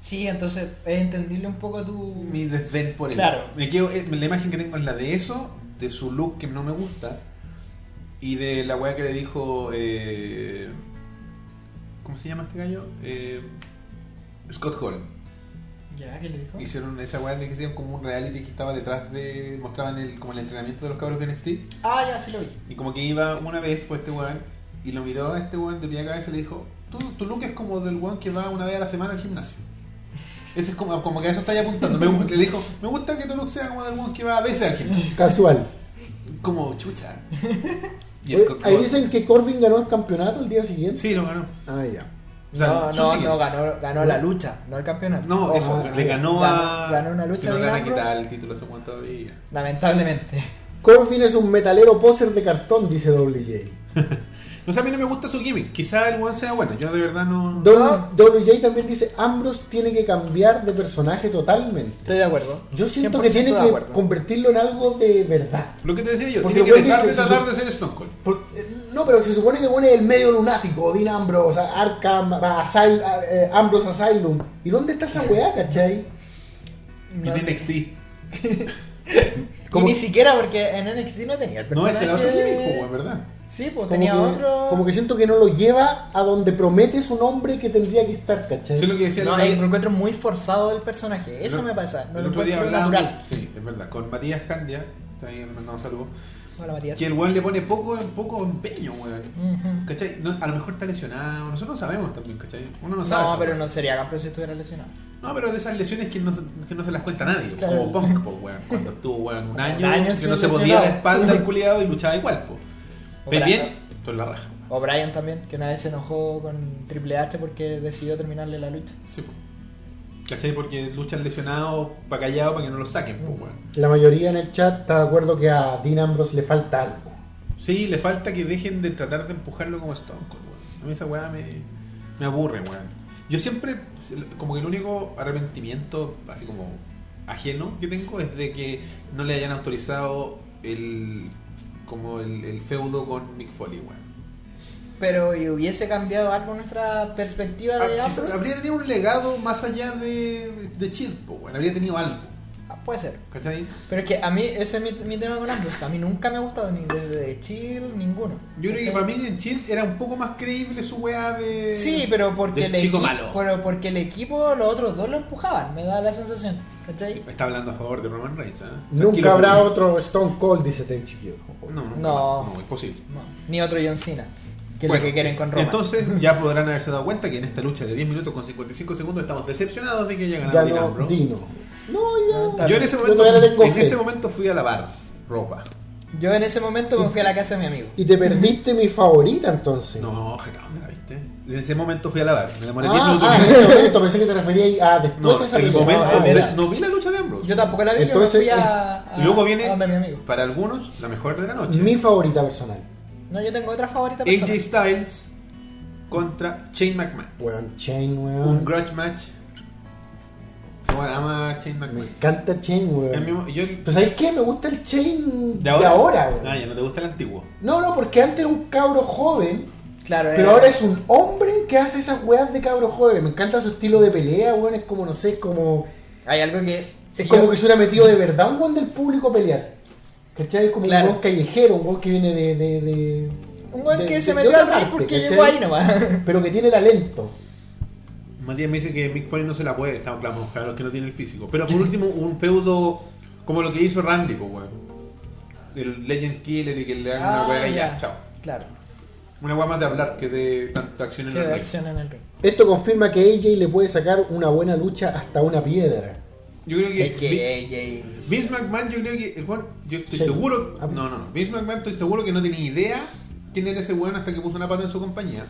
[SPEAKER 3] Sí, entonces es entendible un poco tu.
[SPEAKER 1] mi desdén por él.
[SPEAKER 3] Claro.
[SPEAKER 1] Me quedo, eh, la imagen que tengo es la de eso, de su look que no me gusta, y de la weá que le dijo. eh, ¿Cómo se llama este gallo? Eh, Scott Hall.
[SPEAKER 3] Ya, ¿qué le dijo?
[SPEAKER 1] Hicieron esta weá de que hicieron como un reality que estaba detrás de. mostraban el, como el entrenamiento de los cabros de NXT.
[SPEAKER 3] Ah, ya, sí lo vi.
[SPEAKER 1] Y como que iba una vez fue este weón y lo miró a este weón de pie a cabeza y le dijo, tú, tu look es como del weón que va una vez a la semana al gimnasio. Ese es como, como que a eso está ahí apuntando. Me gu- le dijo, me gusta que tu look sea como del weón que va a veces al gimnasio.
[SPEAKER 2] Casual.
[SPEAKER 1] Como chucha. Y
[SPEAKER 2] Oye,
[SPEAKER 1] Scott
[SPEAKER 2] Ahí
[SPEAKER 1] Hall-
[SPEAKER 2] dicen que Corbin ganó el campeonato el día siguiente.
[SPEAKER 1] Sí, lo ganó.
[SPEAKER 2] Ah, ya.
[SPEAKER 1] O sea,
[SPEAKER 3] no,
[SPEAKER 1] su
[SPEAKER 3] no,
[SPEAKER 1] siguiente.
[SPEAKER 3] no, ganó, ganó la lucha, no el campeonato.
[SPEAKER 1] No, eso,
[SPEAKER 2] Ah,
[SPEAKER 1] le ganó a...
[SPEAKER 3] ganó- ganó una lucha
[SPEAKER 1] que no
[SPEAKER 3] de
[SPEAKER 1] le van a
[SPEAKER 3] Ambrose.
[SPEAKER 1] quitar el título ese weón todavía.
[SPEAKER 3] Lamentablemente.
[SPEAKER 2] Corbin es un metalero poser de cartón, dice WJ.
[SPEAKER 1] No sé, a mí no me gusta su gimmick. Quizá el weón sea bueno. Yo de verdad no.
[SPEAKER 3] Ah.
[SPEAKER 2] W- WJ también dice, Ambrose tiene que cambiar de personaje totalmente.
[SPEAKER 3] Estoy de acuerdo.
[SPEAKER 2] Yo siento
[SPEAKER 3] 100%
[SPEAKER 2] que tiene
[SPEAKER 3] de
[SPEAKER 2] que
[SPEAKER 3] acuerdo.
[SPEAKER 2] convertirlo en algo de verdad.
[SPEAKER 1] Lo que te decía yo,
[SPEAKER 2] Porque
[SPEAKER 1] tiene que
[SPEAKER 2] weón
[SPEAKER 1] dejar de
[SPEAKER 2] dice,
[SPEAKER 1] tratar
[SPEAKER 2] su-
[SPEAKER 1] de ser Stone Cold.
[SPEAKER 2] Por- eh, no, pero se supone que bueno es el medio lunático, Dean Ambrose, Arkham, Asyl- a- eh, Ambrose Asylum. ¿Y dónde está esa weá, cachai?
[SPEAKER 1] Y
[SPEAKER 3] No
[SPEAKER 1] en
[SPEAKER 3] sé.
[SPEAKER 1] NXT.
[SPEAKER 3] Y
[SPEAKER 1] Como-
[SPEAKER 3] ni siquiera porque en NXT no tenía el
[SPEAKER 1] No,
[SPEAKER 3] personaje.
[SPEAKER 1] es el otro gimmick, pues, weón, ¿verdad?
[SPEAKER 3] Sí, pues
[SPEAKER 2] Como
[SPEAKER 3] tenía
[SPEAKER 2] que,
[SPEAKER 3] otro.
[SPEAKER 2] como que siento que no lo lleva a donde promete su nombre que tendría que estar, ¿cachai?
[SPEAKER 1] Eso es lo que decía
[SPEAKER 3] No,
[SPEAKER 1] el
[SPEAKER 3] eh,
[SPEAKER 1] otro-
[SPEAKER 3] lo encuentro muy forzado el personaje. Eso me pasa. No
[SPEAKER 1] el
[SPEAKER 3] lo
[SPEAKER 1] otro día
[SPEAKER 3] encuentro
[SPEAKER 1] hablábamos,
[SPEAKER 3] natural.
[SPEAKER 1] sí, es verdad, con Matías Candia, también le mandamos saludos,
[SPEAKER 3] Hola, Matías.
[SPEAKER 1] que el weón le pone poco, poco empeño, weón.
[SPEAKER 3] Ujú.
[SPEAKER 1] ¿Cachai? No, a lo mejor está lesionado, nosotros no sabemos también, ¿cachai? Uno no
[SPEAKER 3] No,
[SPEAKER 1] sabe. esa
[SPEAKER 3] pero
[SPEAKER 1] weá.
[SPEAKER 3] no sería campeón si estuviera lesionado.
[SPEAKER 1] No, pero de esas lesiones que no, se- que no se las cuenta nadie,
[SPEAKER 3] Claro.
[SPEAKER 1] como Punk, po, weón, cuando estuvo weón, un año,
[SPEAKER 3] año
[SPEAKER 1] que
[SPEAKER 3] sin
[SPEAKER 1] no se
[SPEAKER 3] lesionado.
[SPEAKER 1] podía la espalda el culiado y luchaba igual, po.
[SPEAKER 3] O
[SPEAKER 1] ¿Ves
[SPEAKER 3] Brian.
[SPEAKER 1] bien? Esto es la raja. weón.
[SPEAKER 3] O Brian también, que una vez se enojó con Triple H porque decidió terminarle la lucha.
[SPEAKER 1] Sí, po. ¿Cachai? Porque luchan lesionados, para callado, para que no los saquen, po, weón.
[SPEAKER 2] La mayoría en el chat está de acuerdo que a Dean Ambrose le falta algo.
[SPEAKER 1] Sí, le falta que dejen de tratar de empujarlo como Stone Cold, weón. A mí esa weá me, me aburre, weón. Yo siempre, como que el único arrepentimiento, así como ajeno que tengo, es de que no le hayan autorizado el como el, el feudo con Mick Foley, weón.
[SPEAKER 3] Pero, ¿y hubiese cambiado algo nuestra perspectiva
[SPEAKER 1] Ah,
[SPEAKER 3] de
[SPEAKER 1] quizá-
[SPEAKER 3] Ambrose?
[SPEAKER 1] habría tenido un legado más allá de, de Chill, po, weón. Habría tenido algo,
[SPEAKER 3] Ah, puede ser.
[SPEAKER 1] ¿cachai?
[SPEAKER 3] Pero es que a mí, ese es mi, mi tema con Ambrose. A mí nunca me ha gustado ni desde Chill, ninguno.
[SPEAKER 1] Yo creo que
[SPEAKER 3] ¿Cachai?
[SPEAKER 1] para mí en Chill era un poco más creíble su weá de...
[SPEAKER 3] Sí, pero porque,
[SPEAKER 1] del
[SPEAKER 3] el
[SPEAKER 1] chico
[SPEAKER 3] equi-
[SPEAKER 1] malo.
[SPEAKER 3] pero porque el equipo, los otros dos lo empujaban, me da la sensación. ¿Cachai?
[SPEAKER 1] Está hablando a favor de Roman Reigns, ¿eh? Tranquilo,
[SPEAKER 2] Nunca habrá
[SPEAKER 1] Julio.
[SPEAKER 2] otro Stone Cold, dice Tenchi
[SPEAKER 1] No, no,
[SPEAKER 3] No.
[SPEAKER 1] no, imposible.
[SPEAKER 3] No, ni otro John Cena, que es
[SPEAKER 1] Bueno, eh,
[SPEAKER 3] lo que quieren con Roma.
[SPEAKER 1] Entonces ya podrán haberse dado cuenta que en esta lucha de 10 minutos con 55 segundos estamos decepcionados de que haya ganado
[SPEAKER 2] Ya
[SPEAKER 1] Dean
[SPEAKER 2] no,
[SPEAKER 1] Ambrose.
[SPEAKER 2] Dino. No, ya.
[SPEAKER 1] Yo en ese momento,
[SPEAKER 2] todavía le tengo
[SPEAKER 1] en
[SPEAKER 2] fe.
[SPEAKER 1] ese momento fui a lavar ropa.
[SPEAKER 3] Yo en ese momento me fui a la casa de mi amigo.
[SPEAKER 2] Y te perdiste mi favorita entonces.
[SPEAKER 1] No, jamás me la viste. En ese momento fui a lavar. Me demoré 10
[SPEAKER 2] Ah,
[SPEAKER 1] minutos.
[SPEAKER 2] ah, en ese momento pensé que te referías a después
[SPEAKER 1] no,
[SPEAKER 2] de esa
[SPEAKER 1] el
[SPEAKER 2] pelea.
[SPEAKER 1] momento
[SPEAKER 2] Ah,
[SPEAKER 1] de-
[SPEAKER 2] ya.
[SPEAKER 1] no vi la lucha de Ambrose.
[SPEAKER 3] Yo tampoco la vi,
[SPEAKER 2] Entonces, eh,
[SPEAKER 3] yo me fui a, a-
[SPEAKER 1] Y Luego viene,
[SPEAKER 3] a donde mi amigo.
[SPEAKER 1] para algunos, la mejor de la noche.
[SPEAKER 2] mi favorita personal.
[SPEAKER 3] No, yo tengo otra favorita persona.
[SPEAKER 1] AJ Styles contra Shane McMahon.
[SPEAKER 2] Weón, Chain,
[SPEAKER 1] Un
[SPEAKER 2] weón.
[SPEAKER 1] grudge match. Bueno, ama a Shane
[SPEAKER 2] Me
[SPEAKER 1] McMahon.
[SPEAKER 2] encanta Chain,
[SPEAKER 1] El
[SPEAKER 2] weón.
[SPEAKER 1] mismo- yo-
[SPEAKER 2] Pues ¿sabes qué? Me gusta el Chain de ahora, weón.
[SPEAKER 1] Ah, ya no te gusta el antiguo.
[SPEAKER 2] No, no, porque antes era un cabro joven,
[SPEAKER 3] Claro,
[SPEAKER 2] pero
[SPEAKER 3] eh,
[SPEAKER 2] ahora es un hombre que hace esas weas de cabro joven. Me encanta su estilo de pelea, weón. Es como, no sé, es como.
[SPEAKER 3] hay algo que. si
[SPEAKER 2] Es como
[SPEAKER 3] yo-
[SPEAKER 2] que se hubiera metido de verdad un weón del público a pelear. ¿Cachai? Es como
[SPEAKER 3] Claro.
[SPEAKER 2] un weón callejero, un weón que viene de. de, de-
[SPEAKER 3] Un weón
[SPEAKER 2] de-
[SPEAKER 3] que
[SPEAKER 2] de-
[SPEAKER 3] se
[SPEAKER 2] de
[SPEAKER 3] metió
[SPEAKER 2] otra
[SPEAKER 3] al ring
[SPEAKER 2] parte,
[SPEAKER 3] porque
[SPEAKER 2] ¿cachai?
[SPEAKER 3] llegó ahí nomás.
[SPEAKER 2] Pero que tiene talento.
[SPEAKER 1] Matías me dice que Mick Foley no se la puede. Estamos claros, claro que no tiene el físico. Pero por último, un feudo como lo que hizo Randy, pues, weón. El Legend Killer y que le hagan
[SPEAKER 3] Ah,
[SPEAKER 1] una weá y
[SPEAKER 3] ya.
[SPEAKER 1] ya, chao.
[SPEAKER 3] Claro,
[SPEAKER 1] Una weá más de hablar que de tanta acción en
[SPEAKER 3] qué
[SPEAKER 1] el ring.
[SPEAKER 3] acción en el ring.
[SPEAKER 2] Esto confirma que AJ le puede sacar una buena lucha hasta una piedra.
[SPEAKER 1] Yo creo que.
[SPEAKER 3] Es que
[SPEAKER 1] Vi- Vince McMahon, yo creo que. El weón, yo estoy
[SPEAKER 2] Sí.
[SPEAKER 1] seguro.
[SPEAKER 2] Ah.
[SPEAKER 1] No, no, no. Vince McMahon, estoy seguro que no tenía idea quién era ese weón hasta que puso una pata en su compañía.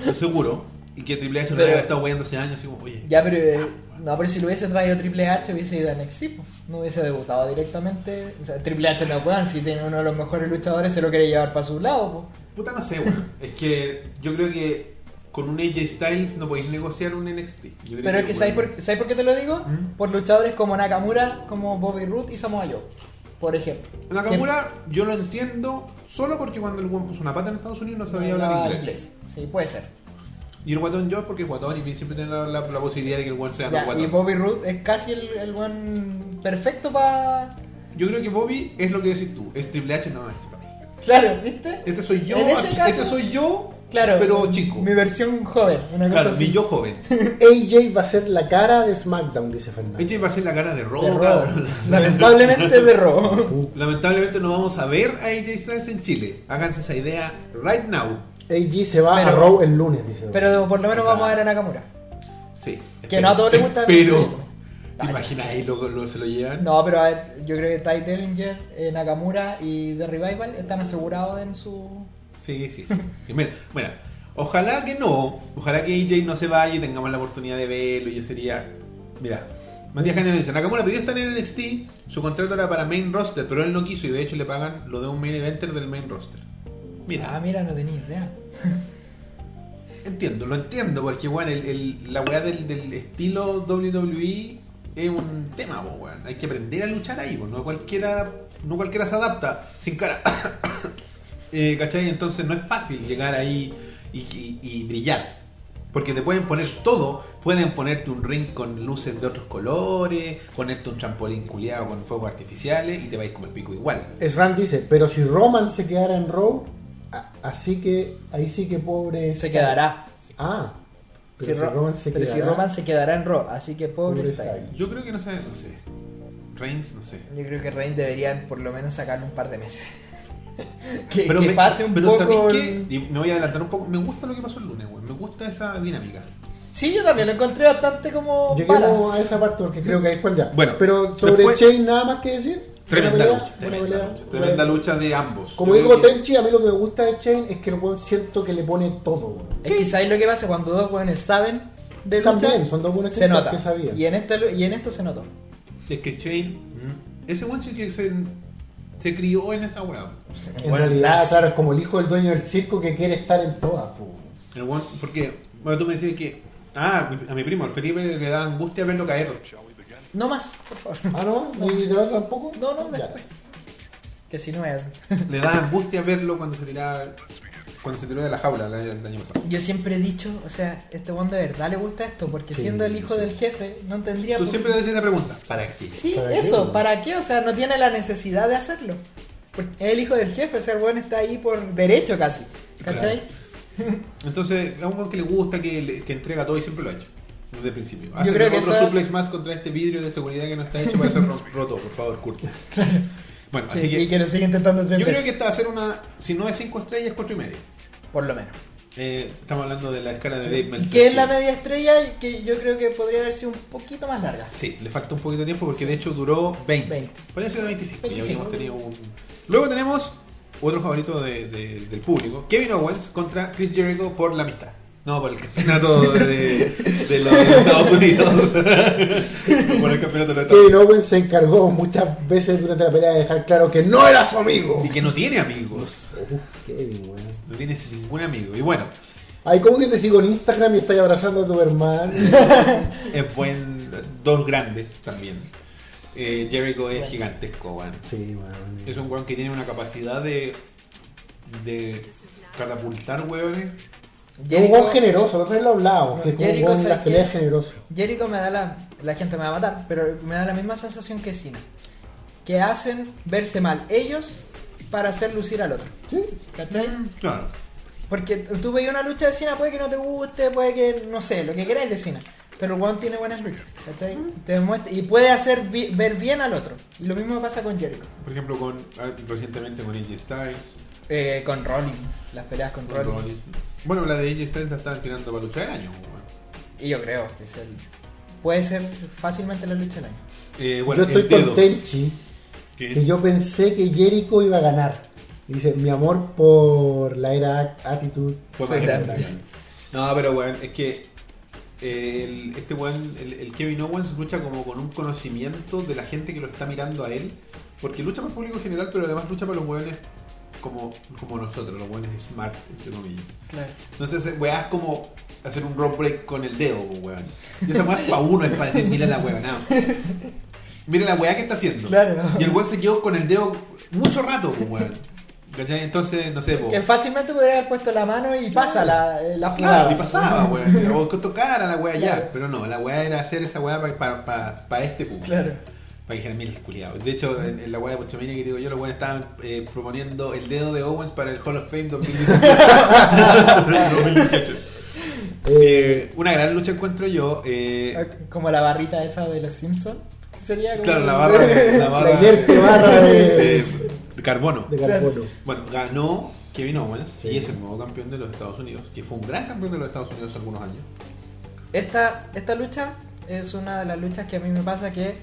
[SPEAKER 1] estoy seguro. Y que Triple H lo
[SPEAKER 3] Pero-
[SPEAKER 1] había estado weando hace años, así como, oye.
[SPEAKER 3] Ya, pero. eh, No, pero si lo hubiese traído Triple H, hubiese ido a NXT. pues. No hubiese debutado directamente. O sea, Triple H no puedan. Si tiene uno de los mejores luchadores, se lo quiere llevar para su lado.
[SPEAKER 1] Puta, no sé, weón. es que yo creo que con un AJ Styles no podéis negociar un NXT. Yo creo
[SPEAKER 3] pues. Pero es que, ¿sabes por, ¿sabes por qué te lo digo?
[SPEAKER 1] ¿Mm?
[SPEAKER 3] Por luchadores como Nakamura, como Bobby Roode y Samoa Joe. Por ejemplo.
[SPEAKER 1] Nakamura, yo lo entiendo solo porque cuando el weón puso una pata en Estados Unidos no
[SPEAKER 3] Que
[SPEAKER 1] sabía
[SPEAKER 3] no
[SPEAKER 1] hablar
[SPEAKER 3] hablaba
[SPEAKER 1] inglés.
[SPEAKER 3] Sí, puede ser.
[SPEAKER 1] Y el guatón yo porque es guatón y siempre tiene la, la- la posibilidad de que el weón sea no
[SPEAKER 3] Ya, y
[SPEAKER 1] guatón.
[SPEAKER 3] Bobby Roode es casi el, el buen perfecto para...
[SPEAKER 1] Yo creo que Bobby es lo que decís tú. Es Triple H, no, este para mí.
[SPEAKER 3] Claro, ¿viste?
[SPEAKER 1] Este soy yo,
[SPEAKER 3] En ese
[SPEAKER 1] aquí-
[SPEAKER 3] caso-
[SPEAKER 1] este soy yo,
[SPEAKER 3] Claro.
[SPEAKER 1] pero chico.
[SPEAKER 3] Mi versión joven, una cosa
[SPEAKER 1] Claro,
[SPEAKER 3] así.
[SPEAKER 1] mi yo joven.
[SPEAKER 2] AJ va a ser la cara de SmackDown, dice Fernando.
[SPEAKER 1] AJ va a ser la cara de
[SPEAKER 3] De
[SPEAKER 1] Rob,
[SPEAKER 3] Raw.
[SPEAKER 1] cabrón.
[SPEAKER 3] Lamentablemente de robo.
[SPEAKER 1] Lamentablemente no vamos a ver a AJ Styles en Chile. Háganse esa idea right now.
[SPEAKER 2] AJ se va a
[SPEAKER 3] Pero-
[SPEAKER 2] Raw el lunes, dice.
[SPEAKER 3] Pero por lo menos vamos a ver a Nakamura.
[SPEAKER 1] Sí.
[SPEAKER 3] Que no a todos les gusta el
[SPEAKER 1] Pero,
[SPEAKER 3] mismo.
[SPEAKER 1] ¿te imaginas ahí lo, lo- se lo llevan?
[SPEAKER 3] No, pero a ver, yo creo que Ty Dellinger, eh, Nakamura y The Revival están asegurados en su...
[SPEAKER 1] Sí, sí, sí. Sí, mira, mira, ojalá que no. Ojalá que AJ no se vaya y tengamos la oportunidad de verlo. Yo sería. Mira, Matías Cañón dice: Nakamura pidió estar en NXT. Su contrato era para main roster, pero él no quiso y de hecho le pagan lo de un main eventer del main roster. Mira,
[SPEAKER 3] Ah, mira, no tenía idea.
[SPEAKER 1] entiendo, lo entiendo, porque bueno, el, el- la weá del, del estilo WWE es un tema, po, weón. Hay que aprender a luchar ahí, po. no cualquiera, no cualquiera se adapta sin cara. Eh, ¿Cachai? Entonces no es fácil llegar ahí y, y- y brillar. Porque te pueden poner todo, pueden ponerte un ring con luces de otros colores, ponerte un trampolín culiado con fuegos artificiales y te vais como el pico igual.
[SPEAKER 2] Sram dice, pero si Roman se quedara en Raw, a- así que ahí sí que pobre.
[SPEAKER 3] Se
[SPEAKER 2] Styles.
[SPEAKER 3] quedará.
[SPEAKER 2] Ah, pero si,
[SPEAKER 3] Ro-
[SPEAKER 2] Roman se
[SPEAKER 3] pero
[SPEAKER 2] quedará.
[SPEAKER 3] si Roman se quedará en Raw, así que pobre,
[SPEAKER 2] Pobre
[SPEAKER 3] Styles.
[SPEAKER 2] Styles.
[SPEAKER 1] Yo creo que no sé, no sé. Reigns, no sé.
[SPEAKER 3] Yo creo que Reigns deberían por lo menos sacarle un par de meses. que,
[SPEAKER 1] pero
[SPEAKER 3] que
[SPEAKER 1] me,
[SPEAKER 3] pase un
[SPEAKER 1] pero
[SPEAKER 3] poco.
[SPEAKER 1] ¿sabéis
[SPEAKER 3] el-
[SPEAKER 1] qué? Y me voy a adelantar un poco. Me gusta lo que pasó el lunes, güey. Me gusta esa dinámica.
[SPEAKER 3] Sí, yo también lo encontré bastante como.
[SPEAKER 2] Lleguemos
[SPEAKER 3] varas.
[SPEAKER 2] a esa parte porque creo que ahí es cuando ya.
[SPEAKER 1] Bueno,
[SPEAKER 2] pero sobre
[SPEAKER 1] después-
[SPEAKER 2] Chain nada más que decir.
[SPEAKER 1] Tremenda
[SPEAKER 2] Buena pelea,
[SPEAKER 1] lucha.
[SPEAKER 2] buena
[SPEAKER 1] Tremenda,
[SPEAKER 2] pelea,
[SPEAKER 1] lucha,
[SPEAKER 2] buena
[SPEAKER 1] tremenda
[SPEAKER 2] pelea.
[SPEAKER 1] lucha de ambos.
[SPEAKER 2] Como
[SPEAKER 1] Yo
[SPEAKER 2] digo
[SPEAKER 1] creo que-
[SPEAKER 2] Tenchi, a mí lo que me gusta de Chain es que el buen siento que le pone todo. weón.
[SPEAKER 3] Es que ¿sabes lo que pasa? Cuando dos jóvenes saben de lucha,
[SPEAKER 2] También, son dos buenas
[SPEAKER 3] se
[SPEAKER 2] chicas
[SPEAKER 3] nota.
[SPEAKER 2] que sabían.
[SPEAKER 3] Y en, esta lu- y en esto se notó.
[SPEAKER 1] Es que Shane. mm, Ese güey sí que se, se crió en esa weá.
[SPEAKER 2] En
[SPEAKER 3] Bueno,
[SPEAKER 2] realidad,
[SPEAKER 3] las-
[SPEAKER 2] claro, es como el hijo del dueño del circo que quiere estar en todas. po.
[SPEAKER 1] El güey- Porque, bueno, tú me decías que. Ah, mi- a mi primo, al Felipe le da angustia verlo caer.
[SPEAKER 3] No más, por favor.
[SPEAKER 2] Ah, no, ni de verlo tampoco.
[SPEAKER 3] No, no,
[SPEAKER 2] Ya.
[SPEAKER 3] después. Que si no es.
[SPEAKER 1] Le da angustia verlo cuando se tiraba. Cuando se tiró de la jaula el año, el año pasado.
[SPEAKER 3] Yo siempre he dicho, o sea, este Juan de verdad le gusta esto, porque
[SPEAKER 2] Sí,
[SPEAKER 3] siendo el hijo del jefe, no tendría.
[SPEAKER 1] Tú
[SPEAKER 3] por-
[SPEAKER 1] siempre te haces esa pregunta. ¿Para qué?
[SPEAKER 3] Sí,
[SPEAKER 2] ¿Para qué?
[SPEAKER 3] eso, ¿para qué? O sea, no tiene la necesidad de hacerlo. Porque es el hijo del jefe, o sea, el weón está ahí por derecho casi. ¿Cachai?
[SPEAKER 1] Entonces, a un weón que le gusta, que, le- que entrega todo y siempre lo ha hecho. Desde el principio. Hacer
[SPEAKER 3] creo que
[SPEAKER 1] otro
[SPEAKER 3] eso es-
[SPEAKER 1] suplex más contra este vidrio de seguridad que no está hecho para ser ro- roto, por favor, Kurt. Bueno,
[SPEAKER 3] Sí,
[SPEAKER 1] así
[SPEAKER 3] Y
[SPEAKER 1] que.
[SPEAKER 3] que lo sigue intentando tres
[SPEAKER 1] Yo creo
[SPEAKER 3] veces.
[SPEAKER 1] que esta va a ser una. Si no es 5 estrellas, 4 y media.
[SPEAKER 3] Por lo menos.
[SPEAKER 1] Eh, estamos hablando de la escala de Dave Meltzer.
[SPEAKER 3] Que es la media estrella y que yo creo que podría haber sido un poquito más larga.
[SPEAKER 1] Sí, le falta un poquito de tiempo porque de hecho duró 20.
[SPEAKER 3] 20.
[SPEAKER 1] Podría ser de 25. ya
[SPEAKER 3] 25.
[SPEAKER 1] habíamos tenido un- Luego tenemos otro favorito de- de- del público, Kevin Owens contra Chris Jericho por la amistad. No, por el campeonato de, de los Estados Unidos. No, por el campeonato de los Estados
[SPEAKER 2] Kevin Owens se encargó muchas veces durante la pelea de dejar claro que no era su amigo.
[SPEAKER 1] Unidos. Y que no tiene amigos.
[SPEAKER 2] Uf, Kevin, weón.
[SPEAKER 1] No tienes ningún amigo. Y bueno,
[SPEAKER 2] Ay, ¿cómo que te sigo en Instagram y estás abrazando a tu hermano?
[SPEAKER 1] es buen. Dos grandes también. Eh, Jericho es gigantesco, weón.
[SPEAKER 2] Sí, weón.
[SPEAKER 1] Es un weón que tiene una capacidad de. de catapultar weones.
[SPEAKER 2] un weón generoso, nosotros lo hablábamos, que es como un
[SPEAKER 3] Jericho,
[SPEAKER 2] weón en las
[SPEAKER 3] ¿sabes qué?
[SPEAKER 2] peleas generoso.
[SPEAKER 3] Jericho me da la. La gente me va a matar, pero me da la misma sensación que Cena. Que hacen verse mal ellos para hacer lucir al otro.
[SPEAKER 2] Sí.
[SPEAKER 3] ¿Cachai?
[SPEAKER 1] Claro.
[SPEAKER 3] Porque tú veis una lucha de Cena, puede que no te guste, puede que, no sé, lo que queráis de Cena. Pero el weón tiene buenas luchas, ¿cachai? Te muestra- y puede hacer vi- ver bien al otro. Y lo mismo pasa con Jericho.
[SPEAKER 1] Por ejemplo, con ah, recientemente con AJ Styles.
[SPEAKER 3] Eh, con Rollins, las peleas con,
[SPEAKER 1] con
[SPEAKER 3] Rollins.
[SPEAKER 1] Rollins. Bueno, la de AJ Styles la estaban tirando para luchar el año. weón.
[SPEAKER 3] Y yo creo que es el, puede ser fácilmente la lucha del año.
[SPEAKER 1] Eh, bueno,
[SPEAKER 2] yo estoy
[SPEAKER 1] el dedo.
[SPEAKER 2] con Tenchi,
[SPEAKER 1] ¿Qué?
[SPEAKER 2] que yo pensé que Jericho iba a ganar. Y dice, mi amor por la era actitud.
[SPEAKER 1] Fue
[SPEAKER 3] Fue
[SPEAKER 1] más
[SPEAKER 3] grande.
[SPEAKER 1] grande. No, pero weón, es que eh, el- este weón, el, el Kevin Owens lucha como con un conocimiento de la gente que lo está mirando a él. Porque lucha para el público en general, pero además lucha para los weones como, como nosotros, los weones smart, entre comillas.
[SPEAKER 3] Claro.
[SPEAKER 1] Entonces, weá, es como hacer un road break con el dedo, weón. Y esa weá es para uno, es para decir, mira la weá, nada. Mira la weá que está haciendo.
[SPEAKER 3] Claro.
[SPEAKER 1] Y el weón se quedó con el dedo mucho rato, pues, weón. ¿Cachai? Entonces, no sé, po.
[SPEAKER 3] Que fácilmente podría haber puesto la mano y pasa la, eh, la jugada.
[SPEAKER 1] Claro, y pasaba, weón. O que tocara la weá
[SPEAKER 3] Claro.
[SPEAKER 1] ya. Pero no, la weá era hacer esa weá para este público.
[SPEAKER 3] Claro.
[SPEAKER 1] Para que dijeran, mira, el culiao". De hecho, en, en la weá de Pochomini que digo yo, los weones estaban eh, proponiendo el dedo de Owens para el Hall of Fame 2018.
[SPEAKER 2] Eh,
[SPEAKER 1] Una gran lucha encuentro yo. eh,
[SPEAKER 3] Como la barrita esa de los Simpsons. Sería como...
[SPEAKER 1] claro, la barra de, la barra
[SPEAKER 2] La inerte barra de-
[SPEAKER 1] de carbono.
[SPEAKER 2] de carbono.
[SPEAKER 1] Bueno, ganó Kevin Owens
[SPEAKER 2] Sí.
[SPEAKER 1] y es el nuevo campeón de los Estados Unidos, que fue un gran campeón de los Estados Unidos hace algunos años.
[SPEAKER 3] Esta, esta lucha es una de las luchas que a mí me pasa que,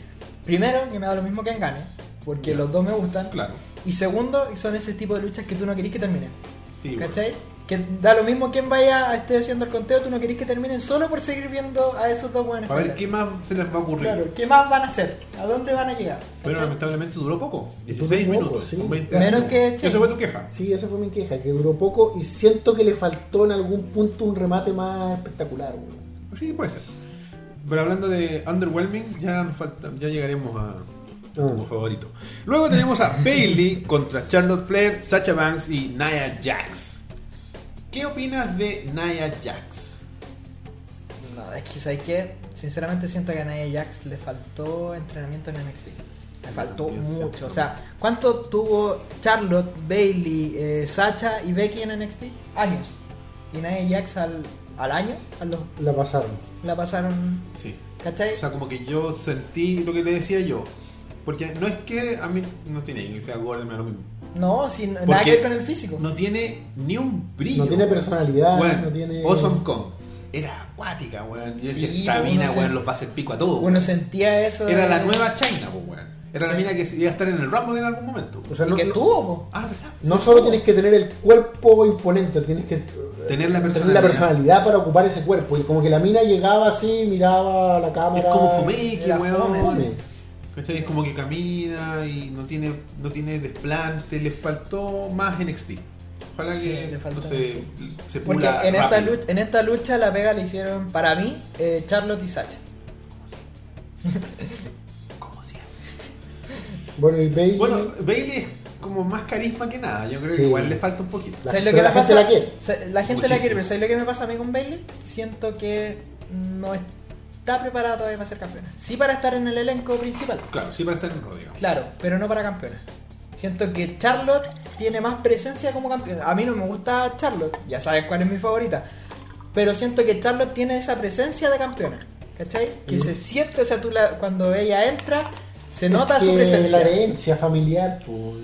[SPEAKER 3] primero, que me da lo mismo que gane, porque
[SPEAKER 1] Ya.
[SPEAKER 3] los dos me gustan.
[SPEAKER 1] Claro.
[SPEAKER 3] Y segundo, son ese tipo de luchas que tú no querís que terminen.
[SPEAKER 1] Sí, bueno.
[SPEAKER 3] ¿Cachai? Que da lo mismo quien vaya esté haciendo el conteo, tú no querés que terminen solo por seguir viendo a esos dos buenos.
[SPEAKER 1] Para ver qué más se les va a ocurrir.
[SPEAKER 3] Claro, ¿qué más van a hacer? ¿A dónde van a llegar?
[SPEAKER 1] Pero
[SPEAKER 3] ¿Cachai?
[SPEAKER 1] lamentablemente duró poco. 16
[SPEAKER 2] poco,
[SPEAKER 1] minutos.
[SPEAKER 2] sí.
[SPEAKER 1] con 20 años.
[SPEAKER 3] Menos que Che.
[SPEAKER 1] Eso fue tu queja.
[SPEAKER 2] Sí, esa fue mi queja, que duró poco y siento que le faltó en algún punto un remate más espectacular. güey.
[SPEAKER 1] Pues Sí, puede ser. Pero hablando de underwhelming, ya, nos falta, ya llegaremos a
[SPEAKER 2] Ah.
[SPEAKER 1] tu favorito. Luego tenemos a Bailey contra Charlotte Flair, Sacha Banks y Nia Jax. ¿Qué opinas de Nia Jax?
[SPEAKER 3] No, es que ¿sabes qué? Sinceramente siento que a Nia Jax le faltó entrenamiento en NXT. Le faltó
[SPEAKER 1] Yo siento
[SPEAKER 3] mucho. O sea, ¿cuánto tuvo Charlotte, Bailey, eh, Sacha y Becky en NXT? Años. Y Nia Jax al, al año, a los-
[SPEAKER 2] La pasaron.
[SPEAKER 3] la pasaron.
[SPEAKER 1] Sí.
[SPEAKER 3] ¿Cachai?
[SPEAKER 1] O sea, como que yo sentí lo que le decía yo. Porque no es que a mí no tiene que sea gordo, me da lo mismo.
[SPEAKER 3] no, sin nada
[SPEAKER 1] Porque
[SPEAKER 3] que ver con el físico.
[SPEAKER 1] No tiene ni un brillo.
[SPEAKER 2] No tiene
[SPEAKER 1] weón.
[SPEAKER 2] personalidad,
[SPEAKER 1] Weón,
[SPEAKER 2] no tiene...
[SPEAKER 1] Awesome Kong. Era acuática, weón. Yo decía,
[SPEAKER 3] Sí,
[SPEAKER 1] esta
[SPEAKER 3] pues,
[SPEAKER 1] mina,
[SPEAKER 3] uno se-
[SPEAKER 1] weón, los va a hacer pico a todos.
[SPEAKER 3] Uno
[SPEAKER 1] weón".
[SPEAKER 3] sentía eso.
[SPEAKER 1] Era
[SPEAKER 3] de-
[SPEAKER 1] la nueva China, pues, weón. Era la
[SPEAKER 3] Sí.
[SPEAKER 1] mina que iba a estar en el Rumble en algún momento.
[SPEAKER 2] O sea,
[SPEAKER 3] y
[SPEAKER 2] no,
[SPEAKER 3] que
[SPEAKER 2] no-
[SPEAKER 3] tuvo, po.
[SPEAKER 1] Ah, ¿verdad?
[SPEAKER 2] no solo tienes que tener el cuerpo imponente, tienes que eh,
[SPEAKER 1] Tener la
[SPEAKER 2] tener la personalidad para ocupar ese cuerpo. Y como que la mina llegaba así, miraba la
[SPEAKER 1] Es
[SPEAKER 2] cámara.
[SPEAKER 1] como Fomeki,
[SPEAKER 3] Era
[SPEAKER 1] weón.
[SPEAKER 2] Sí.
[SPEAKER 1] ¿Cachai? Es como que camina y no tiene, no tiene desplante. Le faltó más NXT. Ojalá
[SPEAKER 3] Sí,
[SPEAKER 1] que
[SPEAKER 3] le faltó
[SPEAKER 1] no se, se
[SPEAKER 3] Porque
[SPEAKER 1] pula
[SPEAKER 3] en esta,
[SPEAKER 1] rápido.
[SPEAKER 3] lucha, en esta lucha la pega le hicieron, para mí, eh, Charlotte y Sacha.
[SPEAKER 1] Como siempre.
[SPEAKER 2] Bueno, y Bailey.
[SPEAKER 1] Bueno, Bailey es como más carisma que nada. Yo creo que
[SPEAKER 2] Sí.
[SPEAKER 1] igual le falta un poquito.
[SPEAKER 2] La-
[SPEAKER 3] ¿Sabes lo
[SPEAKER 2] pero
[SPEAKER 3] que
[SPEAKER 2] la
[SPEAKER 3] me
[SPEAKER 2] gente
[SPEAKER 3] pasa?
[SPEAKER 2] la quiere.
[SPEAKER 3] Sa- la gente la
[SPEAKER 1] Muchísimo.
[SPEAKER 3] quiere, pero ¿sabes lo que me pasa a mí con Bailey? Siento que no está preparada todavía para ser campeona. Sí para estar en el elenco principal,
[SPEAKER 1] Claro, sí para estar en el rodeo.
[SPEAKER 3] claro, pero no para campeona. Siento que Charlotte tiene más presencia como campeona. A mí no me gusta Charlotte, ya saben cuál es mi favorita. Pero siento que Charlotte tiene esa presencia de campeona, ¿cachai? Que
[SPEAKER 2] Mm.
[SPEAKER 3] se siente, o sea, tú la- cuando ella entra, se
[SPEAKER 2] Es
[SPEAKER 3] nota su
[SPEAKER 2] que
[SPEAKER 3] presencia.
[SPEAKER 2] La herencia familiar, pues.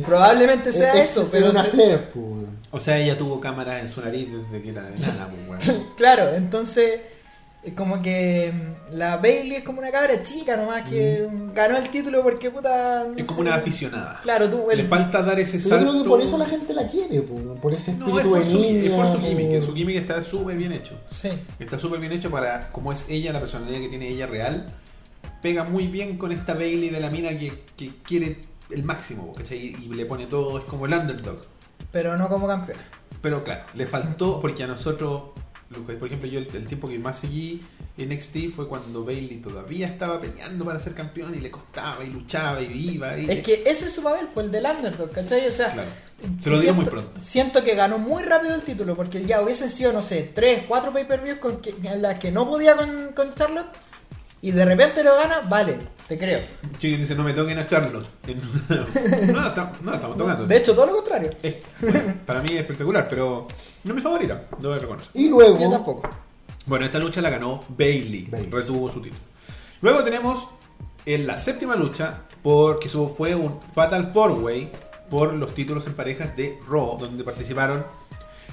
[SPEAKER 2] es-
[SPEAKER 3] Probablemente sea
[SPEAKER 2] es-
[SPEAKER 3] eso,
[SPEAKER 2] es
[SPEAKER 3] pero
[SPEAKER 2] una
[SPEAKER 3] se-
[SPEAKER 2] flair, pues.
[SPEAKER 1] O sea, ella tuvo cámaras en su nariz desde que era enana, pues, weón.
[SPEAKER 3] Claro, entonces eh, como que mm, la Bailey es como una cabra chica nomás que mm, ganó el título porque puta no
[SPEAKER 1] Es como
[SPEAKER 3] sé.
[SPEAKER 1] una aficionada.
[SPEAKER 3] Claro, tú
[SPEAKER 1] Le
[SPEAKER 3] el,
[SPEAKER 1] falta dar ese
[SPEAKER 2] Yo
[SPEAKER 1] salto.
[SPEAKER 2] creo que por eso la gente la quiere, po, por ese
[SPEAKER 1] No, es
[SPEAKER 2] espíritu
[SPEAKER 1] por, su,
[SPEAKER 2] de
[SPEAKER 1] es
[SPEAKER 2] niña. pues.
[SPEAKER 1] por su
[SPEAKER 2] po.
[SPEAKER 1] gimmick. que Su gimmick está súper bien hecho.
[SPEAKER 3] sí,
[SPEAKER 1] Está súper bien hecho para como es ella, la personalidad que tiene ella real. Pega muy bien con esta Bailey de la mina que, que quiere el máximo, ¿cachai? Y, y le pone todo, es como el underdog.
[SPEAKER 3] pero no como campeona.
[SPEAKER 1] Pero claro, le faltó porque a nosotros, lo que- por ejemplo, yo el, el tiempo que más seguí en NXT fue cuando Bailey todavía estaba peleando para ser campeón y le costaba y luchaba y iba. Y,
[SPEAKER 3] Es que ese es su papel, pues el del underdog, ¿cachai? O sea,
[SPEAKER 1] Claro. Se lo dieron muy
[SPEAKER 3] siento-
[SPEAKER 1] pronto.
[SPEAKER 3] Siento que ganó muy rápido el título, porque ya hubiesen sido, no sé, tres, cuatro pay-per-views con que- en las que no podía con, con Charlotte, y de repente lo gana, vale, te creo.
[SPEAKER 1] Chiqui dice, no me toquen a Charlotte. no, la estamos, no la estamos tocando.
[SPEAKER 3] De hecho, todo lo contrario.
[SPEAKER 1] Eh, bueno, para mí es espectacular, pero no es mi favorita, debo reconocer.
[SPEAKER 2] Y luego,
[SPEAKER 3] Yo tampoco.
[SPEAKER 1] Bueno, esta lucha la ganó Bailey,
[SPEAKER 2] Bayley.
[SPEAKER 1] retuvo su título. Luego tenemos en la séptima lucha, porque eso fue un Fatal Four Way por los títulos en parejas de Raw, donde participaron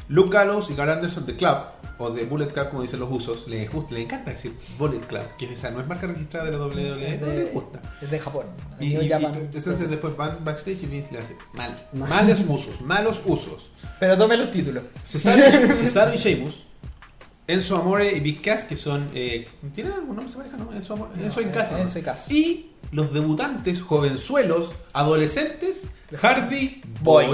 [SPEAKER 1] Luke Gallows y Carl Anderson de Club, o de Bullet Club, como dicen los usos. Les, gusta, les encanta decir Bullet Club, que esa no es marca registrada de la WWE, eh, no les gusta.
[SPEAKER 3] Es de Japón.
[SPEAKER 1] Y,
[SPEAKER 3] Yo
[SPEAKER 1] y-
[SPEAKER 3] llaman-
[SPEAKER 1] y entonces después van backstage y Vince le hace mal.
[SPEAKER 2] Mal.
[SPEAKER 1] Malos usos, malos usos.
[SPEAKER 3] Pero tome los títulos.
[SPEAKER 1] Cesaro, Cesaro y Sheamus, Enzo Amore y Big Cass, que son. Eh, ¿Tienen algún nombre esa pareja? No, Enzo, Amore,
[SPEAKER 3] No,
[SPEAKER 1] Enzo y
[SPEAKER 3] eh,
[SPEAKER 1] Cass. ¿no?
[SPEAKER 3] Enzo y Cass.
[SPEAKER 1] Y los debutantes, jovenzuelos, adolescentes, Hardy Boys,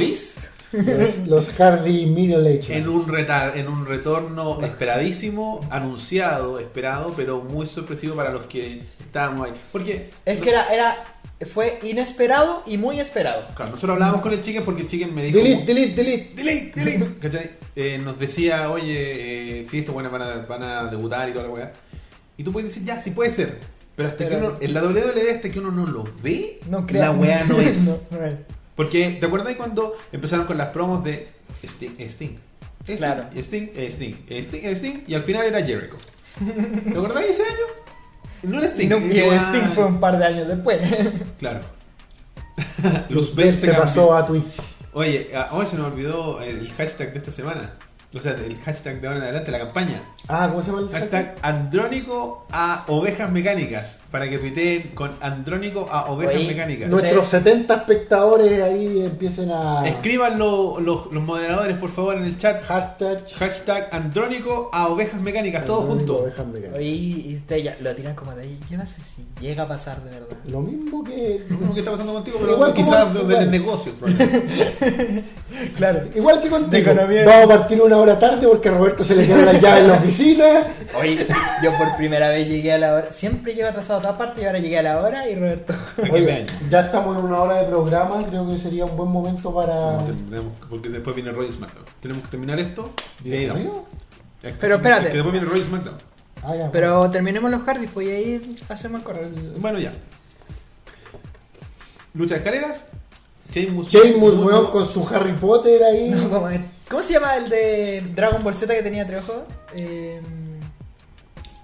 [SPEAKER 3] Boys.
[SPEAKER 2] los, los Hardy Middle Age.
[SPEAKER 1] en un, retar, en un retorno esperadísimo, anunciado, esperado, pero muy sorpresivo para los que estábamos ahí. Porque.
[SPEAKER 3] Es que era, era, fue inesperado y muy esperado.
[SPEAKER 1] Claro, nosotros hablábamos con el chicken porque el chicken me dijo.
[SPEAKER 2] Delete, delete, delete.
[SPEAKER 1] Delete, delete. ¿Cachai? Eh, nos decía, oye, eh, sí, estos buenos van a, van a debutar y toda la weá. Y tú puedes decir, ya, sí puede ser. Pero hasta que
[SPEAKER 3] Pero-
[SPEAKER 1] uno, en la WWE, hasta que uno no lo ve,
[SPEAKER 3] No
[SPEAKER 1] la
[SPEAKER 3] crean.
[SPEAKER 1] weá no es.
[SPEAKER 3] No, no es.
[SPEAKER 1] Porque, ¿te acuerdas cuando empezaron con las promos de Sting? Sting, Sting,
[SPEAKER 3] Claro.
[SPEAKER 1] Sting, eh, Sting, Sting, Sting, y al final era Jericho. ¿Te acordás de ese año? No era Sting.
[SPEAKER 3] Y no- y
[SPEAKER 1] Ah,
[SPEAKER 3] Sting fue un par de años después.
[SPEAKER 1] Claro. Luzbel
[SPEAKER 2] se
[SPEAKER 1] cambió.
[SPEAKER 2] pasó a Twitch.
[SPEAKER 1] Oye, ah, hoy se nos olvidó el hashtag de esta semana. O sea, el hashtag de ahora en adelante, la campaña.
[SPEAKER 2] Ah, ¿cómo se llama el
[SPEAKER 1] Hashtag Andrónico a ovejas mecánicas. para que tuiteen con Andrónico a Ovejas
[SPEAKER 3] Oye,
[SPEAKER 1] Mecánicas.
[SPEAKER 3] no-
[SPEAKER 2] Nuestros 70 espectadores ahí empiecen a.
[SPEAKER 1] Escriban lo- los- los moderadores, por favor, en el chat.
[SPEAKER 2] Hashtag.
[SPEAKER 1] Hashtag Andrónico a Ovejas Mecánicas, todo
[SPEAKER 2] Andrónico
[SPEAKER 1] junto.
[SPEAKER 2] Ovejas Mecánicas.
[SPEAKER 3] Oye, y te- ya, lo tiran como de ahí. Yo no sé si llega a pasar de verdad.
[SPEAKER 2] Lo mismo que.
[SPEAKER 1] Lo mismo que está pasando contigo, pero
[SPEAKER 2] Igual como-
[SPEAKER 1] quizás desde
[SPEAKER 2] igual.
[SPEAKER 1] el negocio. probablemente.
[SPEAKER 3] Claro.
[SPEAKER 2] Igual que contigo.
[SPEAKER 3] De economía.
[SPEAKER 2] Vamos a partir una hora tarde porque a Roberto se le quedó la llave en la oficina.
[SPEAKER 3] Oye, yo por primera vez llegué a la hora. Siempre llego atrasado a todas partes y ahora llegué a la hora y Roberto.
[SPEAKER 2] Oye, ya estamos en una hora de programa. Creo que sería un buen momento para.
[SPEAKER 1] No, tenemos que- porque después viene Roy SmackDown. Tenemos que terminar esto. y ahí
[SPEAKER 2] ¿Dios
[SPEAKER 1] damos.
[SPEAKER 2] mío?
[SPEAKER 1] Es que-
[SPEAKER 3] Pero espérate.
[SPEAKER 1] es Que después viene Roy SmackDown.
[SPEAKER 2] Ah, ya,
[SPEAKER 3] Pero terminemos los hardys, pues y ahí hacemos el correo.
[SPEAKER 1] Bueno, ya. Lucha de escaleras. Sheamus,
[SPEAKER 2] Sheamus, weón, con su Harry Potter ahí.
[SPEAKER 3] No, ¿cómo, es? ¿Cómo se llama el de Dragon Ball Z que tenía tres ojos? Eh,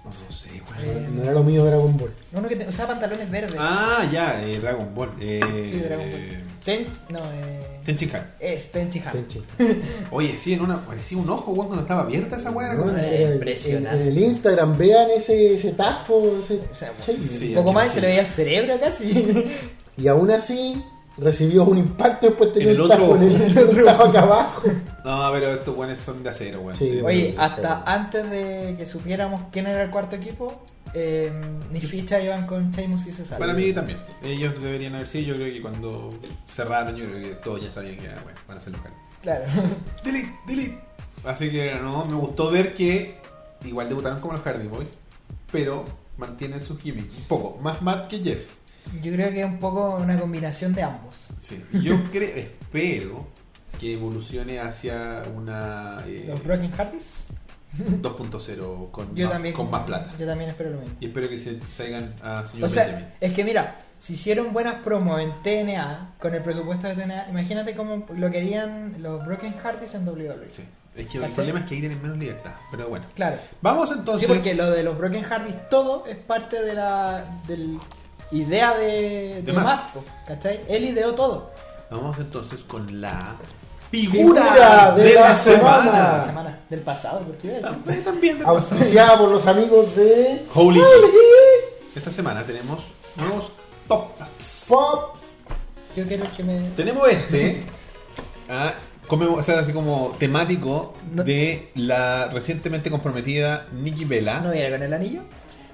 [SPEAKER 1] No sé, weón.
[SPEAKER 2] Eh, No era lo mío Dragon Ball.
[SPEAKER 3] uno que te- usaba pantalones verdes.
[SPEAKER 1] Ah, ya, eh, Dragon Ball. Eh,
[SPEAKER 3] sí, Dragon Ball.
[SPEAKER 1] eh,
[SPEAKER 3] Ten, no, eh,
[SPEAKER 1] Tenchin Han.
[SPEAKER 3] es Tenchi Han.
[SPEAKER 2] Tenchi.
[SPEAKER 1] Oye, sí, en una, parecía un ojo, weón, cuando estaba abierta esa weá.
[SPEAKER 2] Weón,
[SPEAKER 3] era
[SPEAKER 2] en el-
[SPEAKER 3] impresionante.
[SPEAKER 2] En el Instagram, vean ese, ese tajo. Ese
[SPEAKER 3] O sea,
[SPEAKER 2] Sheamus.
[SPEAKER 1] sí.
[SPEAKER 3] Un poco
[SPEAKER 1] ya,
[SPEAKER 3] más y
[SPEAKER 1] sí.
[SPEAKER 3] se le veía el cerebro casi.
[SPEAKER 2] Y aún así recibió un impacto después tenía
[SPEAKER 1] En el
[SPEAKER 2] un
[SPEAKER 1] otro
[SPEAKER 2] tajo en el,
[SPEAKER 1] ojo.
[SPEAKER 2] un tajo acá abajo.
[SPEAKER 1] No, pero estos weones son de acero, weón.
[SPEAKER 2] Sí,
[SPEAKER 1] Tienen-
[SPEAKER 3] Oye,
[SPEAKER 2] Pero-
[SPEAKER 3] hasta antes de que supiéramos quién era el cuarto equipo, eh, mis fichas iban con Sheamus y Cesaro.
[SPEAKER 1] Para mí también. Ellos deberían haber sido. Yo creo que cuando cerraron, yo creo que todos ya sabían que era, bueno, van a ser locales.
[SPEAKER 3] Claro.
[SPEAKER 1] Delete, delete. Así que no, me gustó ver que igual debutaron como los Hardy Boys, pero mantienen su gimmick un poco. Más Matt que Jeff.
[SPEAKER 3] Yo creo que es un poco una combinación de ambos.
[SPEAKER 1] Sí. Yo creo, espero que evolucione hacia una eh,
[SPEAKER 3] Los Broken Hardys.
[SPEAKER 1] 2.0 con,
[SPEAKER 3] Yo
[SPEAKER 1] más-
[SPEAKER 3] también.
[SPEAKER 1] con más plata.
[SPEAKER 3] Yo también espero lo mismo.
[SPEAKER 1] Y espero que se salgan a señor
[SPEAKER 3] O sea,
[SPEAKER 1] Benjamin.
[SPEAKER 3] es que mira, si hicieron buenas promos en TNA, con el presupuesto de TNA, imagínate cómo lo querían los Broken Hardys en WWE.
[SPEAKER 1] Sí. Es que el
[SPEAKER 3] ¿Cachai?
[SPEAKER 1] problema es que ahí tienen menos libertad, pero bueno.
[SPEAKER 3] Claro.
[SPEAKER 1] Vamos entonces.
[SPEAKER 3] sí, porque lo de los Broken Hardys todo es parte de la del idea de, de,
[SPEAKER 1] De Matt.
[SPEAKER 3] Matt, po, ¿cachai? Él ideó todo.
[SPEAKER 1] Vamos entonces con la figura,
[SPEAKER 2] Figura
[SPEAKER 1] de, la, semana.
[SPEAKER 3] La semana del pasado, porque iba a decir.
[SPEAKER 1] También, también me pasó.
[SPEAKER 2] Auspiciada por los amigos de
[SPEAKER 1] Holy. Esta semana tenemos nuevos pop-ups.
[SPEAKER 2] Pop.
[SPEAKER 3] Yo quiero que me.
[SPEAKER 1] Tenemos este, ah, como, o sea, así como temático
[SPEAKER 3] No.
[SPEAKER 1] de la recientemente comprometida Nikki Vela.
[SPEAKER 3] Ah, ¿No viene con el anillo?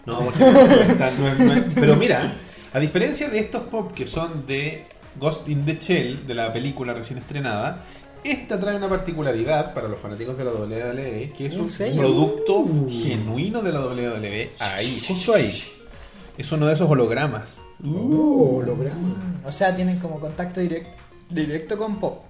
[SPEAKER 1] No, porque no está- no es- no es- pero mira, a diferencia de estos pop que son de Ghost in the Shell, de la película recién estrenada, esta trae una particularidad para los fanáticos de la WWE, que es
[SPEAKER 3] ¿En
[SPEAKER 1] un
[SPEAKER 3] serio? Uh.
[SPEAKER 1] producto genuino de la WWE, ahí, justo ahí. Es uno de esos hologramas. Oh,
[SPEAKER 2] Uh, holograma.
[SPEAKER 3] Mm, O sea, tienen como contacto directo, directo con Pop.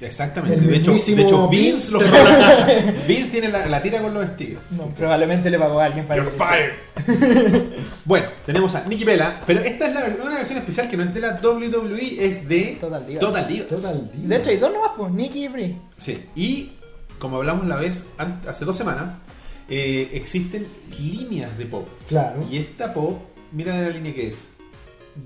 [SPEAKER 1] Exactamente.
[SPEAKER 2] El
[SPEAKER 1] De hecho,
[SPEAKER 2] mismísimo
[SPEAKER 1] de hecho, Vince,
[SPEAKER 2] Vince.
[SPEAKER 1] lo Vince tiene la, la tira con los stickers.
[SPEAKER 3] No, probablemente le pagó a alguien para
[SPEAKER 1] You're
[SPEAKER 3] que lo hiciera.
[SPEAKER 1] fired. bueno, tenemos a Nikki Bella, pero esta es la, ver- una versión especial que no es de la WWE, es de
[SPEAKER 3] Total Divas.
[SPEAKER 1] Total Divas.
[SPEAKER 2] Total Divas.
[SPEAKER 3] De hecho, hay dos nomás, pues, Nicky y Brie.
[SPEAKER 1] Sí, y como hablamos la vez an- hace dos semanas, eh, existen líneas de pop.
[SPEAKER 2] Claro.
[SPEAKER 1] Y esta pop, mira la línea que es.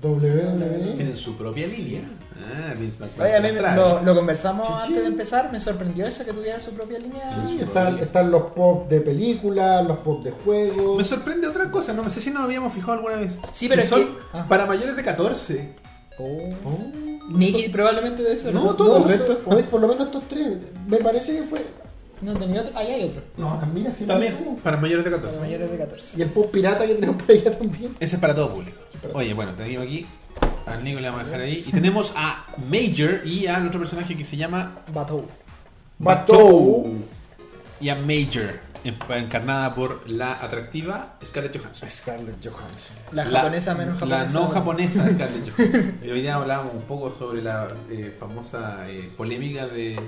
[SPEAKER 2] WWE. E.
[SPEAKER 1] Tienen su propia línea. Ah, Vince McMahon.
[SPEAKER 3] Oye, a mí
[SPEAKER 1] se
[SPEAKER 3] me-
[SPEAKER 1] la trae.
[SPEAKER 3] lo, lo conversamos
[SPEAKER 2] Chin,
[SPEAKER 3] antes
[SPEAKER 2] chin.
[SPEAKER 3] de empezar, me sorprendió eso que tuviera su propia línea.
[SPEAKER 2] Sí, están, están los pop de películas, los pop de
[SPEAKER 1] Me
[SPEAKER 2] juegos.
[SPEAKER 1] sorprende otra cosa, no sé si nos habíamos fijado alguna vez.
[SPEAKER 3] Sí, pero
[SPEAKER 1] Que
[SPEAKER 3] es
[SPEAKER 1] son
[SPEAKER 3] que- ajá.
[SPEAKER 1] para mayores de 14.
[SPEAKER 3] Oh.
[SPEAKER 2] Oh.
[SPEAKER 3] Nicky probablemente debe ser.
[SPEAKER 1] No,
[SPEAKER 3] No,
[SPEAKER 1] todo
[SPEAKER 2] No,
[SPEAKER 1] el resto.
[SPEAKER 2] oye, por lo menos estos tres. Me parece que fue.
[SPEAKER 3] no tenía otro. Ahí hay otro.
[SPEAKER 2] No, mira, sí.
[SPEAKER 1] También para mayores de
[SPEAKER 3] Los
[SPEAKER 1] 14.
[SPEAKER 3] mayores de 14.
[SPEAKER 2] Y el pop pirata que tenemos por allá también.
[SPEAKER 1] Ese es para todo público. Oye, bueno, tenemos aquí al Nico le vamos a dejar ahí. Y tenemos a Major y al otro personaje que se llama
[SPEAKER 3] Batou.
[SPEAKER 2] Batou.
[SPEAKER 1] Y a Major, enf- encarnada por la atractiva Scarlett Johansson.
[SPEAKER 2] Scarlett Johansson.
[SPEAKER 3] La japonesa menos
[SPEAKER 1] La
[SPEAKER 3] japonesa.
[SPEAKER 1] no japonesa Scarlett Johansson. Y hoy día hablábamos un poco sobre la eh, famosa eh, polémica de.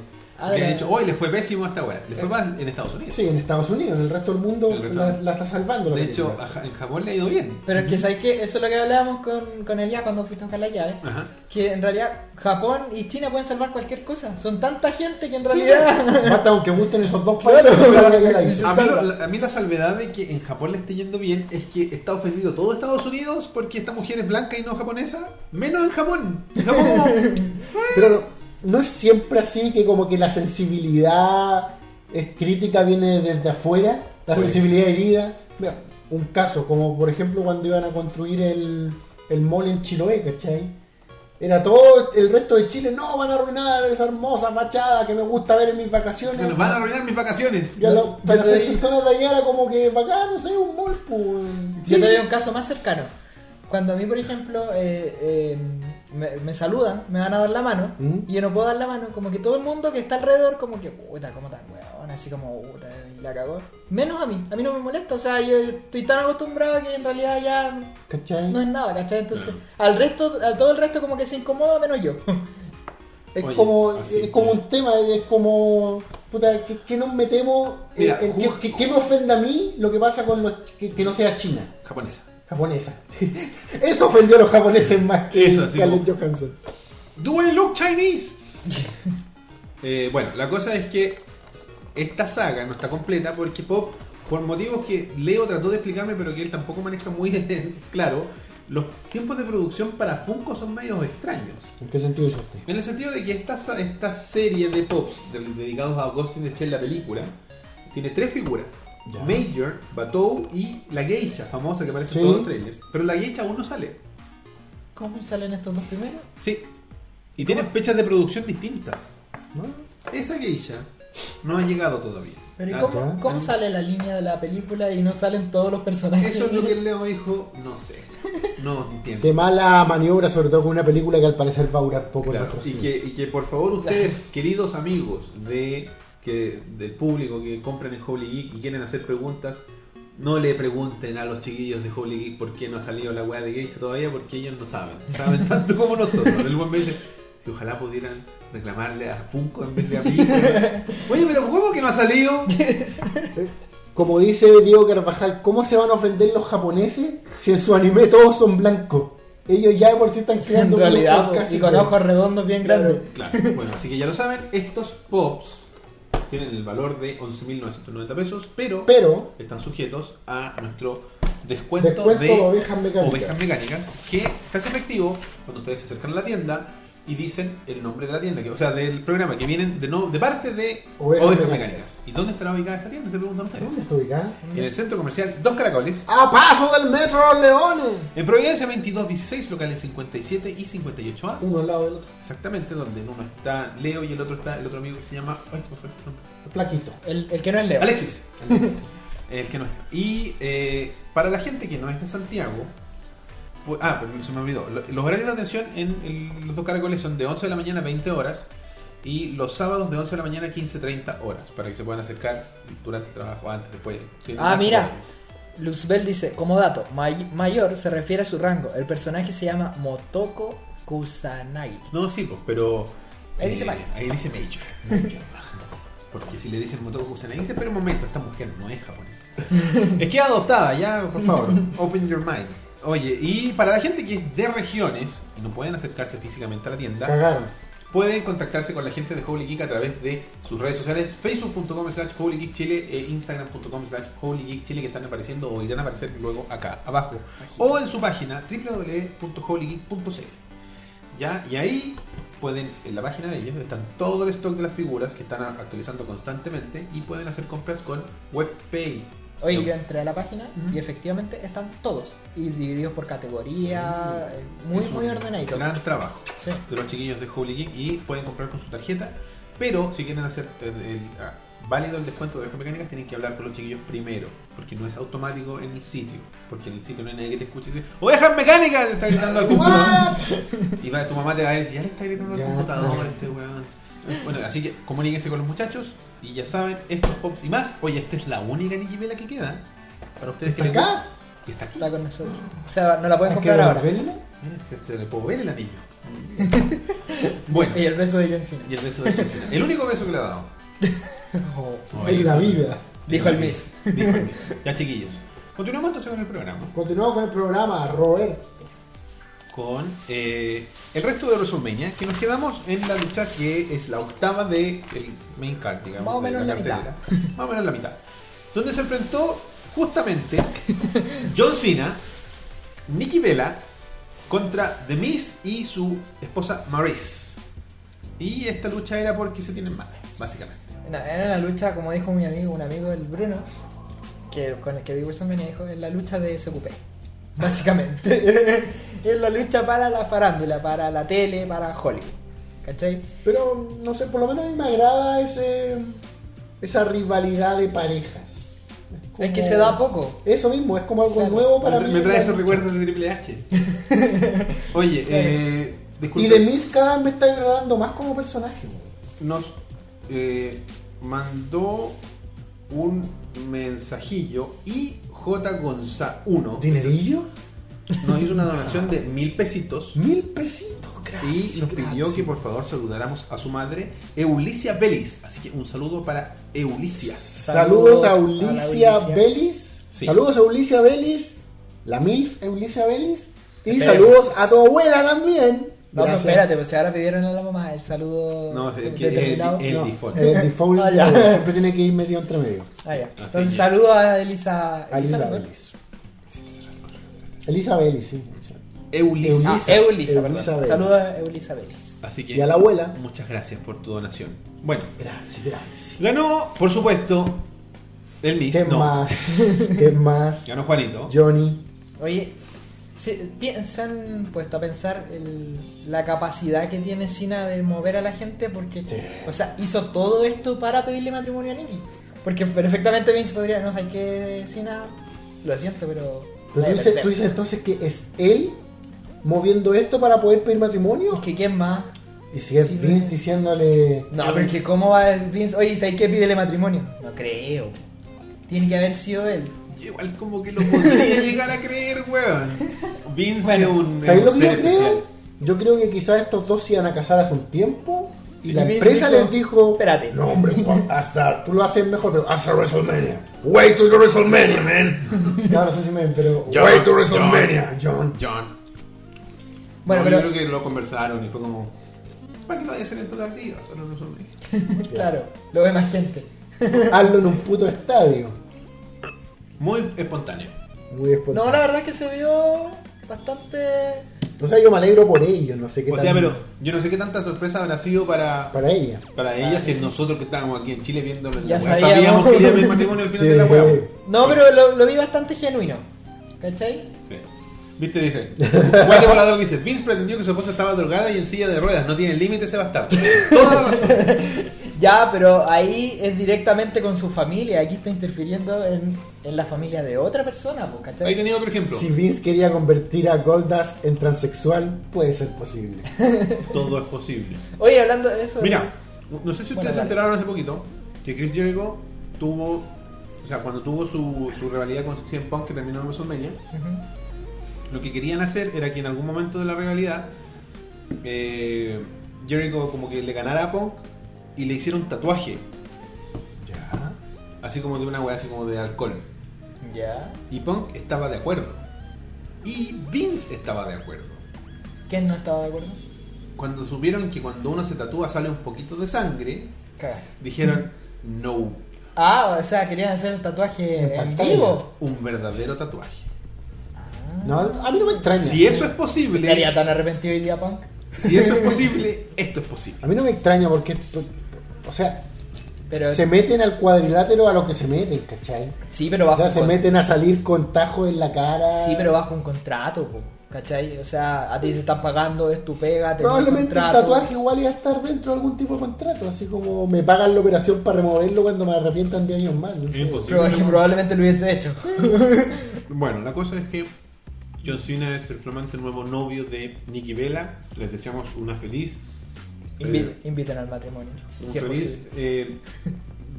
[SPEAKER 3] Ah,
[SPEAKER 1] que
[SPEAKER 3] de
[SPEAKER 1] han
[SPEAKER 3] la- Eh,
[SPEAKER 1] dicho, hoy le fue pésimo a esta weá. Le fue mal en Estados Unidos.
[SPEAKER 2] Sí, en Estados Unidos, en el resto del mundo
[SPEAKER 1] El resto-
[SPEAKER 2] la, la está salvando. la
[SPEAKER 1] De hecho,
[SPEAKER 2] película.
[SPEAKER 1] a Ja- en Japón le ha ido bien.
[SPEAKER 3] Pero es que, ¿sabes qué? Eso es lo que hablábamos con, con Elías cuando fuiste a buscar la llave.
[SPEAKER 1] Ajá.
[SPEAKER 3] Que en realidad Japón y China pueden salvar cualquier cosa. Son tanta gente que en realidad.
[SPEAKER 2] Basta aunque gusten esos dos países. pero que la hice.
[SPEAKER 1] A mí, lo- la- a mí la salvedad de que en Japón le esté yendo bien es que está ofendido todo Estados Unidos porque esta mujer es blanca y no japonesa, menos en Japón. En Japón como,
[SPEAKER 2] Pero no, no es siempre así que como que la sensibilidad es crítica viene desde afuera, la
[SPEAKER 1] Pues.
[SPEAKER 2] sensibilidad herida. Mira, un caso, como por ejemplo cuando iban a construir el, el mall en Chiloé, ¿cachai? Era todo el resto de Chile, no van a arruinar esa hermosa fachada que me gusta ver en mis vacaciones.
[SPEAKER 1] Nos van a arruinar mis vacaciones.
[SPEAKER 2] Ya lo-
[SPEAKER 3] Ya
[SPEAKER 2] las
[SPEAKER 3] te doy-
[SPEAKER 2] personas de allá era como que bacán, no sé, un mall, pues.
[SPEAKER 3] Yo te doy un caso más cercano. Cuando a mí, por ejemplo, eh, eh, me, me saludan, me van a dar la mano,
[SPEAKER 2] ¿Mm?
[SPEAKER 3] y yo no puedo dar la mano, como que todo el mundo que está alrededor, como que, puta, ¿cómo tan weón? Así como, puta, y la cagó. Menos a mí, a mí no me molesta, o sea, yo estoy tan acostumbrado que en realidad ya
[SPEAKER 2] ¿Cachai?
[SPEAKER 3] no es nada, ¿cachai? Entonces, al resto, a todo el resto como que se incomoda, menos yo.
[SPEAKER 2] Es
[SPEAKER 1] Oye,
[SPEAKER 2] como,
[SPEAKER 1] así
[SPEAKER 2] es como
[SPEAKER 1] que-
[SPEAKER 2] un tema, es como. Puta, ¿qué, qué nos metemos? en-
[SPEAKER 1] Mira,
[SPEAKER 2] en
[SPEAKER 1] ju-
[SPEAKER 2] qué- qué, qué me ofende a mí lo que pasa con los. que, que no sea China,
[SPEAKER 1] Japonesa.
[SPEAKER 2] japonesa? Eso ofendió a los japoneses más que
[SPEAKER 1] Eso, así
[SPEAKER 2] Scarlett
[SPEAKER 1] como-
[SPEAKER 2] Johansson.
[SPEAKER 1] Do I look Chinese? Eh, bueno, la cosa es que esta saga no está completa porque Pop, por motivos que Leo trató de explicarme, pero que él tampoco maneja muy claro, los tiempos de producción para Funko son medios extraños.
[SPEAKER 2] ¿En qué sentido eso usted?
[SPEAKER 1] En el sentido de que esta, sa- esta serie de Pops, del- dedicados a Ghost in the Shell, la película, tiene tres figuras.
[SPEAKER 2] Ya.
[SPEAKER 1] Major, Batou y la Geisha, famosa que aparece
[SPEAKER 2] Sí.
[SPEAKER 1] en todos los trailers. Pero la Geisha aún no sale.
[SPEAKER 3] ¿Cómo salen estos dos primeros?
[SPEAKER 1] Sí. Y tienen fechas de producción distintas.
[SPEAKER 2] ¿No?
[SPEAKER 1] Esa geisha no ha llegado todavía.
[SPEAKER 3] Pero ¿y
[SPEAKER 1] Ah,
[SPEAKER 2] Acá,
[SPEAKER 3] cómo, cómo
[SPEAKER 2] ahí.
[SPEAKER 3] sale la línea de la película y no salen todos los personajes?
[SPEAKER 1] Eso es lo que el Leo dijo, no sé. No entiendo.
[SPEAKER 2] De mala maniobra, sobre todo con una película que al parecer va a durar poco en
[SPEAKER 1] Claro,
[SPEAKER 2] nuestros
[SPEAKER 1] y,
[SPEAKER 2] cines.
[SPEAKER 1] que, y que por favor ustedes, queridos amigos de que del público que compran en Holy Geek y quieren hacer preguntas, no le pregunten a los chiquillos de Holy Geek por qué no ha salido la weá de Geisha todavía, porque ellos no saben. Saben tanto como nosotros. El buen me dice, si ojalá pudieran reclamarle a Funko en vez de a mí. Oye, pero ¿cómo que no ha salido?
[SPEAKER 2] Como dice Diego Carvajal, ¿cómo se van a ofender los japoneses si en su anime todos son blancos? Ellos ya de por sí están
[SPEAKER 3] En
[SPEAKER 2] creando un
[SPEAKER 3] realidad,
[SPEAKER 2] grupo
[SPEAKER 3] pues,
[SPEAKER 2] casi
[SPEAKER 3] y con
[SPEAKER 2] que-
[SPEAKER 3] ojos redondos bien grandes.
[SPEAKER 1] Claro, bueno, así que ya lo saben, estos pops tienen el valor de 11.990 pesos, pero
[SPEAKER 2] Pero,
[SPEAKER 1] están sujetos a nuestro descuento,
[SPEAKER 2] Descuento
[SPEAKER 1] de
[SPEAKER 2] ovejas mecánicas.
[SPEAKER 1] ovejas mecánicas, que se hace efectivo cuando ustedes se acercan a la tienda y dicen el nombre de la tienda, que, o sea, del programa, que vienen de, no, de parte de
[SPEAKER 2] Ovejas
[SPEAKER 1] Ovejas,
[SPEAKER 2] Mecánicas.
[SPEAKER 1] mecánicas. ¿Y dónde estará ubicada esta tienda? Se preguntan
[SPEAKER 2] ¿dónde
[SPEAKER 1] ustedes.
[SPEAKER 2] está ubicada?
[SPEAKER 1] En el centro comercial Dos Caracoles,
[SPEAKER 2] ¡A paso del Metro Leones!
[SPEAKER 1] en Providencia 2216, locales 57 y 58A.
[SPEAKER 2] Uno al lado del otro.
[SPEAKER 1] Exactamente, donde en uno está Leo y el otro está el otro amigo que se llama. ay, se me fue el nombre.
[SPEAKER 2] Flaquito.
[SPEAKER 3] El, el que no es Leo.
[SPEAKER 1] Alexis. el que no es. Y eh, para la gente que no está en Santiago. pues- ah, pero se me olvidó. Lo- Los horarios de atención en el- los dos caracoles son de 11 de la mañana a 20 horas. Y los sábados de 11 de la mañana a 15.30 horas. Para que se puedan acercar durante el trabajo, antes, después. Tienen
[SPEAKER 3] Ah,
[SPEAKER 1] más
[SPEAKER 3] mira.
[SPEAKER 1] horarios.
[SPEAKER 3] Luzbel dice, como dato, may- mayor se refiere a su rango. El personaje se llama Motoko Kusanagi.
[SPEAKER 1] No, sí, pues, pero. eh,
[SPEAKER 3] Ahí dice Major.
[SPEAKER 1] Ahí dice Major. Major. Porque si le dicen Motoko Kusanagi, dice, pero un momento, esta mujer no es japonesa. es que es adoptada, ya, por favor. Open your mind. Oye, y para la gente que es de regiones y no pueden acercarse físicamente a la tienda,
[SPEAKER 2] Cagaron.
[SPEAKER 1] pueden contactarse con la gente de Holy Geek a través de sus redes sociales, facebook.com slash Holy Geek Chile e instagram.com slash Holy Geek Chile que están apareciendo o irán a aparecer luego acá abajo. O en su página www.holygeek.cl ¿ya? Y ahí pueden, en la página de ellos, están todo el stock de las figuras que están a- actualizando constantemente y pueden hacer compras con WebPay.
[SPEAKER 3] Oye,
[SPEAKER 1] No.
[SPEAKER 3] yo entré a la página
[SPEAKER 1] Ujú.
[SPEAKER 3] y efectivamente están todos. Y divididos por categoría. eh, Muy,
[SPEAKER 1] Es
[SPEAKER 3] muy
[SPEAKER 1] un
[SPEAKER 3] ordenadito.
[SPEAKER 1] Gran trabajo
[SPEAKER 3] Sí.
[SPEAKER 1] de los chiquillos de Holy Geek y pueden comprar con su tarjeta, pero si quieren hacer eh, el- ah, válido el descuento de ovejas mecánicas, tienen que hablar con los chiquillos primero, porque no es automático en el sitio, porque en el sitio no hay nadie que te escuche y dice, ¡Ovejas mecánicas! Te está gritando al computador. y va, tu mamá te va a decir, ya le está gritando
[SPEAKER 2] Ya,
[SPEAKER 1] al computador
[SPEAKER 2] claro.
[SPEAKER 1] este weón. Bueno, así que comuníquense con los muchachos y ya saben, estos pops y más. Oye, esta es la única Nikibela que queda. Para ustedes que les
[SPEAKER 2] ¿Está
[SPEAKER 1] gusta-
[SPEAKER 2] acá?
[SPEAKER 1] que Está aquí.
[SPEAKER 3] Está con nosotros. O sea, no la pueden
[SPEAKER 1] Ah,
[SPEAKER 2] ¿Hay que
[SPEAKER 3] comprar ahora.
[SPEAKER 2] devolverla?
[SPEAKER 1] Mira, se- se le puedo ver el anillo. bueno.
[SPEAKER 3] Y el beso de John Cena.
[SPEAKER 1] Y el beso de Cristina. El único beso que le ha dado.
[SPEAKER 3] Oh.
[SPEAKER 2] En la vida.
[SPEAKER 3] Dijo el Miss.
[SPEAKER 1] Dijo el Miss. Ya, chiquillos. Continuamos entonces con el programa.
[SPEAKER 2] Continuamos con el programa, Robert.
[SPEAKER 1] Con eh, el resto de WrestleMania, que nos quedamos en la lucha que es la octava del main card, digamos.
[SPEAKER 3] Más o
[SPEAKER 1] de
[SPEAKER 3] menos la
[SPEAKER 1] cartelera. Más o menos la mitad. Donde se enfrentó justamente John Cena, Nikki Vela, contra The Miz y su esposa Maurice. Y esta lucha era porque se tienen mal, básicamente.
[SPEAKER 3] Era era una lucha, como dijo mi amigo, un amigo del Bruno, que, con el que Big Wilson venía dijo, es la lucha de SQP. Básicamente. es la lucha para la farándula, para la tele, para Hollywood. ¿Cachai?
[SPEAKER 2] Pero no sé, por lo menos a mí me agrada ese, esa rivalidad de parejas.
[SPEAKER 3] Es que
[SPEAKER 2] como-
[SPEAKER 3] se da poco.
[SPEAKER 2] Eso mismo, es como algo
[SPEAKER 3] Claro.
[SPEAKER 2] nuevo para mí.
[SPEAKER 1] me trae
[SPEAKER 2] la
[SPEAKER 1] esos
[SPEAKER 2] lucha.
[SPEAKER 1] recuerdos de Triple H. Oye, eh,
[SPEAKER 2] Y
[SPEAKER 1] disculpe,
[SPEAKER 2] de Miz cada vez me está agradando más como personaje. güey.
[SPEAKER 1] nos eh, mandó un mensajillo y J. Gonza 1
[SPEAKER 2] ¿Dinerillo?
[SPEAKER 1] nos hizo una donación de mil pesitos
[SPEAKER 2] Mil pesitos, gracias.
[SPEAKER 1] y nos pidió
[SPEAKER 2] Mm, gracias.
[SPEAKER 1] que por favor saludáramos a su madre, Eulicia Belis. Así que un saludo para Eulicia.
[SPEAKER 2] Saludos, a
[SPEAKER 3] Saludos a la
[SPEAKER 2] Ulicia
[SPEAKER 3] Ulicia.
[SPEAKER 2] Belis.
[SPEAKER 1] Sí.
[SPEAKER 2] Saludos a Ulicia Belis. La MILF Ulicia Belis. Y
[SPEAKER 3] Espera.
[SPEAKER 2] saludos a tu abuela también.
[SPEAKER 3] No, pero
[SPEAKER 2] Gracias.
[SPEAKER 3] espérate, pues ahora pidieron a la mamá el saludo.
[SPEAKER 1] No, es que-
[SPEAKER 3] determinado.
[SPEAKER 1] es- es- El
[SPEAKER 2] No,
[SPEAKER 1] default.
[SPEAKER 2] El default
[SPEAKER 3] Ah, ya.
[SPEAKER 2] no, siempre tiene que ir medio entre medio.
[SPEAKER 3] Ah, ya.
[SPEAKER 1] Así
[SPEAKER 3] Entonces
[SPEAKER 1] que-
[SPEAKER 3] saludo a Elisa.
[SPEAKER 2] Elisa
[SPEAKER 3] ¿no?
[SPEAKER 2] Belis. Elisa Belis, sí.
[SPEAKER 1] Eulicia.
[SPEAKER 3] Ah, Eulisa, perdón.
[SPEAKER 2] Eulisa Belis.
[SPEAKER 3] Saludo a Eulisa Belis.
[SPEAKER 1] Así que
[SPEAKER 2] Y a la abuela.
[SPEAKER 1] muchas gracias por tu donación. Bueno,
[SPEAKER 2] Gracias, gracias.
[SPEAKER 1] ganó, por supuesto, el Miss.
[SPEAKER 2] ¿Qué
[SPEAKER 1] no.
[SPEAKER 2] más? ¿Qué más?
[SPEAKER 1] Ganó Juanito.
[SPEAKER 2] Johnny.
[SPEAKER 3] Oye, ¿se, pi- se han puesto pues, a pensar el- la capacidad que tiene Sina de mover a la gente? Porque,
[SPEAKER 2] Sí.
[SPEAKER 3] o sea, hizo todo esto para pedirle matrimonio a Nikki. Porque perfectamente Vince podría, no sé qué, Sina, lo siento, pero.
[SPEAKER 2] Pero
[SPEAKER 3] la
[SPEAKER 2] tú,
[SPEAKER 3] de
[SPEAKER 2] dices,
[SPEAKER 3] perder.
[SPEAKER 2] tú dices entonces que es él moviendo esto para poder pedir matrimonio.
[SPEAKER 3] Es que quién más.
[SPEAKER 2] Y si es
[SPEAKER 3] Sí,
[SPEAKER 2] Vince
[SPEAKER 3] pero-
[SPEAKER 2] diciéndole.
[SPEAKER 3] No, pero es que cómo va el Vince. Oye, ¿sabes qué? Pídele matrimonio. No creo. Tiene que haber sido él.
[SPEAKER 1] Igual como que lo podría llegar a creer, weón. Vince
[SPEAKER 3] Bueno,
[SPEAKER 1] es un, es
[SPEAKER 2] ¿Sabes
[SPEAKER 1] un
[SPEAKER 2] lo que
[SPEAKER 1] ser
[SPEAKER 2] yo creo?
[SPEAKER 1] especial.
[SPEAKER 2] Yo creo que quizás estos dos se iban a casar hace un tiempo y
[SPEAKER 3] Y
[SPEAKER 2] la
[SPEAKER 3] Vince
[SPEAKER 2] empresa
[SPEAKER 3] dijo,
[SPEAKER 2] les dijo:
[SPEAKER 3] "Espérate".
[SPEAKER 2] No, hombre, Juan, hasta tú lo haces mejor, pero hasta WrestleMania. Wait to the WrestleMania, man. No, no sé si me ven, pero.
[SPEAKER 1] John,
[SPEAKER 2] Wait to WrestleMania, John.
[SPEAKER 1] John.
[SPEAKER 3] Bueno,
[SPEAKER 1] No,
[SPEAKER 3] pero.
[SPEAKER 1] Yo creo que lo conversaron y fue como... ¿Para qué lo vaya a hacer en todo el día? Solo no son
[SPEAKER 3] Claro, lo ve más gente.
[SPEAKER 2] Hazlo en un puto estadio.
[SPEAKER 1] Muy espontáneo.
[SPEAKER 2] Muy espontáneo.
[SPEAKER 3] No, la verdad es que se vio bastante.
[SPEAKER 2] O sea, yo me alegro por ellos, no sé qué
[SPEAKER 1] O
[SPEAKER 2] tal
[SPEAKER 1] sea, pero yo no sé qué tanta sorpresa habrá sido para...
[SPEAKER 2] Para ella.
[SPEAKER 1] Para ella, si nosotros que estábamos aquí en Chile viendo la
[SPEAKER 3] Ya
[SPEAKER 1] weá,
[SPEAKER 3] sabíamos.
[SPEAKER 1] sabíamos que iba a haber matrimonio al final de la
[SPEAKER 2] Sí.
[SPEAKER 1] weá.
[SPEAKER 3] No, pero lo, lo vi bastante genuino. ¿Cachai?
[SPEAKER 1] Sí. Viste, dice. Guate volador dice: Vince pretendió que su esposa estaba drogada y en silla de ruedas. No tiene límite ese bastardo. Toda la razón.
[SPEAKER 3] Ya, pero ahí es directamente con su familia. Aquí está interfiriendo en, en la familia de otra persona, pues, ¿cachai?
[SPEAKER 1] Ahí tenía otro ejemplo.
[SPEAKER 2] Si Vince quería convertir a Goldust en transexual, puede ser posible.
[SPEAKER 1] Todo es posible.
[SPEAKER 3] Oye, hablando de eso.
[SPEAKER 1] Mira, no sé si ustedes
[SPEAKER 3] Bueno,
[SPEAKER 1] se
[SPEAKER 3] dale.
[SPEAKER 1] enteraron hace poquito que Chris Jericho tuvo. O sea, cuando tuvo su, su rivalidad con CM Punk, que terminó en WrestleMania,
[SPEAKER 3] Ujú.
[SPEAKER 1] lo que querían hacer era que en algún momento de la rivalidad, eh, Jericho como que le ganara a Punk y le hiciera un tatuaje,
[SPEAKER 2] ya.
[SPEAKER 1] así como de una weá, así como de alcohol.
[SPEAKER 3] Ya.
[SPEAKER 1] Y Punk estaba de acuerdo. Y Vince estaba de acuerdo.
[SPEAKER 3] ¿Quién no estaba de acuerdo?
[SPEAKER 1] Cuando supieron que cuando uno se tatúa sale un poquito de sangre,
[SPEAKER 3] Caga.
[SPEAKER 1] dijeron, no,
[SPEAKER 3] Ah, o sea, querían hacer el tatuaje
[SPEAKER 2] En
[SPEAKER 3] en,
[SPEAKER 2] pantalla.
[SPEAKER 3] vivo.
[SPEAKER 1] un verdadero tatuaje.
[SPEAKER 2] No, a mí no me extraña.
[SPEAKER 1] Si eso es
[SPEAKER 3] Estaría
[SPEAKER 1] posible,
[SPEAKER 3] tan arrepentido hoy día, punk.
[SPEAKER 1] si eso es posible, esto es posible.
[SPEAKER 2] A mí no me extraña porque, o sea,
[SPEAKER 3] Pero
[SPEAKER 2] se meten al cuadrilátero a lo que se meten, ¿cachai?
[SPEAKER 3] sí, pero
[SPEAKER 2] O
[SPEAKER 3] bajo
[SPEAKER 2] sea,
[SPEAKER 3] un
[SPEAKER 2] se
[SPEAKER 3] con-
[SPEAKER 2] meten a salir con tajos en la cara.
[SPEAKER 3] Sí, pero bajo un contrato, po, ¿cachai? O sea, a ti te están pagando, es tu pega, te
[SPEAKER 2] Probablemente el tatuaje igual iba a estar dentro de algún tipo de contrato, así como me pagan la operación para removerlo cuando me arrepientan de años más. no sé.
[SPEAKER 3] probablemente lo hubiese hecho.
[SPEAKER 1] Bueno, la cosa es que John Cena es el flamante nuevo novio de Nikki Vela. Les deseamos una feliz.
[SPEAKER 3] Invi-
[SPEAKER 1] eh,
[SPEAKER 3] Inviten al matrimonio.
[SPEAKER 1] un
[SPEAKER 3] si es
[SPEAKER 1] feliz,
[SPEAKER 3] posible.
[SPEAKER 1] eh,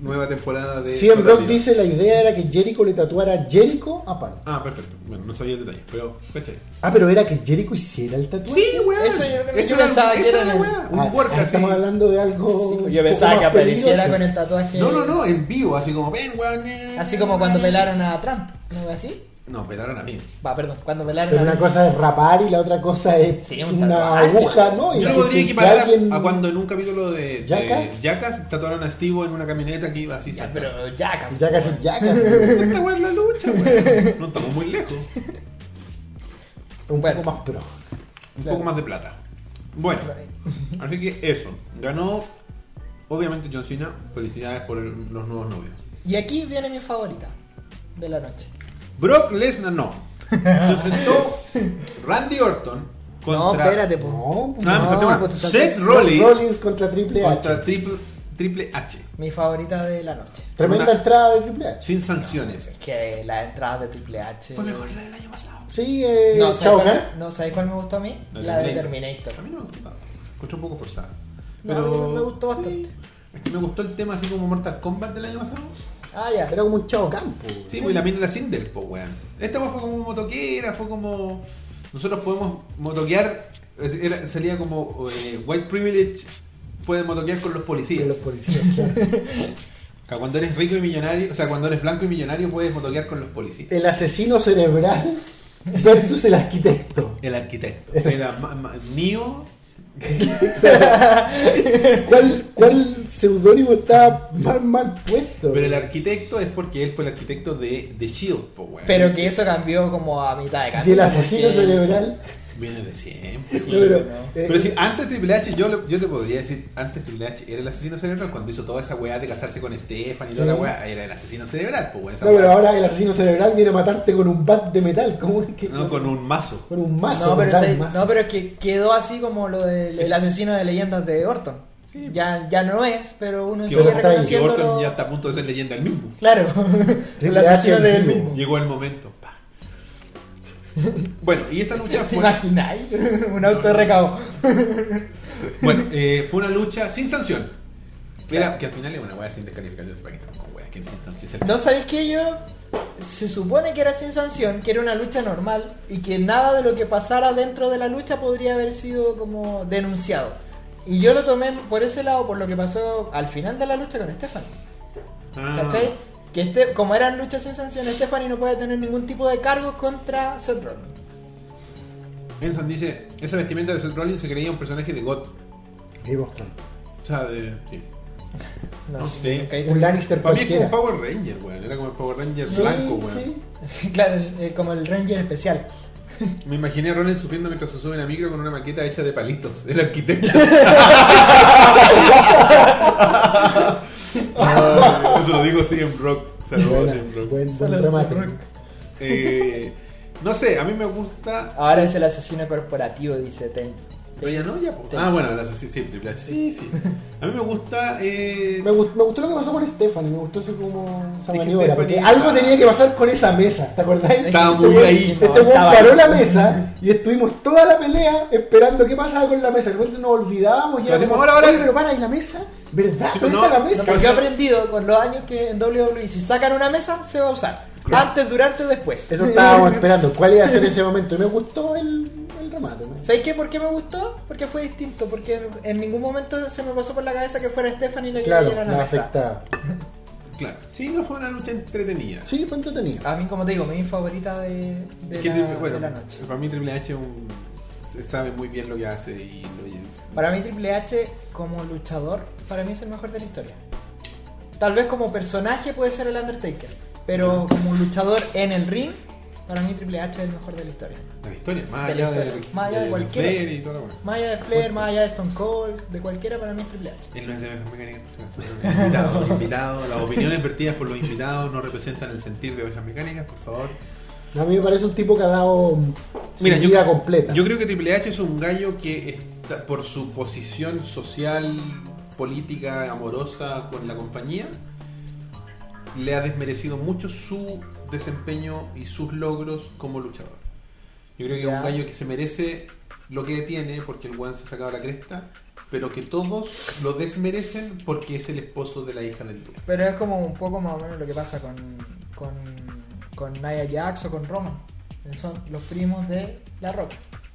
[SPEAKER 1] nueva temporada de.
[SPEAKER 2] CM Rock
[SPEAKER 1] Total Divas.
[SPEAKER 2] dice la idea era que Jericho le tatuara Jericho a Pan.
[SPEAKER 1] Ah, perfecto. Bueno, no sabía el detalle, pero. ¿cachai?
[SPEAKER 2] Ah, pero era que Jericho hiciera el tatuaje.
[SPEAKER 1] Sí, weón.
[SPEAKER 3] Eso yo creo que
[SPEAKER 1] Eso
[SPEAKER 3] yo
[SPEAKER 1] era-
[SPEAKER 3] pensaba
[SPEAKER 1] eso
[SPEAKER 3] que
[SPEAKER 1] era
[SPEAKER 3] era
[SPEAKER 1] la
[SPEAKER 3] en-
[SPEAKER 1] weá,
[SPEAKER 2] Ah,
[SPEAKER 1] Un work
[SPEAKER 2] ah, pues,
[SPEAKER 1] así.
[SPEAKER 2] Estamos hablando de algo. un
[SPEAKER 3] Yo
[SPEAKER 2] poco
[SPEAKER 3] pensaba
[SPEAKER 2] más
[SPEAKER 3] que apareciera
[SPEAKER 2] peligroso.
[SPEAKER 3] con el tatuaje.
[SPEAKER 1] No, no, no, en vivo, así como, ven, weón. eh".
[SPEAKER 3] Así como cuando pelaron a Trump, ¿no es así?
[SPEAKER 1] No, pelaron a Vince.
[SPEAKER 3] Va, perdón, cuando pelaron
[SPEAKER 2] Pero
[SPEAKER 3] a
[SPEAKER 2] una
[SPEAKER 3] Vince.
[SPEAKER 2] cosa es rapar y la otra cosa es
[SPEAKER 3] Sí, un
[SPEAKER 2] una
[SPEAKER 3] tatuaje.
[SPEAKER 2] aguja, ¿no? Y
[SPEAKER 1] Yo
[SPEAKER 2] que-
[SPEAKER 1] lo podría
[SPEAKER 2] que
[SPEAKER 1] equiparar a-
[SPEAKER 2] alguien-
[SPEAKER 1] a, cuando en un capítulo de de
[SPEAKER 2] ¿Jackass?
[SPEAKER 1] Jackass tatuaron a Steve en una camioneta que iba así.
[SPEAKER 3] Ya,
[SPEAKER 1] saltando.
[SPEAKER 3] pero ya casi.
[SPEAKER 2] Ya casi,
[SPEAKER 3] weón.
[SPEAKER 2] ya casi.
[SPEAKER 1] Esta weón es la lucha, weón. No estamos muy lejos.
[SPEAKER 2] Un
[SPEAKER 3] Bueno.
[SPEAKER 2] poco más pro.
[SPEAKER 1] Un
[SPEAKER 3] Claro.
[SPEAKER 1] poco más de plata. Bueno, así que eso. Ganó, obviamente, John Cena. Felicidades por el- los nuevos novios.
[SPEAKER 3] Y aquí viene mi favorita. de la noche.
[SPEAKER 1] Brock Lesnar no. Se enfrentó Randy Orton
[SPEAKER 4] No,
[SPEAKER 1] contra,
[SPEAKER 4] espérate, po.
[SPEAKER 2] No, pues,
[SPEAKER 1] Ah, me salté una.
[SPEAKER 2] pues,
[SPEAKER 4] Seth
[SPEAKER 2] Seth
[SPEAKER 1] Rollins.
[SPEAKER 2] contra Triple H.
[SPEAKER 1] contra triple, triple H.
[SPEAKER 3] Mi favorita de la noche.
[SPEAKER 2] Tremenda
[SPEAKER 1] Una-
[SPEAKER 2] entrada de Triple H.
[SPEAKER 1] Sin sanciones.
[SPEAKER 3] Que las entradas de Triple H.
[SPEAKER 1] Fue mejor la del año pasado.
[SPEAKER 2] Sí, eh,
[SPEAKER 3] No,
[SPEAKER 2] Shao
[SPEAKER 3] ¿sabes cuál,
[SPEAKER 2] Kahn.
[SPEAKER 3] no, ¿sabes cuál me gustó a mí?
[SPEAKER 1] La
[SPEAKER 3] La de
[SPEAKER 1] Terminator.
[SPEAKER 3] Terminator.
[SPEAKER 1] A mí no me gustaba. Escuché un poco forzada.
[SPEAKER 3] No,
[SPEAKER 1] Pero
[SPEAKER 3] a mí me gustó bastante.
[SPEAKER 1] Sí. Es que me gustó el tema así como Mortal Kombat del año pasado.
[SPEAKER 3] Ah, ya.
[SPEAKER 2] Era como un Chao Kahn, po.
[SPEAKER 1] Sí, pues y la mina era Cinder, po, weón. Esta weón fue como motoquera, fue como. Nosotros podemos motoquear. es- era- salía como eh, White Privilege puede motoquear con los policías.
[SPEAKER 2] De los policías, claro.
[SPEAKER 1] O sea, cuando eres rico y millonario, o sea, cuando eres blanco y millonario puedes motoquear con los policías.
[SPEAKER 2] El asesino cerebral versus el arquitecto.
[SPEAKER 1] El arquitecto. Era ma- ma- Neo.
[SPEAKER 2] ¿Cuál, cuál seudónimo está mal, mal puesto?
[SPEAKER 1] Pero el arquitecto es porque él fue el arquitecto de The Shield, po, weón.
[SPEAKER 3] Pero que eso cambió como a mitad de
[SPEAKER 2] y
[SPEAKER 3] canto.
[SPEAKER 2] el asesino
[SPEAKER 3] porque-
[SPEAKER 2] cerebral.
[SPEAKER 1] Viene de siempre.
[SPEAKER 2] No,
[SPEAKER 1] sí.
[SPEAKER 2] pero, eh,
[SPEAKER 1] Pero si antes Triple H, yo, le- yo te podría decir, antes Triple H era el asesino cerebral cuando hizo toda esa weá de casarse con Stefan y toda
[SPEAKER 2] Sí.
[SPEAKER 1] la weá, era el asesino cerebral, pues weón, esa
[SPEAKER 2] no, pero
[SPEAKER 1] weá.
[SPEAKER 2] ahora el asesino cerebral viene a matarte con un bat de metal. ¿Cómo es que?
[SPEAKER 1] No, con un mazo.
[SPEAKER 2] con un mazo.
[SPEAKER 3] No,
[SPEAKER 2] con
[SPEAKER 3] pero,
[SPEAKER 2] un
[SPEAKER 3] ese-
[SPEAKER 2] mazo.
[SPEAKER 3] no, pero es que quedó así como lo del el
[SPEAKER 1] Es-
[SPEAKER 3] asesino de leyendas de Orton.
[SPEAKER 1] Sí.
[SPEAKER 3] Ya, ya no es, pero uno
[SPEAKER 1] Que
[SPEAKER 2] sigue
[SPEAKER 3] sigue
[SPEAKER 2] Orton-
[SPEAKER 1] Orton, que
[SPEAKER 3] reconociéndolo.
[SPEAKER 1] Orton ya está a punto de ser leyenda el mismo.
[SPEAKER 3] Claro, el
[SPEAKER 2] Triple H
[SPEAKER 3] asesino
[SPEAKER 2] en
[SPEAKER 3] del
[SPEAKER 2] vivo.
[SPEAKER 3] mismo.
[SPEAKER 1] Llegó el momento. pa. Bueno, y esta lucha
[SPEAKER 3] ¿Te
[SPEAKER 1] fue,
[SPEAKER 3] imagináis? Un auto de recabo.
[SPEAKER 1] bueno, eh, fue una lucha sin sanción. Era, que al final es una weá sin descalificar, yo sé para qué estamos con weá, que sin sanción.
[SPEAKER 3] ¿No sabéis que yo? Se supone que era sin sanción, que era una lucha normal y que nada de lo que pasara dentro de la lucha podría haber sido como denunciado. Y yo lo tomé por ese lado, por lo que pasó al final de la lucha con Estefan.
[SPEAKER 1] Ah.
[SPEAKER 3] ¿Cachai? Que este, como eran luchas sin sanción, Stephanie no puede tener ningún tipo de cargo contra Seth Rollins.
[SPEAKER 1] Benson dice, esa vestimenta de Seth Rollins se creía un personaje de God.
[SPEAKER 2] Ahí mostrando.
[SPEAKER 1] O sea, de... Sí. No
[SPEAKER 3] sí,
[SPEAKER 1] sé.
[SPEAKER 3] nunca hice-
[SPEAKER 2] Un Lannister
[SPEAKER 1] Para mí es como
[SPEAKER 2] cualquiera.
[SPEAKER 1] un Power Ranger, weón. Era como el Power Ranger
[SPEAKER 2] Sí,
[SPEAKER 1] blanco, weón.
[SPEAKER 2] sí.
[SPEAKER 3] Claro, el- el- como el Ranger especial.
[SPEAKER 1] Me imaginé a Rollins sufriendo mientras se sube en la micro con una maqueta hecha de palitos. El arquitecto. Ah, Eso lo digo así en rock. Saludos
[SPEAKER 2] Buena,
[SPEAKER 1] en rock.
[SPEAKER 2] Buen, buen
[SPEAKER 3] Solo
[SPEAKER 2] remate.
[SPEAKER 3] Seth Rollins.
[SPEAKER 1] Eh, no sé, a mí me gusta.
[SPEAKER 3] Ahora es el asesino corporativo, dice Ten.
[SPEAKER 1] Pero ya no, ya. po. Ah, bueno, la, sí, sí, Triple H, sí, sí. A mí me gusta. Eh,
[SPEAKER 2] Me gustó, me gustó lo que pasó con Stephanie, me gustó ese como esa
[SPEAKER 1] Es que
[SPEAKER 2] maniobra, porque
[SPEAKER 1] Stephanie-
[SPEAKER 2] algo tenía que pasar con esa mesa, ¿te acordáis?
[SPEAKER 1] Estaba
[SPEAKER 2] Este
[SPEAKER 1] muy
[SPEAKER 2] weón-
[SPEAKER 1] ahí,
[SPEAKER 2] Este
[SPEAKER 3] no,
[SPEAKER 2] weón
[SPEAKER 3] estaba
[SPEAKER 2] paró
[SPEAKER 3] ahí.
[SPEAKER 2] la mesa y estuvimos toda la pelea esperando qué pasaba con la mesa. De repente nos olvidábamos y
[SPEAKER 1] Pero
[SPEAKER 2] era como,
[SPEAKER 1] decimos, "Ahora, ahora".
[SPEAKER 2] "Oye, pero para, ¿y la mesa? ¿Verdad?
[SPEAKER 1] Chicos,
[SPEAKER 2] ¿Dónde
[SPEAKER 1] no,
[SPEAKER 2] está la
[SPEAKER 1] no, pues,
[SPEAKER 2] mesa?
[SPEAKER 3] Lo que yo he aprendido con los años que en WWE, si sacan una mesa, se va a usar. Antes, durante o después.
[SPEAKER 2] Eso estábamos esperando, cuál iba a ser ese momento. Y me gustó el, el remate. ¿no?
[SPEAKER 3] ¿Sabéis qué? ¿Por qué me gustó? Porque fue distinto. Porque en ningún momento se me pasó por la cabeza que fuera Stephanie la que
[SPEAKER 2] Claro,
[SPEAKER 3] diera la
[SPEAKER 2] me
[SPEAKER 3] mesa.
[SPEAKER 2] afectaba.
[SPEAKER 1] claro. Sí, no fue una lucha entretenida.
[SPEAKER 2] Sí, fue entretenido.
[SPEAKER 3] A mí, como te digo, mi favorita de, de
[SPEAKER 1] Es que
[SPEAKER 3] la,
[SPEAKER 1] Triple- bueno,
[SPEAKER 3] de la noche.
[SPEAKER 1] Para mí Triple H es un- se sabe muy bien lo que hace y lo y-
[SPEAKER 3] Para mí, Triple H como luchador, para mí es el mejor de la historia. Tal vez como personaje puede ser el Undertaker, pero como luchador en el ring, para mí Triple H es el mejor de la historia.
[SPEAKER 1] la historia, más
[SPEAKER 3] De la
[SPEAKER 1] allá de,
[SPEAKER 3] historia, más allá de
[SPEAKER 1] del
[SPEAKER 3] cualquiera.
[SPEAKER 1] Flair y toda la buena.
[SPEAKER 3] Más allá de Flair, más allá de Stone Cold, de cualquiera, para mí es Triple H.
[SPEAKER 1] Él no es de Abejas Mecánicas, por si acaso. invitado, invitado. Las opiniones vertidas por los invitados no representan el sentir de Ovejas Mecánicas, por favor.
[SPEAKER 2] A mí me parece un tipo que ha dado su
[SPEAKER 1] Mira, yo-
[SPEAKER 2] vida completa.
[SPEAKER 1] Yo creo que Triple H es un gallo que está- por su posición social, política, amorosa con la compañía, le ha desmerecido mucho su desempeño y sus logros como luchador. Yo creo que es
[SPEAKER 3] Ya.
[SPEAKER 1] un gallo que se merece lo que tiene porque el weón se ha sacado la cresta, pero que todos lo desmerecen porque es el esposo de la hija del dueño.
[SPEAKER 3] Pero es como un poco más o menos lo que pasa con, con, con Nia Jax o con Roman. Son los primos de La Roca.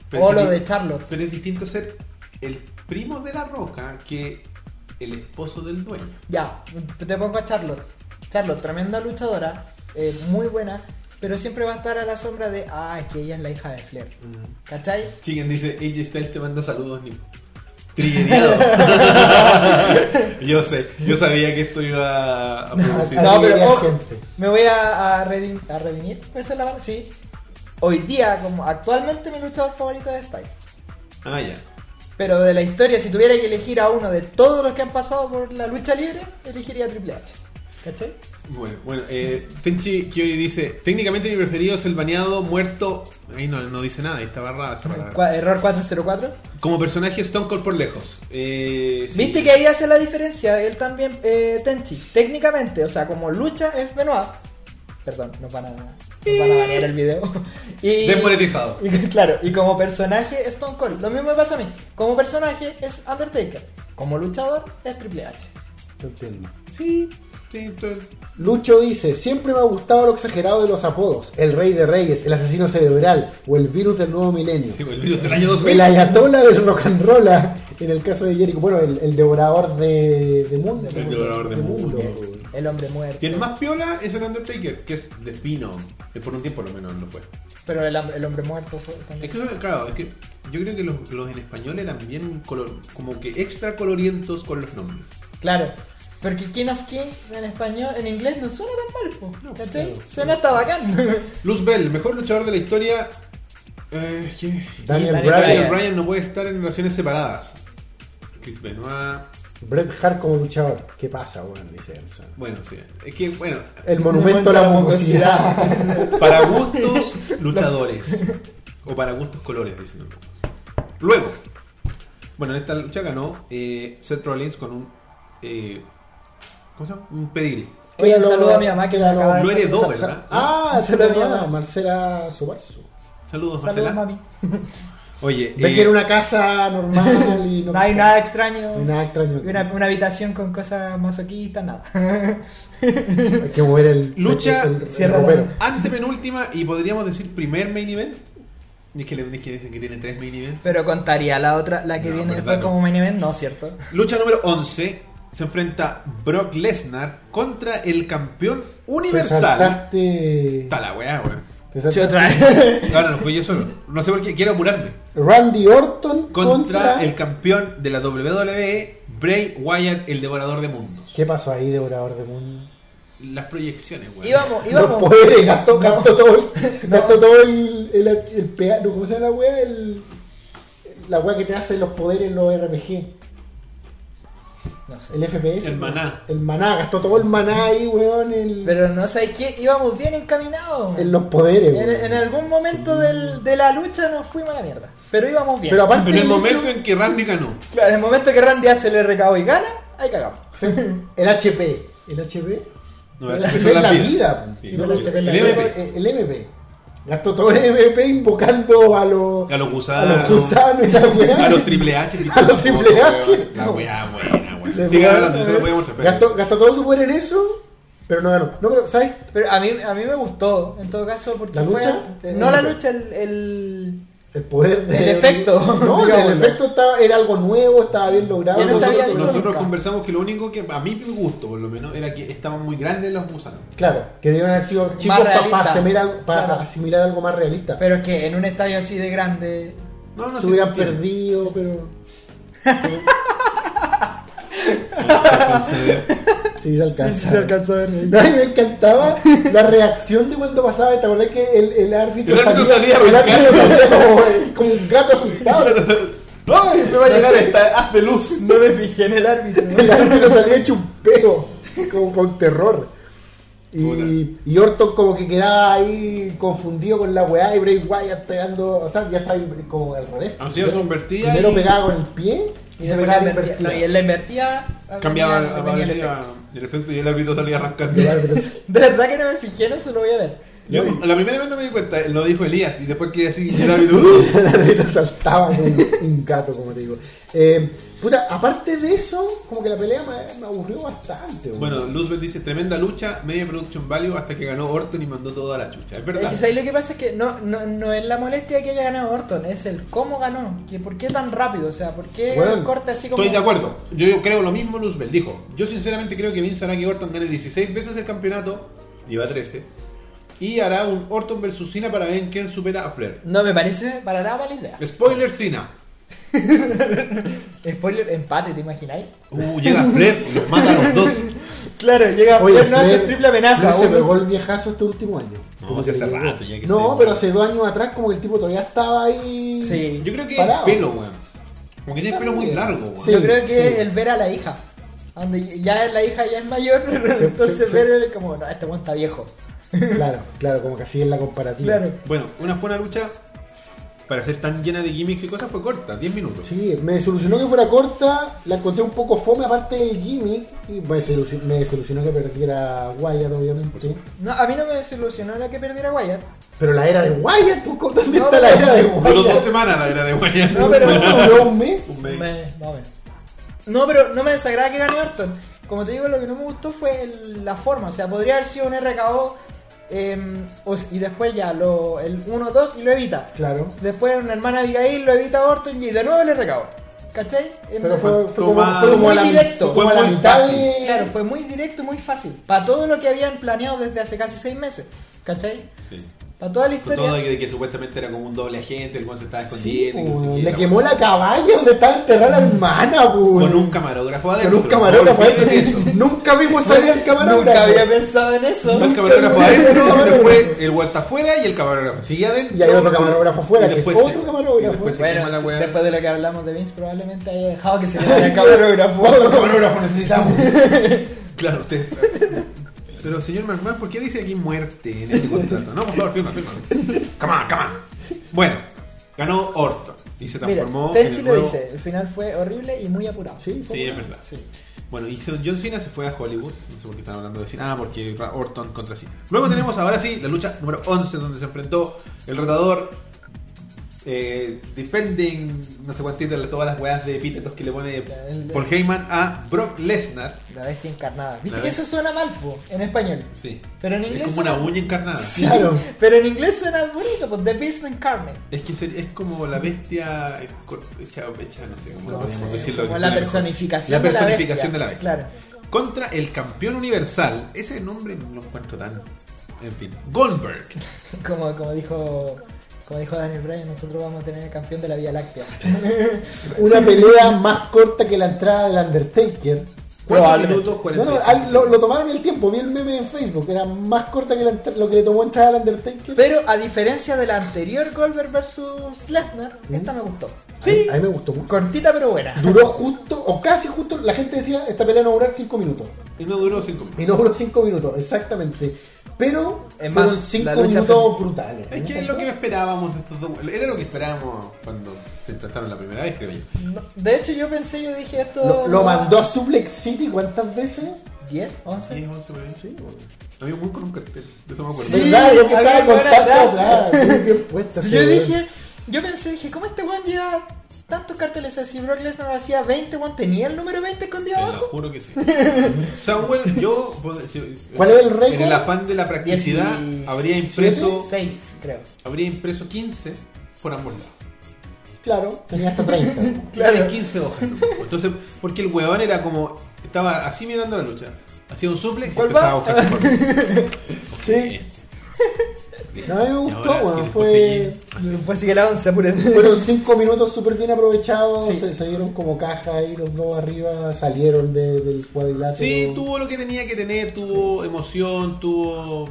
[SPEAKER 1] Pero
[SPEAKER 3] o
[SPEAKER 1] es que
[SPEAKER 3] los
[SPEAKER 1] ti-
[SPEAKER 3] de Charlotte.
[SPEAKER 1] Pero es distinto ser el primo de la roca que el esposo del dueño.
[SPEAKER 3] Ya, te pongo a Charlotte. Charlotte, tremenda luchadora, eh, muy buena, pero siempre va a estar a la sombra de, ah, es que ella es la hija de Flair. ¿Cachai?
[SPEAKER 1] Chicken dice, AJ Styles te manda saludos, Nico. Trilleriado. yo sé, yo sabía que esto iba a producir.
[SPEAKER 3] no, pero
[SPEAKER 2] Alegría,
[SPEAKER 3] ojo,
[SPEAKER 2] gente.
[SPEAKER 3] me voy a, a, redin- a redimir, ¿puede ser la palabra? Sí. Hoy día, como actualmente mi luchador favorito es Styles.
[SPEAKER 1] Ah, ya.
[SPEAKER 3] Pero de la historia, si tuviera que elegir a uno de todos los que han pasado por la lucha libre, elegiría a Triple H. ¿Cachai?
[SPEAKER 1] Bueno, bueno, eh, Tenchi Kyori dice: Técnicamente mi preferido es el baneado muerto. Ahí no, no dice nada, ahí está barrada. esa palabra.
[SPEAKER 3] Cua- Error 404.
[SPEAKER 1] Como personaje Stone Cold por lejos. Eh, sí.
[SPEAKER 3] Viste que ahí hace la diferencia, él también, eh, Tenchi. Técnicamente, o sea, como lucha es Benoit. Perdón, nos van a, nos van a banear el video. Y,
[SPEAKER 1] Desmonetizado.
[SPEAKER 3] y- claro, y como personaje Stone Cold. Lo mismo me pasa a mí. Como personaje es Undertaker. Como luchador es Triple H.
[SPEAKER 2] No entiendo.
[SPEAKER 1] Sí, sí, entonces-
[SPEAKER 2] Lucho dice, siempre me ha gustado lo exagerado de los apodos. El rey de reyes, el asesino cerebral o el virus del nuevo milenio.
[SPEAKER 1] sí, bueno, el virus del año 2000.
[SPEAKER 2] El ayatola del rock and roll, en el caso de Jericho. Bueno, el, el devorador de, de mundo.
[SPEAKER 1] El devorador de mundo.
[SPEAKER 3] El hombre muerto.
[SPEAKER 1] Quien más piola es el Undertaker, que es de Pino. Que por un tiempo lo menos no fue.
[SPEAKER 3] Pero el, hom- el hombre muerto fue
[SPEAKER 1] Es
[SPEAKER 3] también.
[SPEAKER 1] que, claro, es que yo creo que los, los en español eran bien color- como que extra colorientos con los nombres.
[SPEAKER 3] Claro. Porque King of King en español, en inglés no suena tan mal, po,
[SPEAKER 1] No,
[SPEAKER 3] ¿cachai?
[SPEAKER 1] claro.
[SPEAKER 3] Suena hasta bacán.
[SPEAKER 1] Luz Bell, mejor luchador de la historia. Eh, ¿qué?
[SPEAKER 2] Daniel,
[SPEAKER 3] Daniel
[SPEAKER 2] Bryan.
[SPEAKER 1] Daniel Bryan no puede estar en relaciones separadas. Chris Benoit.
[SPEAKER 2] Bret Hart como luchador. ¿Qué pasa, weón? Dice Enzo.
[SPEAKER 1] Bueno, sí. Es que, bueno,
[SPEAKER 2] El monumento a la mongosidad.
[SPEAKER 1] para gustos luchadores. o para gustos colores, dicen. algunos. Luego, bueno, en esta lucha ganó eh, Seth Rollins con un. eh, ¿Cómo se llama? Un pedigrí.
[SPEAKER 3] Oye,
[SPEAKER 2] Era lo-
[SPEAKER 3] saludo a mi mamá que
[SPEAKER 2] era
[SPEAKER 3] la
[SPEAKER 2] lo-
[SPEAKER 3] acaba de
[SPEAKER 1] No
[SPEAKER 3] hacer-
[SPEAKER 1] heredó,
[SPEAKER 3] sa-
[SPEAKER 1] ¿verdad? Eh,
[SPEAKER 2] Ah, se
[SPEAKER 3] Saludo
[SPEAKER 2] lo
[SPEAKER 3] a mi
[SPEAKER 2] llama
[SPEAKER 3] mamá.
[SPEAKER 2] Marcela Subarzo.
[SPEAKER 1] Saludos,
[SPEAKER 3] Saludos,
[SPEAKER 1] Marcela.
[SPEAKER 3] mami.
[SPEAKER 1] Oye,
[SPEAKER 2] Ve
[SPEAKER 1] eh,
[SPEAKER 2] que era una casa normal y no,
[SPEAKER 3] No hay nada extraño.
[SPEAKER 2] no hay nada extraño.
[SPEAKER 3] Una, una habitación con cosas masoquistas, nada.
[SPEAKER 2] Hay que mover el.
[SPEAKER 1] Lucha,
[SPEAKER 2] el- el- el
[SPEAKER 3] cierra la-
[SPEAKER 2] ropero.
[SPEAKER 1] antepenúltima y podríamos decir primer main event. Es que, le, es que dicen que tiene tres main events.
[SPEAKER 3] Pero contaría la otra, la que
[SPEAKER 1] No,
[SPEAKER 3] viene
[SPEAKER 1] pero
[SPEAKER 3] después
[SPEAKER 1] dale.
[SPEAKER 3] como main event, no, ¿cierto?
[SPEAKER 1] Lucha número 11 se enfrenta Brock Lesnar contra el campeón
[SPEAKER 2] Te Pues,
[SPEAKER 1] universal.
[SPEAKER 2] saltaste.
[SPEAKER 1] Está la weá, weón.
[SPEAKER 2] te saltaste-
[SPEAKER 3] Otra
[SPEAKER 1] Ahora no fui yo solo. No sé por qué, quiero apurarme.
[SPEAKER 2] Randy Orton
[SPEAKER 1] Contra,
[SPEAKER 2] contra.
[SPEAKER 1] el campeón de la WWE, Bray Wyatt, el devorador de mundos.
[SPEAKER 2] ¿Qué pasó ahí, Devorador de Mundo?
[SPEAKER 1] Las proyecciones, weón.
[SPEAKER 3] Íbamos,
[SPEAKER 2] No
[SPEAKER 3] íbamos.
[SPEAKER 2] puede, gastó, gastó todo el. Gastó todo el. el, el pea- no, ¿Cómo se llama la wea? El, la wea que te hace los poderes en los RPG.
[SPEAKER 3] No sé.
[SPEAKER 2] El FPS.
[SPEAKER 1] El
[SPEAKER 2] ¿no?
[SPEAKER 1] maná.
[SPEAKER 2] El maná, gastó todo el maná ahí, weón. el-
[SPEAKER 3] Pero no sé qué, íbamos bien encaminados.
[SPEAKER 2] en los poderes,
[SPEAKER 3] En,
[SPEAKER 2] weón.
[SPEAKER 3] en algún momento del- de la lucha nos fuimos a la mierda. Pero íbamos bien.
[SPEAKER 2] Pero aparte.
[SPEAKER 1] En el
[SPEAKER 2] el
[SPEAKER 1] momento
[SPEAKER 2] hecho-
[SPEAKER 1] en que Randy ganó.
[SPEAKER 3] Claro, en el momento que Randy hace el recado y gana, ahí cagamos.
[SPEAKER 2] El HP. El HP.
[SPEAKER 1] No,
[SPEAKER 2] el
[SPEAKER 1] eso
[SPEAKER 2] HP
[SPEAKER 1] son
[SPEAKER 2] es
[SPEAKER 1] las
[SPEAKER 2] la
[SPEAKER 1] vidas.
[SPEAKER 2] vida.
[SPEAKER 1] Sí,
[SPEAKER 2] Sí,
[SPEAKER 1] no,
[SPEAKER 2] el,
[SPEAKER 1] el-
[SPEAKER 2] HP.
[SPEAKER 1] el MP.
[SPEAKER 2] El MP. Gastó todo el MP invocando a los.
[SPEAKER 1] A los
[SPEAKER 2] a
[SPEAKER 1] gusanos.
[SPEAKER 2] los gusanos y la weá.
[SPEAKER 1] A los triple H.
[SPEAKER 2] A los Triple H.
[SPEAKER 1] La weá buena, weón.
[SPEAKER 2] Se
[SPEAKER 1] Sigan
[SPEAKER 2] fue,
[SPEAKER 1] hablando,
[SPEAKER 2] eh.
[SPEAKER 1] se lo voy a mostrar. espera.
[SPEAKER 2] Gastó, gastó todo su poder en eso, pero no ganó. No, pero, ¿sabes?
[SPEAKER 3] Pero a mí, a mí me gustó, en todo caso, porque
[SPEAKER 2] ¿La
[SPEAKER 3] fue-
[SPEAKER 2] lucha? Eh,
[SPEAKER 3] no la lucha, el- el
[SPEAKER 2] El poder de-
[SPEAKER 3] El efecto,
[SPEAKER 2] No,
[SPEAKER 3] digámoslo.
[SPEAKER 2] el efecto estaba, era algo nuevo, estaba bien logrado.
[SPEAKER 3] Yo no
[SPEAKER 1] nosotros,
[SPEAKER 3] sabía de
[SPEAKER 1] nosotros
[SPEAKER 3] nunca.
[SPEAKER 1] conversamos que lo único que a mí me gustó, por lo menos, era que estaban muy grandes los gusanos.
[SPEAKER 2] Claro, que debieron haber sido chicos para,
[SPEAKER 3] realista.
[SPEAKER 2] asimilar, para
[SPEAKER 3] Claro.
[SPEAKER 2] asimilar algo más realista.
[SPEAKER 3] Pero es que en un estadio así de grande.
[SPEAKER 1] No, no
[SPEAKER 2] se hubieran
[SPEAKER 1] entiende.
[SPEAKER 2] perdido, pero. Sí, se alcanza.
[SPEAKER 3] a ver.
[SPEAKER 2] No, y me encantaba la reacción de cuando pasaba. ¿Te acordás que el, el árbitro
[SPEAKER 1] El árbitro salía
[SPEAKER 2] el árbitro
[SPEAKER 1] arrancando.
[SPEAKER 2] salía como, eh, como un gato asustado?
[SPEAKER 1] ¡Ay, me va a llegar esta haz de luz!
[SPEAKER 3] No me fijé en el árbitro.
[SPEAKER 2] El árbitro salía hecho un peo, como con terror.
[SPEAKER 1] Puta.
[SPEAKER 2] Y, y Orton como que quedaba ahí confundido con la weá y Bray Wyatt pegando, o sea, ya estaba in- como al revés.
[SPEAKER 1] Así Ah, es, invertida
[SPEAKER 2] Primero
[SPEAKER 1] y-
[SPEAKER 2] pegaba con el pie y
[SPEAKER 3] Y se
[SPEAKER 2] se pegaba
[SPEAKER 3] ponía a
[SPEAKER 2] la
[SPEAKER 3] invertir. No, y él
[SPEAKER 2] invertida.
[SPEAKER 3] la invertía.
[SPEAKER 1] Cambiaba
[SPEAKER 3] venía-
[SPEAKER 1] a
[SPEAKER 3] venía el
[SPEAKER 1] veces
[SPEAKER 3] efecto.
[SPEAKER 1] a- el efecto y el árbitro salía arrancando.
[SPEAKER 2] El árbitro-
[SPEAKER 3] De verdad que no me fijé, no se lo voy a ver.
[SPEAKER 1] Yo, la primera vez no me di cuenta, lo dijo Elías, y después que así, y el árbitro. ¡uh!
[SPEAKER 2] El árbitro saltaba como un, un gato, como te digo. Eh, puta, aparte de eso, como que la pelea me, me aburrió bastante. weón.
[SPEAKER 1] Bueno, Luzbel dice: tremenda lucha, media production value, hasta que ganó Orton y mandó todo a la chucha. Es
[SPEAKER 3] Es
[SPEAKER 1] verdad.
[SPEAKER 3] que ¿sabes lo que pasa es que no, no, no es la molestia que haya ganado Orton, es el cómo ganó. Que ¿Por qué tan rápido? O sea, ¿por qué
[SPEAKER 2] Bueno,
[SPEAKER 3] el corte así como.?
[SPEAKER 1] Estoy de acuerdo. Yo yo creo lo mismo Luzbel. Dijo, yo sinceramente creo que Vince hará que Orton gane 16 veces el campeonato, lleva 13, y hará un Orton versus Cena para ver quién supera a Flair.
[SPEAKER 3] No me parece para nada mala idea.
[SPEAKER 1] Spoiler Cena.
[SPEAKER 3] Spoiler, empate, ¿te imagináis?
[SPEAKER 1] Uh, llega Flair, los mata a los dos.
[SPEAKER 3] Claro, llega
[SPEAKER 2] Oye,
[SPEAKER 3] Flair, no,
[SPEAKER 2] Flair-
[SPEAKER 3] esto es triple amenaza.
[SPEAKER 2] Flair se
[SPEAKER 3] uno-
[SPEAKER 2] pegó el viejazo este último año.
[SPEAKER 1] No,
[SPEAKER 2] Como
[SPEAKER 1] si
[SPEAKER 2] que
[SPEAKER 1] hace
[SPEAKER 2] le-
[SPEAKER 1] rato ya que
[SPEAKER 2] No,
[SPEAKER 1] estoy-
[SPEAKER 2] pero hace dos años atrás como que el tipo todavía estaba ahí.
[SPEAKER 3] Sí.
[SPEAKER 1] Yo creo que
[SPEAKER 2] Parado.
[SPEAKER 1] el pelo, weón. Como que tiene el pelo muy largo, weón.
[SPEAKER 2] Sí.
[SPEAKER 3] Yo creo que
[SPEAKER 2] sí.
[SPEAKER 3] el ver a la hija. Donde ya la hija ya es mayor,
[SPEAKER 2] Sí, sí,
[SPEAKER 3] entonces
[SPEAKER 2] sí.
[SPEAKER 3] pero es como, no, este weón está viejo.
[SPEAKER 2] Claro, claro, como que así es la comparativa.
[SPEAKER 3] Claro.
[SPEAKER 1] Bueno, una buena lucha para ser tan llena de gimmicks y cosas fue corta, 10 minutos.
[SPEAKER 2] Sí, me desilusionó que fuera corta, la encontré un poco fome, aparte del gimmick, y me deselu- me desilusionó que perdiera Wyatt, obviamente.
[SPEAKER 3] No, a mí no me desilusionó la que perdiera Wyatt.
[SPEAKER 2] Pero la era de Wyatt, pues, ¿cómo- ¿dónde
[SPEAKER 3] No,
[SPEAKER 2] está la
[SPEAKER 3] pero-
[SPEAKER 2] era de
[SPEAKER 1] Duró dos
[SPEAKER 2] Wyatt?
[SPEAKER 1] semanas la era de Wyatt.
[SPEAKER 3] No, pero-
[SPEAKER 2] duró un mes.
[SPEAKER 1] Un mes.
[SPEAKER 3] Me- más o menos. No, pero no me desagrada que gane Orton. Como te digo, lo que no me gustó fue el- la forma. O sea, podría haber sido un RKO em, o s- y después ya lo, el 1-2 y lo evita.
[SPEAKER 2] Claro.
[SPEAKER 3] Después una hermana Abigail lo evita a Orton y de nuevo el RKO. ¿Cachai? En-
[SPEAKER 2] Pero fue, fue como,
[SPEAKER 1] Toma-
[SPEAKER 2] fue como
[SPEAKER 3] Muy
[SPEAKER 2] a la,
[SPEAKER 3] directo.
[SPEAKER 2] fue como a
[SPEAKER 1] Fue
[SPEAKER 2] la
[SPEAKER 1] muy
[SPEAKER 2] mitad
[SPEAKER 1] fácil.
[SPEAKER 2] de...
[SPEAKER 3] Claro, fue muy directo y muy fácil. Para todo lo que habían planeado desde hace casi seis meses. ¿Cachai?
[SPEAKER 1] Sí.
[SPEAKER 3] Para toda la
[SPEAKER 1] Con
[SPEAKER 3] historia.
[SPEAKER 1] todo de que, de que supuestamente era como un doble agente, el cual se estaba
[SPEAKER 2] Sí,
[SPEAKER 1] escondiendo. y no sé
[SPEAKER 2] pues,
[SPEAKER 1] qué,
[SPEAKER 2] le
[SPEAKER 1] la
[SPEAKER 2] quemó
[SPEAKER 1] cosa.
[SPEAKER 2] la cabaña donde estaba enterrada la hermana, pues.
[SPEAKER 1] Con un camarógrafo
[SPEAKER 2] Con
[SPEAKER 1] adentro.
[SPEAKER 2] un camarógrafo
[SPEAKER 1] No olvides
[SPEAKER 2] adentro.
[SPEAKER 1] eso.
[SPEAKER 2] Nunca vimos salir al camarógrafo.
[SPEAKER 3] Nunca había pensado en eso.
[SPEAKER 1] Un camarógrafo
[SPEAKER 2] había-
[SPEAKER 1] adentro,
[SPEAKER 2] Nunca-
[SPEAKER 1] después el guarda afuera y el camarógrafo sigue adentro.
[SPEAKER 2] Y hay otro camarógrafo afuera,
[SPEAKER 1] Y
[SPEAKER 2] que es
[SPEAKER 1] después
[SPEAKER 2] otro
[SPEAKER 1] se-
[SPEAKER 2] camarógrafo.
[SPEAKER 1] y después se
[SPEAKER 3] Bueno,
[SPEAKER 1] quema la wea.
[SPEAKER 3] después de lo que hablamos de Vince, probablemente haya dejado que se le vaya el
[SPEAKER 2] Otro
[SPEAKER 3] camarógrafo.
[SPEAKER 2] camarógrafo necesitamos.
[SPEAKER 1] Claro, usted. Pero señor McMahon, ¿por qué dice aquí muerte en este contrato? No, por favor, firma, firma. Come on, come on. Bueno, ganó Orton y se
[SPEAKER 3] Mira,
[SPEAKER 1] transformó en
[SPEAKER 3] Tenchi
[SPEAKER 1] el
[SPEAKER 3] lo
[SPEAKER 1] nuevo...
[SPEAKER 3] dice, el final fue horrible y muy apurado.
[SPEAKER 2] Sí,
[SPEAKER 1] Sí, es verdad. Bueno, y John Cena se fue a Hollywood. No sé por qué están hablando de Cena. Ah, porque Ra- Orton contra Cena. Luego tenemos ahora sí la lucha número 11, donde se enfrentó el retador eh, defending, no sé cuántito, todas las weas de epítetos que le pone
[SPEAKER 3] El-
[SPEAKER 1] Paul Heyman a Brock Lesnar.
[SPEAKER 3] La bestia encarnada. Viste
[SPEAKER 1] La
[SPEAKER 3] que
[SPEAKER 1] bestia.
[SPEAKER 3] eso suena mal, po, en español.
[SPEAKER 1] Sí.
[SPEAKER 3] Pero en
[SPEAKER 1] Es
[SPEAKER 3] inglés
[SPEAKER 1] como una
[SPEAKER 3] suena-
[SPEAKER 1] uña encarnada.
[SPEAKER 2] Claro.
[SPEAKER 3] Pero en inglés suena bonito, pues The Beast Incarnate.
[SPEAKER 1] Es que se- es como la bestia eh, cor- hecha, hecha, no sé cómo
[SPEAKER 3] No
[SPEAKER 1] podríamos
[SPEAKER 3] sé,
[SPEAKER 1] decirlo.
[SPEAKER 3] como
[SPEAKER 1] que
[SPEAKER 3] la
[SPEAKER 1] suene mejor.
[SPEAKER 3] personificación
[SPEAKER 1] La
[SPEAKER 3] de la
[SPEAKER 1] personificación
[SPEAKER 3] bestia,
[SPEAKER 1] de la bestia.
[SPEAKER 3] claro.
[SPEAKER 1] Contra el campeón universal. Ese nombre no lo encuentro tan. En fin. Goldberg.
[SPEAKER 3] Como, como dijo. Como dijo Daniel Bryan, nosotros vamos a tener el campeón de la Vía Láctea.
[SPEAKER 2] Una pelea más corta que la entrada del Undertaker.
[SPEAKER 1] 4
[SPEAKER 3] Probablemente.
[SPEAKER 1] minutos
[SPEAKER 2] No,
[SPEAKER 1] 40.
[SPEAKER 2] no, al- lo, lo tomaron el tiempo, vi el meme en Facebook, era más corta que la entra- lo que le tomó entrar al Undertaker.
[SPEAKER 3] Pero a diferencia de la anterior Goldberg vs Lesnar, esta me gustó. Sí.
[SPEAKER 2] A mí me gustó mucho.
[SPEAKER 3] Cortita pero buena.
[SPEAKER 2] Duró justo, o casi justo, la gente decía, esta pelea no va a durar 5 minutos.
[SPEAKER 1] Y no duró 5 minutos.
[SPEAKER 2] Y no duró 5 minutos, exactamente. Pero
[SPEAKER 3] Es más,
[SPEAKER 2] fueron 5
[SPEAKER 3] la lucha
[SPEAKER 2] minutos brutales. ¿eh?
[SPEAKER 1] Es que es lo que esperábamos de estos dos. Era lo que esperábamos cuando se trataron la primera vez, creo yo.
[SPEAKER 3] No, de hecho, yo pensé, yo dije esto.
[SPEAKER 2] Lo, lo mandó a Suplex City cuántas veces?
[SPEAKER 3] 10, 11.
[SPEAKER 1] Sí, once, weón, sí, weón. Había un buen con un cartel. De eso me acuerdo.
[SPEAKER 3] Sí,
[SPEAKER 2] ¿Verdad? Yo que
[SPEAKER 3] había
[SPEAKER 2] estaba
[SPEAKER 3] buena
[SPEAKER 2] contando
[SPEAKER 3] atrás.
[SPEAKER 2] atrás. Muy bien puesto. ese
[SPEAKER 3] yo
[SPEAKER 2] weón.
[SPEAKER 3] dije, yo pensé, dije, ¿cómo este weón lleva tantos carteles? O sea, si Brock Lesnar hacía 20, weón, ¿tenía el número 20 escondido
[SPEAKER 1] Te lo
[SPEAKER 3] abajo?
[SPEAKER 1] juro que sí. Samuel, yo. eh,
[SPEAKER 2] ¿Cuál es el récord?
[SPEAKER 1] En el afán de la practicidad,
[SPEAKER 3] Dieciséis.
[SPEAKER 1] habría impreso.
[SPEAKER 3] 6, creo.
[SPEAKER 1] Habría impreso 15 por ambos lados.
[SPEAKER 2] Claro, tenía hasta 30.
[SPEAKER 1] Claro. 15 hojas. ¿no? Entonces, porque el huevón era como. Estaba así mirando la lucha. Hacía un suplex y
[SPEAKER 3] ¿Cuál
[SPEAKER 1] empezaba a
[SPEAKER 3] va?
[SPEAKER 1] buscar su forma.
[SPEAKER 2] Sí.
[SPEAKER 1] Ok.
[SPEAKER 2] No, a mí me
[SPEAKER 1] Y
[SPEAKER 2] gustó,
[SPEAKER 1] ahora,
[SPEAKER 2] weón,
[SPEAKER 1] si después
[SPEAKER 2] fue-
[SPEAKER 1] seguí-
[SPEAKER 3] Después sigue la 11, apúrate.
[SPEAKER 2] Fueron 5 minutos súper bien aprovechados.
[SPEAKER 3] Sí.
[SPEAKER 2] Se salieron como caja ahí, los dos arriba salieron de- del cuadrilátero.
[SPEAKER 1] Sí, tuvo lo que tenía que tener, tuvo emoción, tuvo.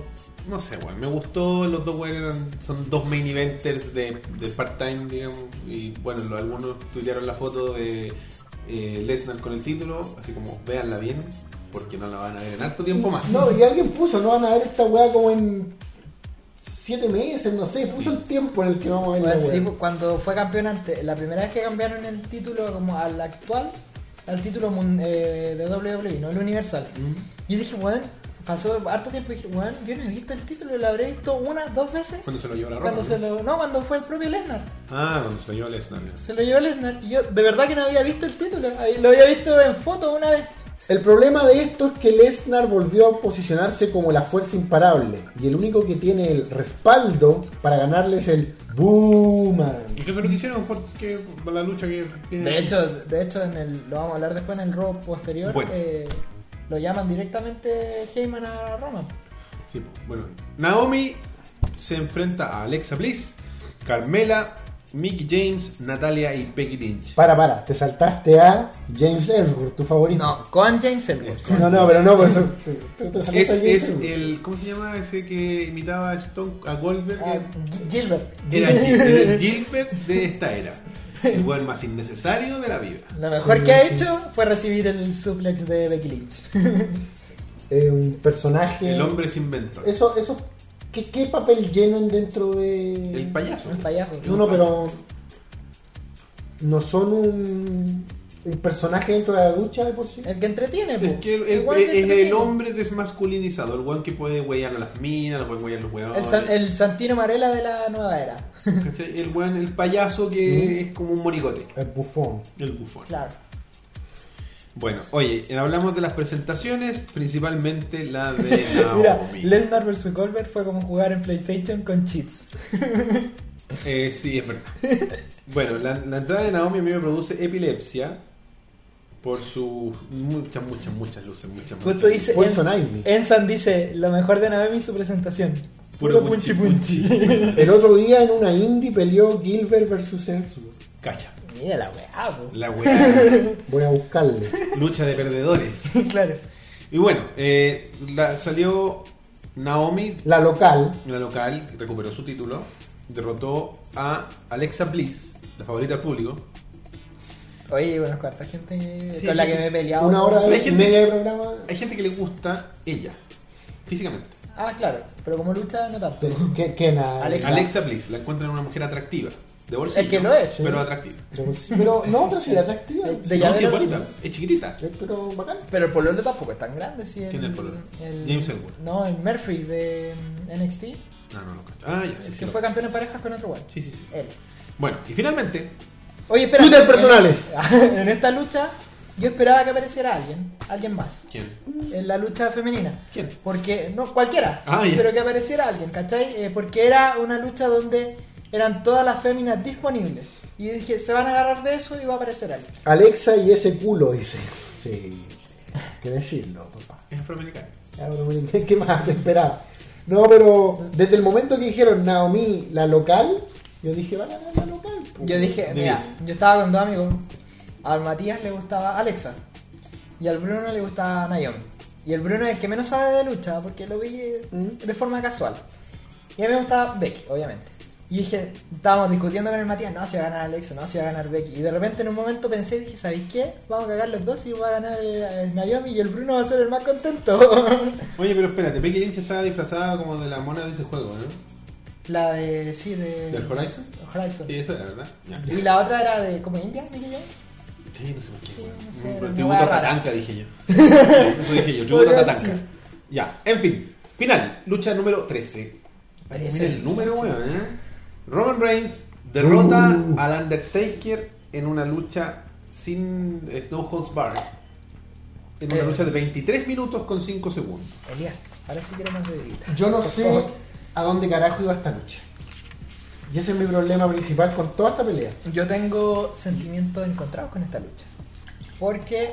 [SPEAKER 1] No sé, weón. Me gustó, los dos weón eran. Son dos main eventers de, de part-time, digamos. Y bueno, lo- algunos tuitearon la foto de eh, Lesnar con el título, así como véanla bien, porque no la van a ver en harto tiempo más.
[SPEAKER 2] No, y alguien puso, no van a ver esta weá como en 7 meses, no sé. Puso el tiempo en el que vamos a ver la
[SPEAKER 3] Bueno,
[SPEAKER 2] weá.
[SPEAKER 3] sí, pues, cuando fue campeón antes, la primera vez que cambiaron el título como al actual, al título mun- eh, de WWE, no el universal.
[SPEAKER 1] Mm.
[SPEAKER 3] Yo dije, weón, pasó harto tiempo y dije, weón, yo no he visto el título, lo habré visto una, dos veces.
[SPEAKER 1] Cuando se lo llevó la ropa.
[SPEAKER 3] Cuando se lo, no, cuando fue el propio Lesnar.
[SPEAKER 1] Ah, cuando se lo llevó Lesnar.
[SPEAKER 3] Se lo llevó Lesnar. Y yo de verdad que no había visto el título. ahí Lo había visto en foto una vez.
[SPEAKER 2] El problema de esto es que Lesnar volvió a posicionarse como la fuerza imparable y el único que tiene el respaldo para ganarle es el Booman.
[SPEAKER 1] Y que se lo quisieron porque la lucha que. que-
[SPEAKER 3] De hecho, de hecho en el, lo vamos a hablar después en el robo posterior.
[SPEAKER 1] Bueno.
[SPEAKER 3] eh, lo llaman directamente Heyman a Roman.
[SPEAKER 1] Sí, pues, bueno. Naomi se enfrenta a Alexa Bliss, Carmela, Mick James, Natalia y Becky Lynch.
[SPEAKER 2] Para, para, te saltaste a James Ellsworth, tu favorito.
[SPEAKER 3] No, con James Ellsworth.
[SPEAKER 2] no, no, pero no, por eso. te- te- te
[SPEAKER 1] Es,
[SPEAKER 2] saltaste a James
[SPEAKER 1] es
[SPEAKER 2] Ellsworth.
[SPEAKER 1] el. ¿Cómo se llama ese que imitaba a, Stone, a Goldberg?
[SPEAKER 3] Ah, Gilbert.
[SPEAKER 1] Era Gil- era el Gilbert de esta era. El weón más innecesario de la vida.
[SPEAKER 3] Lo mejor que ha hecho fue recibir el suplex de Becky Lynch.
[SPEAKER 2] Eh, un personaje.
[SPEAKER 1] El hombre sin inventor.
[SPEAKER 2] Eso, eso. ¿qué, qué papel llenan dentro de.
[SPEAKER 1] El payaso.
[SPEAKER 3] El payaso.
[SPEAKER 2] No, no, pero. No son un. Un personaje dentro de la ducha de por sí.
[SPEAKER 3] El que entretiene,
[SPEAKER 1] Es
[SPEAKER 3] po.
[SPEAKER 1] que el- el-
[SPEAKER 3] Igual
[SPEAKER 1] es-
[SPEAKER 3] que
[SPEAKER 1] es el
[SPEAKER 3] entretiene.
[SPEAKER 1] hombre desmasculinizado, el weón que puede huear a las minas, lo puede huear a los
[SPEAKER 3] El, San-
[SPEAKER 1] huevones.
[SPEAKER 3] el Santino Marella de la nueva era.
[SPEAKER 1] ¿cachai? El weón, el payaso que es como un monigote.
[SPEAKER 2] El bufón.
[SPEAKER 1] El bufón.
[SPEAKER 3] Claro.
[SPEAKER 1] Bueno, oye, eh, hablamos de las presentaciones, principalmente la de Naomi.
[SPEAKER 3] Mira, Lesnar vs Goldberg fue como jugar en PlayStation con cheats.
[SPEAKER 1] Eh, sí, es verdad. bueno, la, la entrada de Naomi a mí me produce epilepsia por sus muchas, muchas, muchas luces, muchas, muchas.
[SPEAKER 3] Justo dice.
[SPEAKER 2] Poison
[SPEAKER 3] En-
[SPEAKER 2] Ivy.
[SPEAKER 3] Ensan dice: Lo mejor de Naomi su presentación.
[SPEAKER 1] Puro
[SPEAKER 3] Puro punchi
[SPEAKER 1] punchi
[SPEAKER 3] punchi.
[SPEAKER 2] El otro día en una indie peleó Gilbert versus Ellsworth.
[SPEAKER 1] Cacha.
[SPEAKER 3] Mira la weá, po.
[SPEAKER 1] La weá.
[SPEAKER 2] Voy a buscarle.
[SPEAKER 1] Lucha de perdedores.
[SPEAKER 3] claro.
[SPEAKER 1] Y bueno, eh, la- salió Naomi,
[SPEAKER 2] La local.
[SPEAKER 1] la local, recuperó su título, derrotó a Alexa Bliss, la favorita del público.
[SPEAKER 3] Oye, bueno, cuarta gente que-
[SPEAKER 1] Sí.
[SPEAKER 3] con la que me he peleado.
[SPEAKER 2] Una hora
[SPEAKER 1] Hay
[SPEAKER 2] y
[SPEAKER 1] gente-
[SPEAKER 2] media de programa.
[SPEAKER 1] Hay gente que le gusta ella, físicamente.
[SPEAKER 3] Ah, claro. Pero como lucha, no tanto.
[SPEAKER 2] Que, que nada.
[SPEAKER 3] Alexa.
[SPEAKER 1] Alexa Bliss la encuentran una mujer atractiva, de bolsillo.
[SPEAKER 3] Es que lo es, sí.
[SPEAKER 1] Pero atractiva.
[SPEAKER 2] Pero no, pero sí, atractiva.
[SPEAKER 3] De- de-
[SPEAKER 1] No, sí, es
[SPEAKER 3] llavero,
[SPEAKER 1] bonita, es chiquitita.
[SPEAKER 2] Sí, Pero bacán.
[SPEAKER 3] Pero el pololo tampoco es tan grande. Si el,
[SPEAKER 1] ¿Quién es el pololo? James Ellsworth.
[SPEAKER 3] No, el Murphy de mm, NXT.
[SPEAKER 1] No, no lo cacho. Ah, ya, sí,
[SPEAKER 3] el
[SPEAKER 1] sí,
[SPEAKER 3] que
[SPEAKER 1] lo-
[SPEAKER 3] fue campeón en parejas con otro guacho.
[SPEAKER 1] sí, sí, sí.
[SPEAKER 3] Él.
[SPEAKER 1] Bueno, y finalmente,
[SPEAKER 3] Oye, espera.
[SPEAKER 2] Twitter personales.
[SPEAKER 3] En, en esta lucha, yo esperaba que apareciera alguien. Alguien más.
[SPEAKER 1] ¿quién?
[SPEAKER 3] En la lucha femenina.
[SPEAKER 1] ¿Quién?
[SPEAKER 3] Porque, no, cualquiera.
[SPEAKER 1] Ah, ya.
[SPEAKER 3] Pero que apareciera alguien, ¿cachai? Eh, porque era una lucha donde eran todas las féminas disponibles. Y dije, se van a agarrar de eso y va a aparecer alguien.
[SPEAKER 2] Alexa y ese culo, dice. Sí. Que decirlo, papá.
[SPEAKER 1] Es afroamericana.
[SPEAKER 2] Ya, pero, bueno, ¿Qué qué más te esperaba? No, pero desde el momento que dijeron Naomi, la local, yo dije, van a ganar la local. pues". po".
[SPEAKER 3] Yo dije,
[SPEAKER 1] De
[SPEAKER 3] mira,
[SPEAKER 1] diez.
[SPEAKER 3] yo estaba con dos amigos. Al Matías le gustaba Alexa. Y al Bruno le gustaba Naomi. Y el Bruno es el que menos sabe de lucha porque lo vi eh, de forma casual. Y a mí me gustaba Becky, obviamente. Y dije, estábamos discutiendo con el Matías, no, si va a ganar Alexa, no, si va a ganar Becky. Y de repente en un momento pensé, dije, ¿sabéis qué? Vamos a cagar los dos y va a ganar eh, Naomi y el Bruno va a ser el más contento.
[SPEAKER 1] Oye, pero espérate, Becky Lynch estaba disfrazada como de la mona de ese juego, ¿no?
[SPEAKER 3] la de, sí, de...
[SPEAKER 1] ¿Del Horizon?
[SPEAKER 3] Horizon.
[SPEAKER 1] Sí, eso era, ¿verdad? Ya.
[SPEAKER 3] Y la otra era de, como India, Mickey Jones.
[SPEAKER 1] Sí, no sé por qué.
[SPEAKER 3] Sí,
[SPEAKER 1] weón.
[SPEAKER 3] no sé,
[SPEAKER 1] Mm, pero
[SPEAKER 3] era una
[SPEAKER 1] tributo
[SPEAKER 3] weá
[SPEAKER 1] a
[SPEAKER 3] rara.
[SPEAKER 1] Tatanka, dije yo. Eso dije yo, tributo a
[SPEAKER 3] Podría
[SPEAKER 1] Tatanka.
[SPEAKER 3] ser.
[SPEAKER 1] Ya, en fin. Final, lucha número 13. Ay,
[SPEAKER 3] Trece.
[SPEAKER 1] Mira el número, weón, ¿eh? Roman Reigns derrota
[SPEAKER 2] Uh.
[SPEAKER 1] al Undertaker en una lucha sin eh, No Holds Bar. En una
[SPEAKER 3] Eh.
[SPEAKER 1] lucha de 23 minutos con 5 segundos.
[SPEAKER 3] Elías, ahora sí quiero más bebida.
[SPEAKER 2] Yo no
[SPEAKER 3] Por
[SPEAKER 2] sé
[SPEAKER 3] favor.
[SPEAKER 2] a dónde carajo iba esta lucha. Y ese es mi problema principal con toda esta pelea.
[SPEAKER 3] Yo tengo sentimientos encontrados con esta lucha. Porque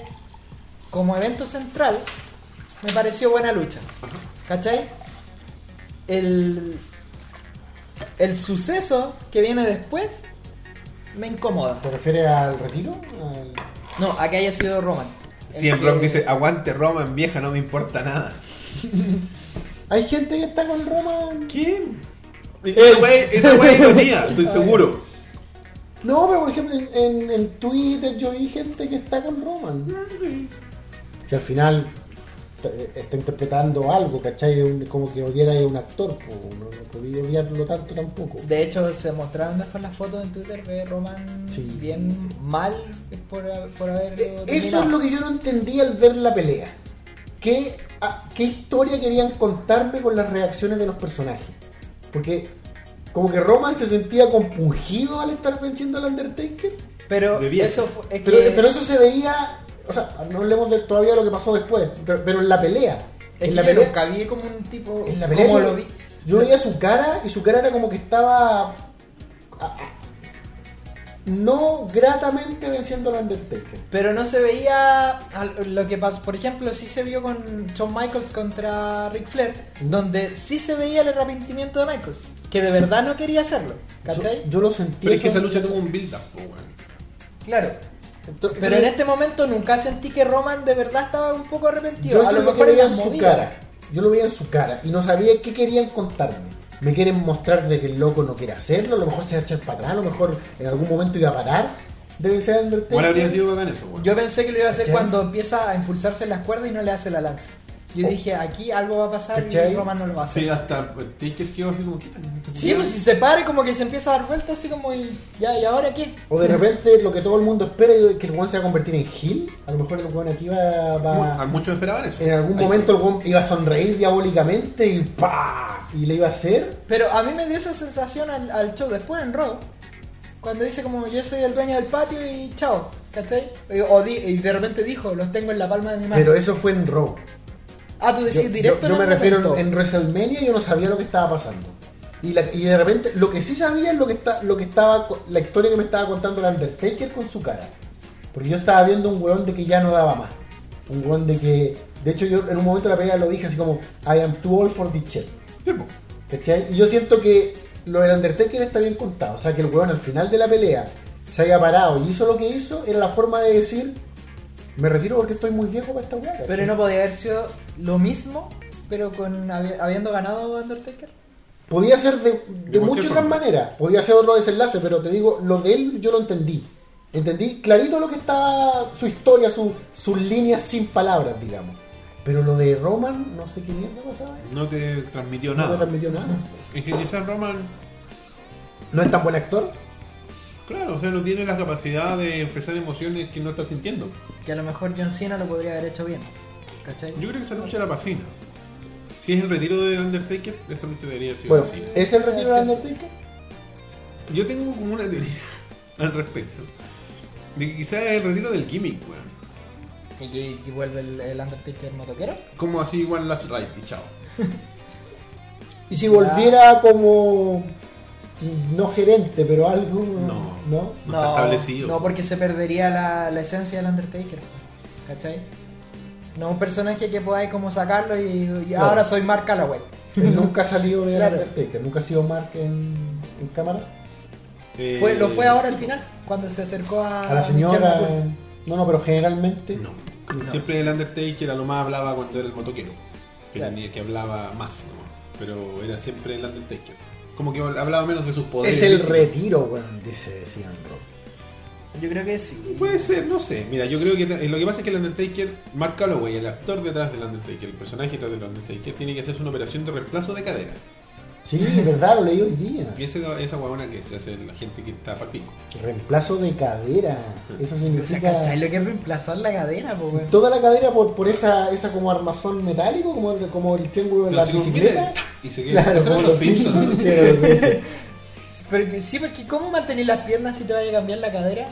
[SPEAKER 3] como evento central me pareció buena lucha. ¿Cachai? El, el suceso que viene después me incomoda.
[SPEAKER 2] ¿Te refieres al retiro? Al-
[SPEAKER 3] No, a que haya sido Roman. El
[SPEAKER 1] Si en
[SPEAKER 3] que-
[SPEAKER 1] Rock dice, aguante Roman, vieja, no me importa nada.
[SPEAKER 2] Hay gente que está con Roman.
[SPEAKER 1] ¿Quién? Ese güey, ese güey lo tenía, estoy seguro.
[SPEAKER 2] No, pero por ejemplo en, en- en Twitter yo vi gente que está con Roman. Que al final eh, está interpretando algo, ¿cachai? Es un- Como que odiara a un actor, po, no, no podía odiarlo tanto tampoco.
[SPEAKER 3] Eh, De hecho, se mostraron después las fotos en Twitter de Roman
[SPEAKER 2] Sí.
[SPEAKER 3] bien mal por, por haberlo
[SPEAKER 2] Eh, Eso
[SPEAKER 3] terminado.
[SPEAKER 2] es lo que yo no entendí al ver la pelea. ¿Qué, a- qué historia querían contarme con las reacciones de los personajes? Porque como que Roman se sentía compungido al estar venciendo al Undertaker.
[SPEAKER 3] Pero
[SPEAKER 1] Debía.
[SPEAKER 3] eso fue, es
[SPEAKER 2] Pero,
[SPEAKER 3] que-
[SPEAKER 2] pero eso se veía, o sea, no hablemos de todavía lo que pasó después, pero, pero en la pelea.
[SPEAKER 3] Es
[SPEAKER 2] en
[SPEAKER 3] que
[SPEAKER 2] la
[SPEAKER 3] yo
[SPEAKER 2] pelea,
[SPEAKER 3] nunca vi como un tipo.
[SPEAKER 2] en la pelea
[SPEAKER 3] como
[SPEAKER 2] yo,
[SPEAKER 3] lo vi.
[SPEAKER 2] yo veía su cara y su cara era como que estaba a- a- no gratamente venciendo al Undertaker.
[SPEAKER 3] Pero no se veía al- lo que pasó. Por ejemplo, sí se vio con Shawn Michaels contra Ric Flair, donde sí se veía el arrepentimiento de Michaels, que de verdad no quería hacerlo. ¿Cachai?
[SPEAKER 2] Yo, yo lo sentí.
[SPEAKER 1] Pero es que
[SPEAKER 2] eso-
[SPEAKER 1] esa lucha tuvo un build-up, po, weón.
[SPEAKER 3] claro.
[SPEAKER 2] Entonces-
[SPEAKER 3] Pero en este momento nunca sentí que Roman de verdad estaba un poco arrepentido.
[SPEAKER 2] Yo
[SPEAKER 3] a
[SPEAKER 2] eso
[SPEAKER 3] lo
[SPEAKER 2] es lo
[SPEAKER 3] mejor
[SPEAKER 2] que veía
[SPEAKER 3] era
[SPEAKER 2] en su
[SPEAKER 3] movida.
[SPEAKER 2] cara. Yo lo veía en su cara y no sabía qué querían contarme. me quieren mostrar de que el loco no quiere hacerlo, a lo mejor se va a echar para atrás, a lo mejor en algún momento iba a parar de ser Undertaker.
[SPEAKER 1] ¿Cuál habría sido bacán eso, weón?
[SPEAKER 3] Yo pensé que lo iba a hacer
[SPEAKER 2] ¿Cachai?
[SPEAKER 3] cuando empieza a impulsarse en las cuerdas y no le hace la lanza. Yo
[SPEAKER 2] Oh.
[SPEAKER 3] dije, aquí algo va a pasar
[SPEAKER 2] ¿Cachai?
[SPEAKER 3] y Roman no lo va a hacer.
[SPEAKER 1] Sí, hasta el Taker quedó así como quítate. quítate,
[SPEAKER 3] Sí, pues si se para y como que se empieza a dar vueltas así como y ya, ¿y ahora qué?
[SPEAKER 2] O de repente lo que todo el mundo espera es que el weón se va a convertir en Gil. A lo mejor el weón aquí va, va-
[SPEAKER 1] Mu- a Muchos esperaban eso.
[SPEAKER 2] Ah, En algún
[SPEAKER 1] Ay,
[SPEAKER 2] momento el weón iba a sonreír diabólicamente y pa Y le iba a hacer.
[SPEAKER 3] Pero a mí me dio esa sensación al, al show después en Raw. Cuando dice como yo soy el dueño del patio y chao, ¿cachai? Y, o di- y de repente dijo, los tengo en la palma de mi mano.
[SPEAKER 2] Pero eso fue en Raw.
[SPEAKER 3] ah, tú
[SPEAKER 2] Yo,
[SPEAKER 3] decís
[SPEAKER 2] yo-
[SPEAKER 3] directo
[SPEAKER 2] yo
[SPEAKER 3] en
[SPEAKER 2] me
[SPEAKER 3] el
[SPEAKER 2] refiero
[SPEAKER 3] momento.
[SPEAKER 2] en, en WrestleMania yo no sabía lo que estaba pasando. Y, la- y de repente, lo que sí sabía es lo que está, lo que estaba, co- la historia que me estaba contando el Undertaker con su cara. Porque yo estaba viendo un weón de que ya no daba más. Un weón de que. De hecho, yo en un momento de la pelea lo dije así como, I am too old for this shit.
[SPEAKER 1] tiempo.
[SPEAKER 2] ¿Cachai? Y yo siento que lo del Undertaker está bien contado. O sea, que el weón al final de la pelea se haya parado y hizo lo que hizo, era la forma de decir, me retiro porque estoy muy viejo para esta weá. ¿cachai?
[SPEAKER 3] Pero no podía haber sido lo mismo, pero con habi- habiendo ganado Undertaker.
[SPEAKER 2] Podía ser de, de
[SPEAKER 1] cualquier
[SPEAKER 2] muchas otras
[SPEAKER 1] forma.
[SPEAKER 2] maneras, podía ser otro desenlace, pero te digo, lo de él yo lo entendí. Entendí clarito lo que está, su historia, su- sus líneas sin palabras, digamos. Pero lo de Roman, no sé qué mierda pasaba. ahí.
[SPEAKER 1] No te transmitió
[SPEAKER 2] No me
[SPEAKER 1] nada.
[SPEAKER 2] transmitió nada.
[SPEAKER 1] Es que quizás Roman,
[SPEAKER 2] No es tan buen actor.
[SPEAKER 1] claro, o sea, no tiene la capacidad de expresar emociones que no está sintiendo.
[SPEAKER 3] Que a lo mejor John Cena lo podría haber hecho bien. ¿Cachai?
[SPEAKER 1] Yo creo que esa lucha la pasina. Si es el retiro de Undertaker, esa lucha debería haber sido
[SPEAKER 2] Bueno,
[SPEAKER 1] así.
[SPEAKER 2] ¿es el retiro de
[SPEAKER 3] Ah, Sí, sí.
[SPEAKER 2] Undertaker?
[SPEAKER 1] Yo tengo como una teoría al respecto. De que quizás es el retiro del gimmick, weón.
[SPEAKER 3] ¿Y, y- y vuelve el, el Undertaker motoquero?
[SPEAKER 1] Como así One Last Ride y chao.
[SPEAKER 2] Y si volviera como. No gerente, pero algo.
[SPEAKER 1] No.
[SPEAKER 2] ¿no?
[SPEAKER 1] No, está establecido.
[SPEAKER 3] No, porque se perdería la, la esencia del Undertaker. ¿Cachai? No un personaje que podáis como sacarlo y, y
[SPEAKER 2] Claro.
[SPEAKER 3] ahora soy Mark Calloway.
[SPEAKER 2] Él nunca ha salido de
[SPEAKER 3] Claro.
[SPEAKER 2] Undertaker, nunca ha sido Mark en, en cámara.
[SPEAKER 1] Eh,
[SPEAKER 3] Fue- lo fue ahora al final, cuando se acercó a,
[SPEAKER 2] A la
[SPEAKER 3] Ah, Michelle
[SPEAKER 2] señora. eh.
[SPEAKER 3] McCool.
[SPEAKER 2] No, no, pero generalmente.
[SPEAKER 1] No.
[SPEAKER 3] No.
[SPEAKER 1] Siempre el Undertaker a lo más hablaba cuando era el motoquero. Que
[SPEAKER 3] Claro.
[SPEAKER 1] tenía que hablaba más, ¿no? Pero era siempre el Undertaker. Como que hablaba menos de sus poderes.
[SPEAKER 2] Es el retiro, weón, dice decían
[SPEAKER 3] Yo creo que sí.
[SPEAKER 1] Puede ser, no sé. Mira, yo creo que eh, lo que pasa es que el Undertaker, Mark Calloway, el actor detrás del Undertaker, el personaje detrás del Undertaker, tiene que hacerse una operación de reemplazo de cadera.
[SPEAKER 2] Sí, es verdad, lo leí hoy día.
[SPEAKER 1] Y esa, esa huevona que se hace la gente que está para pico.
[SPEAKER 2] Reemplazo de cadera. Eso
[SPEAKER 3] O sea,
[SPEAKER 2] significa.
[SPEAKER 3] ¿cachai? Lo que es reemplazar la cadena, pues, weón.
[SPEAKER 2] Toda la cadera por, por esa, esa como armazón metálico, como, como el triángulo de
[SPEAKER 1] Pero
[SPEAKER 2] la
[SPEAKER 1] así como,
[SPEAKER 2] bicicleta.
[SPEAKER 1] mira, y se queda.
[SPEAKER 2] Claro,
[SPEAKER 1] Eso era
[SPEAKER 2] como
[SPEAKER 1] los
[SPEAKER 2] los
[SPEAKER 1] Simpsons.
[SPEAKER 2] Simpsons. Sí, era los Simpsons.
[SPEAKER 3] Pero, sí, porque ¿cómo mantener las piernas si te vaya a cambiar la cadera?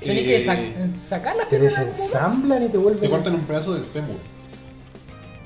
[SPEAKER 3] Tienes
[SPEAKER 1] Eh,
[SPEAKER 3] que sac- sacar las
[SPEAKER 2] Te
[SPEAKER 3] piernas. de algún modo.
[SPEAKER 2] desensamblan y te vuelven.
[SPEAKER 1] Te cortan un pedazo del fémur.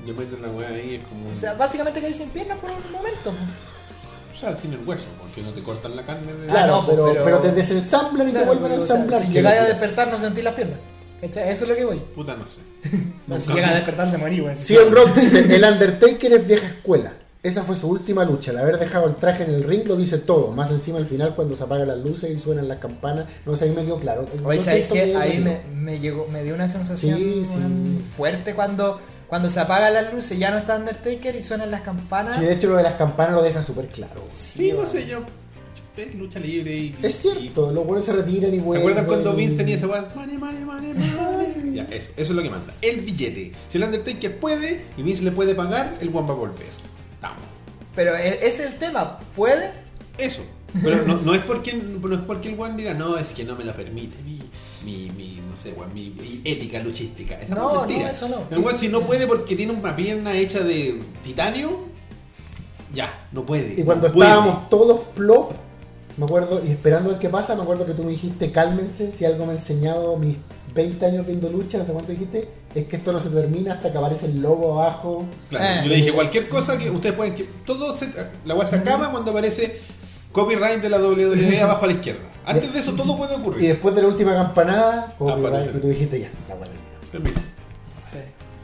[SPEAKER 1] Le meten la hueá ahí, es como.
[SPEAKER 3] O sea, básicamente caes sin piernas por un momento. pues.
[SPEAKER 1] O sea, sin el hueso, porque no te cortan la carne. de-
[SPEAKER 2] Claro,
[SPEAKER 3] Ah, no,
[SPEAKER 2] pero,
[SPEAKER 3] pero-
[SPEAKER 2] pero te desensamblan y
[SPEAKER 3] Claro,
[SPEAKER 2] te vuelven a
[SPEAKER 3] pero, o sea,
[SPEAKER 2] ensamblar.
[SPEAKER 3] si
[SPEAKER 2] Qué
[SPEAKER 3] llegáis a
[SPEAKER 2] locura.
[SPEAKER 3] despertar, no sentís las piernas. ¿Cachai? Eso es lo que voy.
[SPEAKER 1] Puta, no sé.
[SPEAKER 3] No, si
[SPEAKER 1] Nunca-
[SPEAKER 3] llegas a despertar, te morís, weón.
[SPEAKER 2] Cien Rock dice, el Undertaker es vieja escuela. Esa fue su última lucha. El haber dejado el traje en el ring lo dice todo. Más encima al final cuando se apagan las luces y suenan las campanas. No sé, ahí me quedó claro.
[SPEAKER 3] Oye,
[SPEAKER 2] No
[SPEAKER 3] ¿sabes
[SPEAKER 2] siento
[SPEAKER 3] qué?
[SPEAKER 2] miedo,
[SPEAKER 3] Ahí
[SPEAKER 2] no.
[SPEAKER 3] me, me llegó, me dio una sensación
[SPEAKER 2] Sí, sí.
[SPEAKER 3] weón, fuerte cuando, cuando se apagan las luces, ya no está Undertaker y suenan las campanas.
[SPEAKER 2] Sí, de hecho lo de las campanas lo deja súper claro.
[SPEAKER 1] Sí, no
[SPEAKER 3] weón.
[SPEAKER 1] sé, yo. Es lucha libre y.
[SPEAKER 2] Es cierto, los buenos se retiran y
[SPEAKER 1] ¿Te
[SPEAKER 2] vuelven.
[SPEAKER 1] acuerdas cuando Vince tenía ese weón? Money, money, money, money. Ya, eso, eso es lo que manda. El billete. Si el Undertaker puede y Vince le puede pagar, el Juan va a volver. Vamos.
[SPEAKER 3] Pero e- ese es el tema, ¿puede?
[SPEAKER 1] Eso. Pero no, no es porque no es porque el Juan diga, no, es que no me lo permite mi, mi, mi no sé, weón, mi, mi ética luchística. Esa
[SPEAKER 3] No,
[SPEAKER 1] es mentira.
[SPEAKER 3] no, eso no.
[SPEAKER 1] El Juan si no puede porque tiene una pierna hecha de titanio, ya, no puede.
[SPEAKER 2] Y cuando
[SPEAKER 1] no puede.
[SPEAKER 2] estábamos todos plop, me acuerdo, y esperando a ver qué pasa, me acuerdo que tú me dijiste, cálmense, si algo me ha enseñado mis 20 años viendo lucha, no sé cuánto dijiste, es que esto no se termina hasta que aparece el logo abajo.
[SPEAKER 1] Claro,
[SPEAKER 3] Eh.
[SPEAKER 1] yo le dije cualquier cosa que ustedes pueden que todo se- la weá se acaba cuando aparece copyright de la WWE abajo a la izquierda. Antes de eso todo puede
[SPEAKER 2] Y
[SPEAKER 1] ocurrir.
[SPEAKER 2] después de la última campanada, como que
[SPEAKER 1] Aparece.
[SPEAKER 2] y tú dijiste, ya, la buena.
[SPEAKER 1] Termina.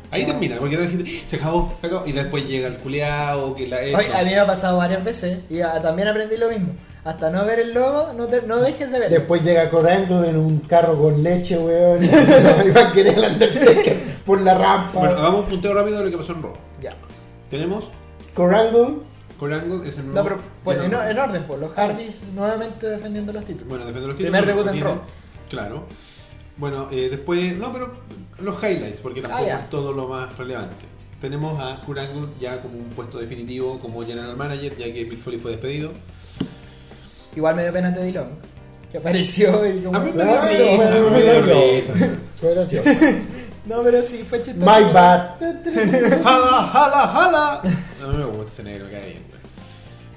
[SPEAKER 1] Ahí
[SPEAKER 3] No.
[SPEAKER 1] termina, porque toda la gente se acabó, se acabó. Y después llega el culeado que la
[SPEAKER 3] Oye, a mí me ha pasado varias veces y ah, también aprendí lo mismo. Hasta no ver el logo, no, te- no dejes de verlo.
[SPEAKER 2] Después llega corriendo en un carro con leche, weón, y va a querer el Undertaker por la rampa.
[SPEAKER 3] Ah.
[SPEAKER 1] ah. Bueno, hagamos un punteo rápido de lo que pasó en Raw.
[SPEAKER 3] Ya.
[SPEAKER 1] Tenemos
[SPEAKER 2] Corangle.
[SPEAKER 1] Corangle es el nuevo.
[SPEAKER 3] No, pero pues,
[SPEAKER 1] de-
[SPEAKER 3] en, en orden, pues los Hardys nuevamente defendiendo los títulos.
[SPEAKER 1] Bueno, depende de los títulos.
[SPEAKER 3] Primer
[SPEAKER 1] pero
[SPEAKER 3] debut en
[SPEAKER 1] tiene-
[SPEAKER 3] Raw.
[SPEAKER 1] Claro. Bueno, eh, después. No, pero los highlights, porque tampoco
[SPEAKER 3] Ah, ya.
[SPEAKER 1] es todo lo más relevante. Tenemos a Kurango ya como un puesto definitivo como general manager, ya que Big Foley fue despedido.
[SPEAKER 3] Igual me dio pena Teddy Long, que apareció y como...
[SPEAKER 1] A mí me dio
[SPEAKER 2] Claro,
[SPEAKER 1] risa,
[SPEAKER 2] bueno,
[SPEAKER 1] me dio
[SPEAKER 2] bueno.
[SPEAKER 1] risa.
[SPEAKER 2] Fue gracioso.
[SPEAKER 3] No, pero sí, fue chistoso.
[SPEAKER 2] My bad.
[SPEAKER 1] ¡Jala, jala, jala! No me gusta ese negro que hay, güey.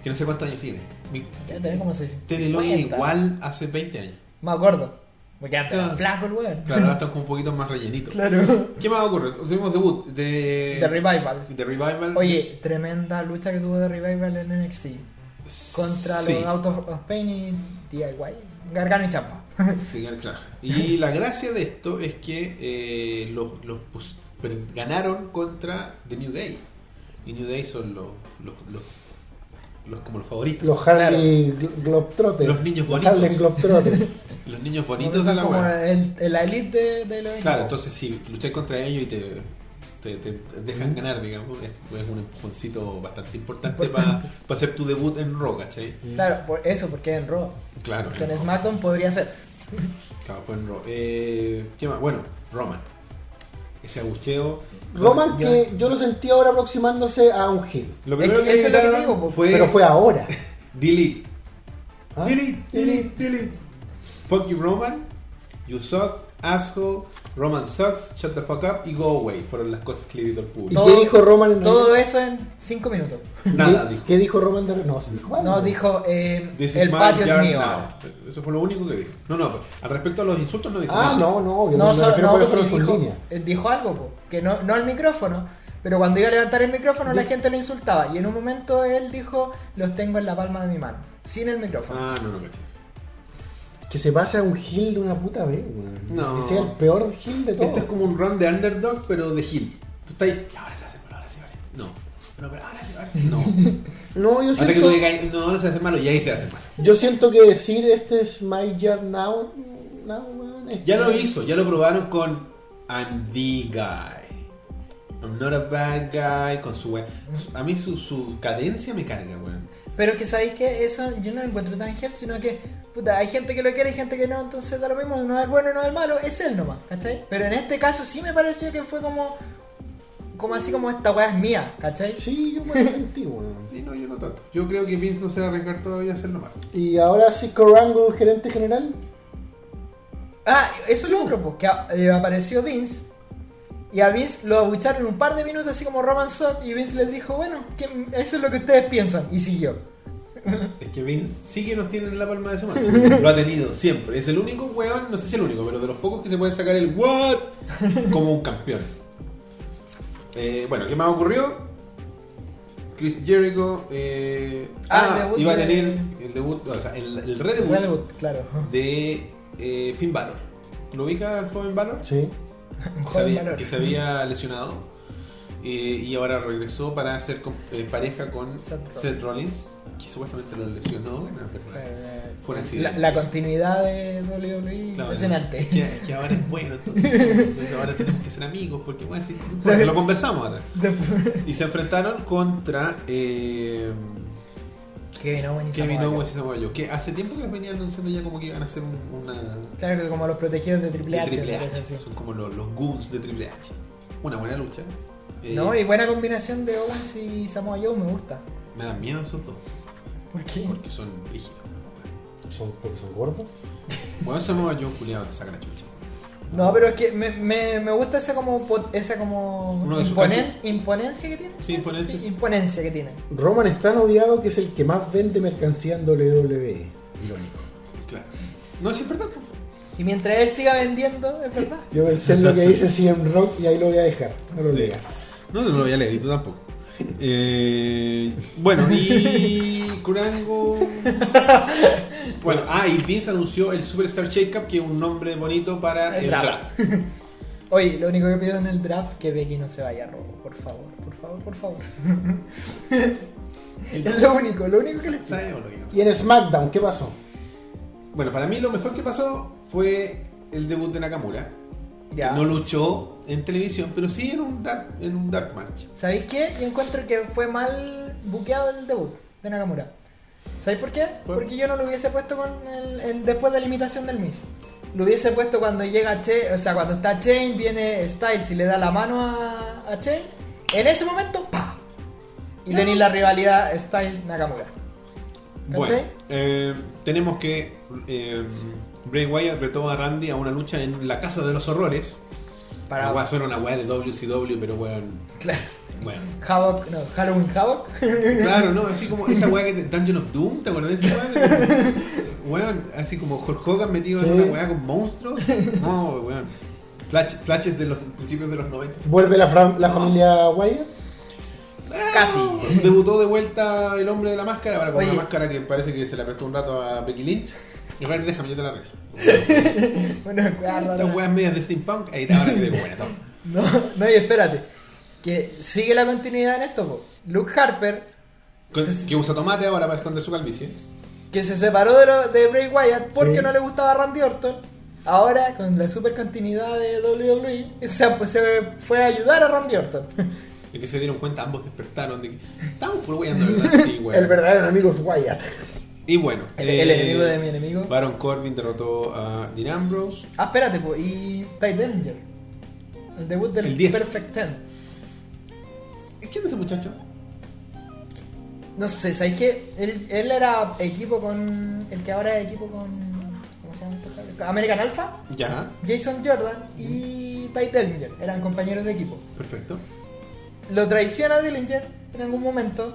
[SPEAKER 1] Que no sé cuántos años tiene. Mi-
[SPEAKER 3] Debe tener como seis-
[SPEAKER 1] Teddy Long
[SPEAKER 3] 50.
[SPEAKER 1] igual hace 20 años.
[SPEAKER 3] Más gordo. Porque antes era
[SPEAKER 1] Claro.
[SPEAKER 3] flaco el weón.
[SPEAKER 1] Claro, ahora está como un poquito más rellenito.
[SPEAKER 3] Claro.
[SPEAKER 1] ¿Qué más ocurre? Tuvimos debut de...
[SPEAKER 3] The Revival.
[SPEAKER 1] De Revival.
[SPEAKER 3] Oye, tremenda lucha que tuvo de Revival en NXT. Contra
[SPEAKER 1] Sí.
[SPEAKER 3] los Out of of Pain y DIY. Gargano y Champa.
[SPEAKER 1] Sí, claro. Y la gracia de esto es que eh, los, los pus- per- ganaron contra The New Day. Y New Day son los, los, los, los- como los favoritos.
[SPEAKER 2] Los Harley Gl- Globetrotters.
[SPEAKER 1] Los niños bonitos.
[SPEAKER 2] Harley Globetrotters.
[SPEAKER 1] Los niños
[SPEAKER 3] Porque
[SPEAKER 1] bonitos de
[SPEAKER 3] son
[SPEAKER 1] la
[SPEAKER 3] como
[SPEAKER 1] wea.
[SPEAKER 3] el, el- la elite de, de los
[SPEAKER 1] Claro,
[SPEAKER 3] equipos.
[SPEAKER 1] entonces si lucháis contra ellos y te, te, te dejan ganar, digamos, es, es un empujoncito bastante importante para hacer tu debut en Raw, ¿cachai?
[SPEAKER 3] Claro, por eso, porque en Raw.
[SPEAKER 1] Claro.
[SPEAKER 3] Porque en SmackDown podría ser.
[SPEAKER 1] Claro, fue en Raw. Eh, ¿Qué más? Bueno, Roman. Ese abucheo.
[SPEAKER 2] Roman que yo lo sentí ahora aproximándose a un heel.
[SPEAKER 1] Lo
[SPEAKER 3] Es que eso es lo que
[SPEAKER 1] gritaron
[SPEAKER 3] te digo, pues, po.
[SPEAKER 1] fue,
[SPEAKER 2] Pero fue ahora.
[SPEAKER 1] Delete.
[SPEAKER 2] ¿ah?
[SPEAKER 1] Delete, delete, delete. Fuck you, Roman. You suck, asshole. Roman sucks, shut the fuck up y go away. Fueron las cosas que le gritó el
[SPEAKER 2] ¿Y
[SPEAKER 1] público.
[SPEAKER 3] Todo-
[SPEAKER 2] qué dijo Roman en
[SPEAKER 3] Todo eso en 5 minutos.
[SPEAKER 1] Nada,
[SPEAKER 2] ¿Qué,
[SPEAKER 1] dijo.
[SPEAKER 2] qué dijo Roman de No, se dijo algo.
[SPEAKER 3] No, dijo, eh,
[SPEAKER 1] This is
[SPEAKER 3] el
[SPEAKER 1] my
[SPEAKER 3] patio es
[SPEAKER 1] yard
[SPEAKER 3] mío.
[SPEAKER 1] now. Eso fue lo único que dijo. No, no, al respecto a los insultos no dijo
[SPEAKER 2] Ah,
[SPEAKER 1] nada.
[SPEAKER 2] no, no, obvio.
[SPEAKER 3] No,
[SPEAKER 2] No,
[SPEAKER 3] so-
[SPEAKER 2] me refiero
[SPEAKER 3] no,
[SPEAKER 2] a cuáles
[SPEAKER 3] pues sí,
[SPEAKER 2] fueron sus
[SPEAKER 3] dijo,
[SPEAKER 2] líneas.
[SPEAKER 3] eh, dijo algo, po, que no, no el micrófono, pero cuando iba a levantar el micrófono la
[SPEAKER 2] Di-
[SPEAKER 3] gente lo insultaba y en un momento él dijo, los tengo en la palma de mi mano, sin el micrófono.
[SPEAKER 1] Ah, no, no, cachai.
[SPEAKER 2] Que se pase a un heel de una puta vez, weón.
[SPEAKER 1] No.
[SPEAKER 2] Que sea el peor heel de
[SPEAKER 1] Este es
[SPEAKER 2] todos.
[SPEAKER 1] como un run de underdog, pero de heel. Tú estás ahí, ahora se hace malo, ahora se vale. No, no, pero ahora se vale. No.
[SPEAKER 2] No, yo
[SPEAKER 1] Hasta que tú
[SPEAKER 2] siento,
[SPEAKER 1] digas, no, ahora se hace malo y ahí se hace malo.
[SPEAKER 2] yo siento que decir este es My Yard Now, now weón, es-
[SPEAKER 1] Ya lo hizo, ya lo probaron con I'm the guy. I'm not a bad guy. Con su we- su- A mí su, su cadencia me carga, weón.
[SPEAKER 3] Pero es que sabéis que eso yo no lo encuentro tan gel, sino que puta, hay gente que lo quiere y gente que no, entonces da lo mismo, no es el bueno, no es el malo, es él nomás, ¿cachai? Pero en este caso sí me pareció que fue como, como así como esta weá es mía, ¿cachai?
[SPEAKER 2] Sí, yo me lo sentí, weón.
[SPEAKER 1] Sí, no, yo no tanto. Yo creo que Vince no se va a arriesgar todavía a hacerlo más.
[SPEAKER 2] Y ahora sí, Corangle, gerente general.
[SPEAKER 3] Ah, eso es lo otro, pues, que eh, apareció Vince. Y a Vince lo abucharon un par de minutos, así como Roman Sock. Y Vince les dijo, bueno, que eso es lo que ustedes piensan. Y siguió.
[SPEAKER 1] Es que Vince sí que nos tiene en la palma de su mano. Lo ha tenido siempre. Es el único weón, no sé si el único, pero de los pocos que se puede sacar el what como un campeón. Eh, bueno, ¿qué más ocurrió? Chris Jericho eh,
[SPEAKER 3] Ah, el debut
[SPEAKER 1] iba a
[SPEAKER 3] de-
[SPEAKER 1] tener el debut, o sea, el, el redebut
[SPEAKER 3] Fue debut, claro.
[SPEAKER 1] de eh, Finn Balor. ¿Lo ubica el joven Balor?
[SPEAKER 2] Sí.
[SPEAKER 1] Que se
[SPEAKER 3] Joven
[SPEAKER 1] había,
[SPEAKER 3] valor.
[SPEAKER 1] que se había lesionado eh, y ahora regresó para hacer com- eh, pareja con
[SPEAKER 3] Seth
[SPEAKER 1] Seth,
[SPEAKER 3] Rollins.
[SPEAKER 1] Rollins, que supuestamente lo lesionó. Bueno, es verdad.
[SPEAKER 3] Eh,
[SPEAKER 1] Fue un
[SPEAKER 3] La,
[SPEAKER 1] accidente.
[SPEAKER 3] la continuidad de WWE
[SPEAKER 1] Claro,
[SPEAKER 3] impresionante.
[SPEAKER 1] Que, que ahora es bueno, entonces, entonces ahora tenemos que ser amigos porque, bueno, sí, porque lo conversamos ahora.
[SPEAKER 3] Después-
[SPEAKER 1] Y se enfrentaron contra eh,
[SPEAKER 3] Kevin Owens y
[SPEAKER 1] Kevin
[SPEAKER 3] Samoa
[SPEAKER 1] Owens y Samoa Joe, que hace tiempo que les venían anunciando ya como que iban a hacer un- una,
[SPEAKER 3] Joe. Claro, que como los protegidos de Triple
[SPEAKER 1] de
[SPEAKER 3] H.
[SPEAKER 1] Triple
[SPEAKER 3] una cosa
[SPEAKER 1] H.
[SPEAKER 3] así.
[SPEAKER 1] Son como los, los goons de Triple H. Una buena lucha. Eh,
[SPEAKER 3] No, y buena combinación de Owens y Samoa Joe me gusta.
[SPEAKER 1] Me dan miedo esos dos.
[SPEAKER 3] ¿Por qué?
[SPEAKER 1] Porque son rígidos.
[SPEAKER 2] Son, porque son gordos.
[SPEAKER 1] Bueno, Samoa Joe, culiado, te saca la chucha.
[SPEAKER 3] No, pero es que me, me, me gusta esa como po- esa como
[SPEAKER 1] Uno de sus
[SPEAKER 3] imponen-
[SPEAKER 1] cambios.
[SPEAKER 3] imponencia que tiene.
[SPEAKER 1] Sí, imponencia,
[SPEAKER 3] Sí,
[SPEAKER 1] sí.
[SPEAKER 3] imponencia que tiene.
[SPEAKER 2] Roman es tan odiado que es el que más vende mercancía en WWE. Irónico.
[SPEAKER 1] Claro. No, sí es verdad. po.
[SPEAKER 3] Y mientras él siga vendiendo, es verdad.
[SPEAKER 2] Yo pensé en lo que dice CM Rock y ahí lo voy a dejar. No lo
[SPEAKER 1] Sí.
[SPEAKER 2] leas.
[SPEAKER 1] No, no lo voy a leer y tú tampoco. Eh, bueno, y. Curango. Bueno, ah, y Vince anunció el Superstar Shakeup, que es un nombre bonito para
[SPEAKER 3] El
[SPEAKER 1] el
[SPEAKER 3] draft.
[SPEAKER 1] draft.
[SPEAKER 3] Oye, lo único que pido en el draft que Becky no se vaya a robo, por favor, por favor, por favor. es lo único, lo único que le pido.
[SPEAKER 1] ¿Sabes o no?
[SPEAKER 2] Y en SmackDown, ¿qué pasó?
[SPEAKER 1] Bueno, para mí lo mejor que pasó fue el debut de Nakamura.
[SPEAKER 3] Ya.
[SPEAKER 1] que no luchó en televisión, pero sí en un dark, en un dark match.
[SPEAKER 3] ¿Sabéis qué? Yo encuentro que fue mal buqueado el debut de Nakamura. ¿Sabéis por qué?
[SPEAKER 1] ¿Por?
[SPEAKER 3] Porque yo no lo hubiese puesto con el, el- después de la imitación del Miss. Lo hubiese puesto cuando llega Che, o sea, cuando está Chain, viene Styles y le da la mano a, a Chain. En ese momento, ¡pa! Y tenéis la rivalidad Styles-Nakamura.
[SPEAKER 1] Bueno,
[SPEAKER 3] ¿Cachai?
[SPEAKER 1] eh, tenemos que eh, Bray Wyatt retoma a Randy a una lucha en la Casa de los Horrores.
[SPEAKER 3] Para
[SPEAKER 1] La weá suena una weá de WCW, pero weón.
[SPEAKER 3] Claro.
[SPEAKER 1] Bueno.
[SPEAKER 3] Havoc, no, Halloween Havoc.
[SPEAKER 1] Claro, ¿no? Así como esa weá que te, Dungeon of Doom, ¿te acuerdas de esa weá? Weón, así como Hulk Hogan metido
[SPEAKER 2] Sí.
[SPEAKER 1] en una weá con monstruos. No, weón. Flash- flashes de los principios de los 90.
[SPEAKER 2] ¿Vuelve la, fam- la familia Wyatt?
[SPEAKER 3] Casi.
[SPEAKER 1] Ah, Debutó de vuelta el hombre de la máscara, ahora con
[SPEAKER 3] Oye.
[SPEAKER 1] una máscara que parece que se la prestó un rato a Becky Lynch. Y Randy, déjame, yo te la arreglo.
[SPEAKER 3] Bueno, guarda,
[SPEAKER 1] Estas weas medias de steampunk, ahí está, ahora se ve buena, toma.
[SPEAKER 3] No, no, y espérate. Que sigue la continuidad en esto, po. Luke Harper,
[SPEAKER 1] Con-
[SPEAKER 3] se-
[SPEAKER 1] Que usa tomate ahora para esconder su calvicie.
[SPEAKER 3] que se separó de, lo- de Bray Wyatt porque
[SPEAKER 2] Sí.
[SPEAKER 3] no le gustaba Randy Orton, ahora con la super continuidad de WWE, se, pues, se fue a ayudar a Randy Orton.
[SPEAKER 1] Y que se dieron cuenta, ambos despertaron de que estamos por weyando, ¿verdad? Sí, weón.
[SPEAKER 2] El verdadero enemigo es Wyatt.
[SPEAKER 1] Y bueno, eh,
[SPEAKER 3] El- Este el enemigo de mi enemigo.
[SPEAKER 1] Baron Corbin derrotó a Dean Ambrose.
[SPEAKER 3] Ah, espérate, po. y Ty Dellinger. El debut del
[SPEAKER 1] El 10.
[SPEAKER 3] Perfect Ten.
[SPEAKER 1] ¿Quién es ese muchacho?
[SPEAKER 3] No sé, ¿sabes qué? Él, él era equipo con. El que ahora es equipo con. ¿Cómo se llama? estos cabros? American Alpha.
[SPEAKER 1] Ya,
[SPEAKER 3] Jason Jordan y Ty Dellinger eran compañeros de equipo.
[SPEAKER 1] perfecto.
[SPEAKER 3] Lo traiciona Dellinger en algún momento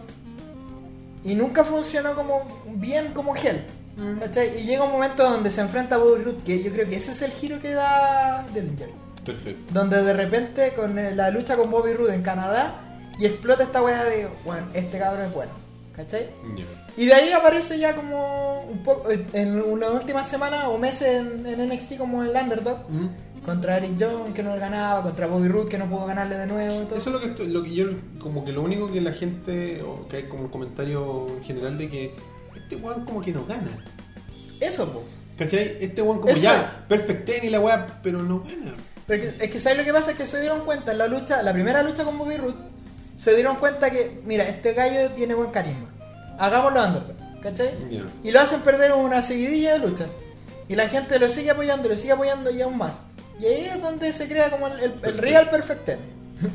[SPEAKER 3] y nunca funcionó como bien como gel.
[SPEAKER 1] Mm.
[SPEAKER 3] ¿cachai? Y llega un momento donde se enfrenta a Bobby Roode, que yo creo que ese es el giro que da Dellinger.
[SPEAKER 1] Perfecto.
[SPEAKER 3] Donde de repente con eh, la lucha con Bobby Roode en Canadá y explota esta weá de, bueno, este cabrón es bueno. ¿Cachai?
[SPEAKER 1] Ya.
[SPEAKER 3] Y de ahí aparece ya como un poco, eh, en una última semana o meses en, en NXT como el underdog.
[SPEAKER 1] Mm.
[SPEAKER 3] Contra Eric Jones, que no le ganaba, contra Bobby Roode, que no pudo ganarle de nuevo. y todo.
[SPEAKER 1] Eso es lo que, estoy- lo que yo, como que lo único que la gente, o que hay como comentario en general de que este weón como que no gana.
[SPEAKER 3] Eso, po.
[SPEAKER 1] ¿Cachai? Este weón como
[SPEAKER 3] Eso.
[SPEAKER 1] ya, perfect ten y la weá, pero no gana.
[SPEAKER 3] Pero que- es que, ¿sabes lo que pasa? Es que se dieron cuenta en la lucha, la primera lucha con Bobby Roode, se dieron cuenta que, mira, este gallo tiene buen carisma. Hagámoslo underdog, ¿cachai?
[SPEAKER 1] Ya.
[SPEAKER 3] Y lo hacen perder una seguidilla de lucha. Y la gente lo sigue apoyando, lo sigue apoyando y aún más. Y ahí es donde se crea como el, el- el
[SPEAKER 1] Perfecto.
[SPEAKER 3] real perfect ten.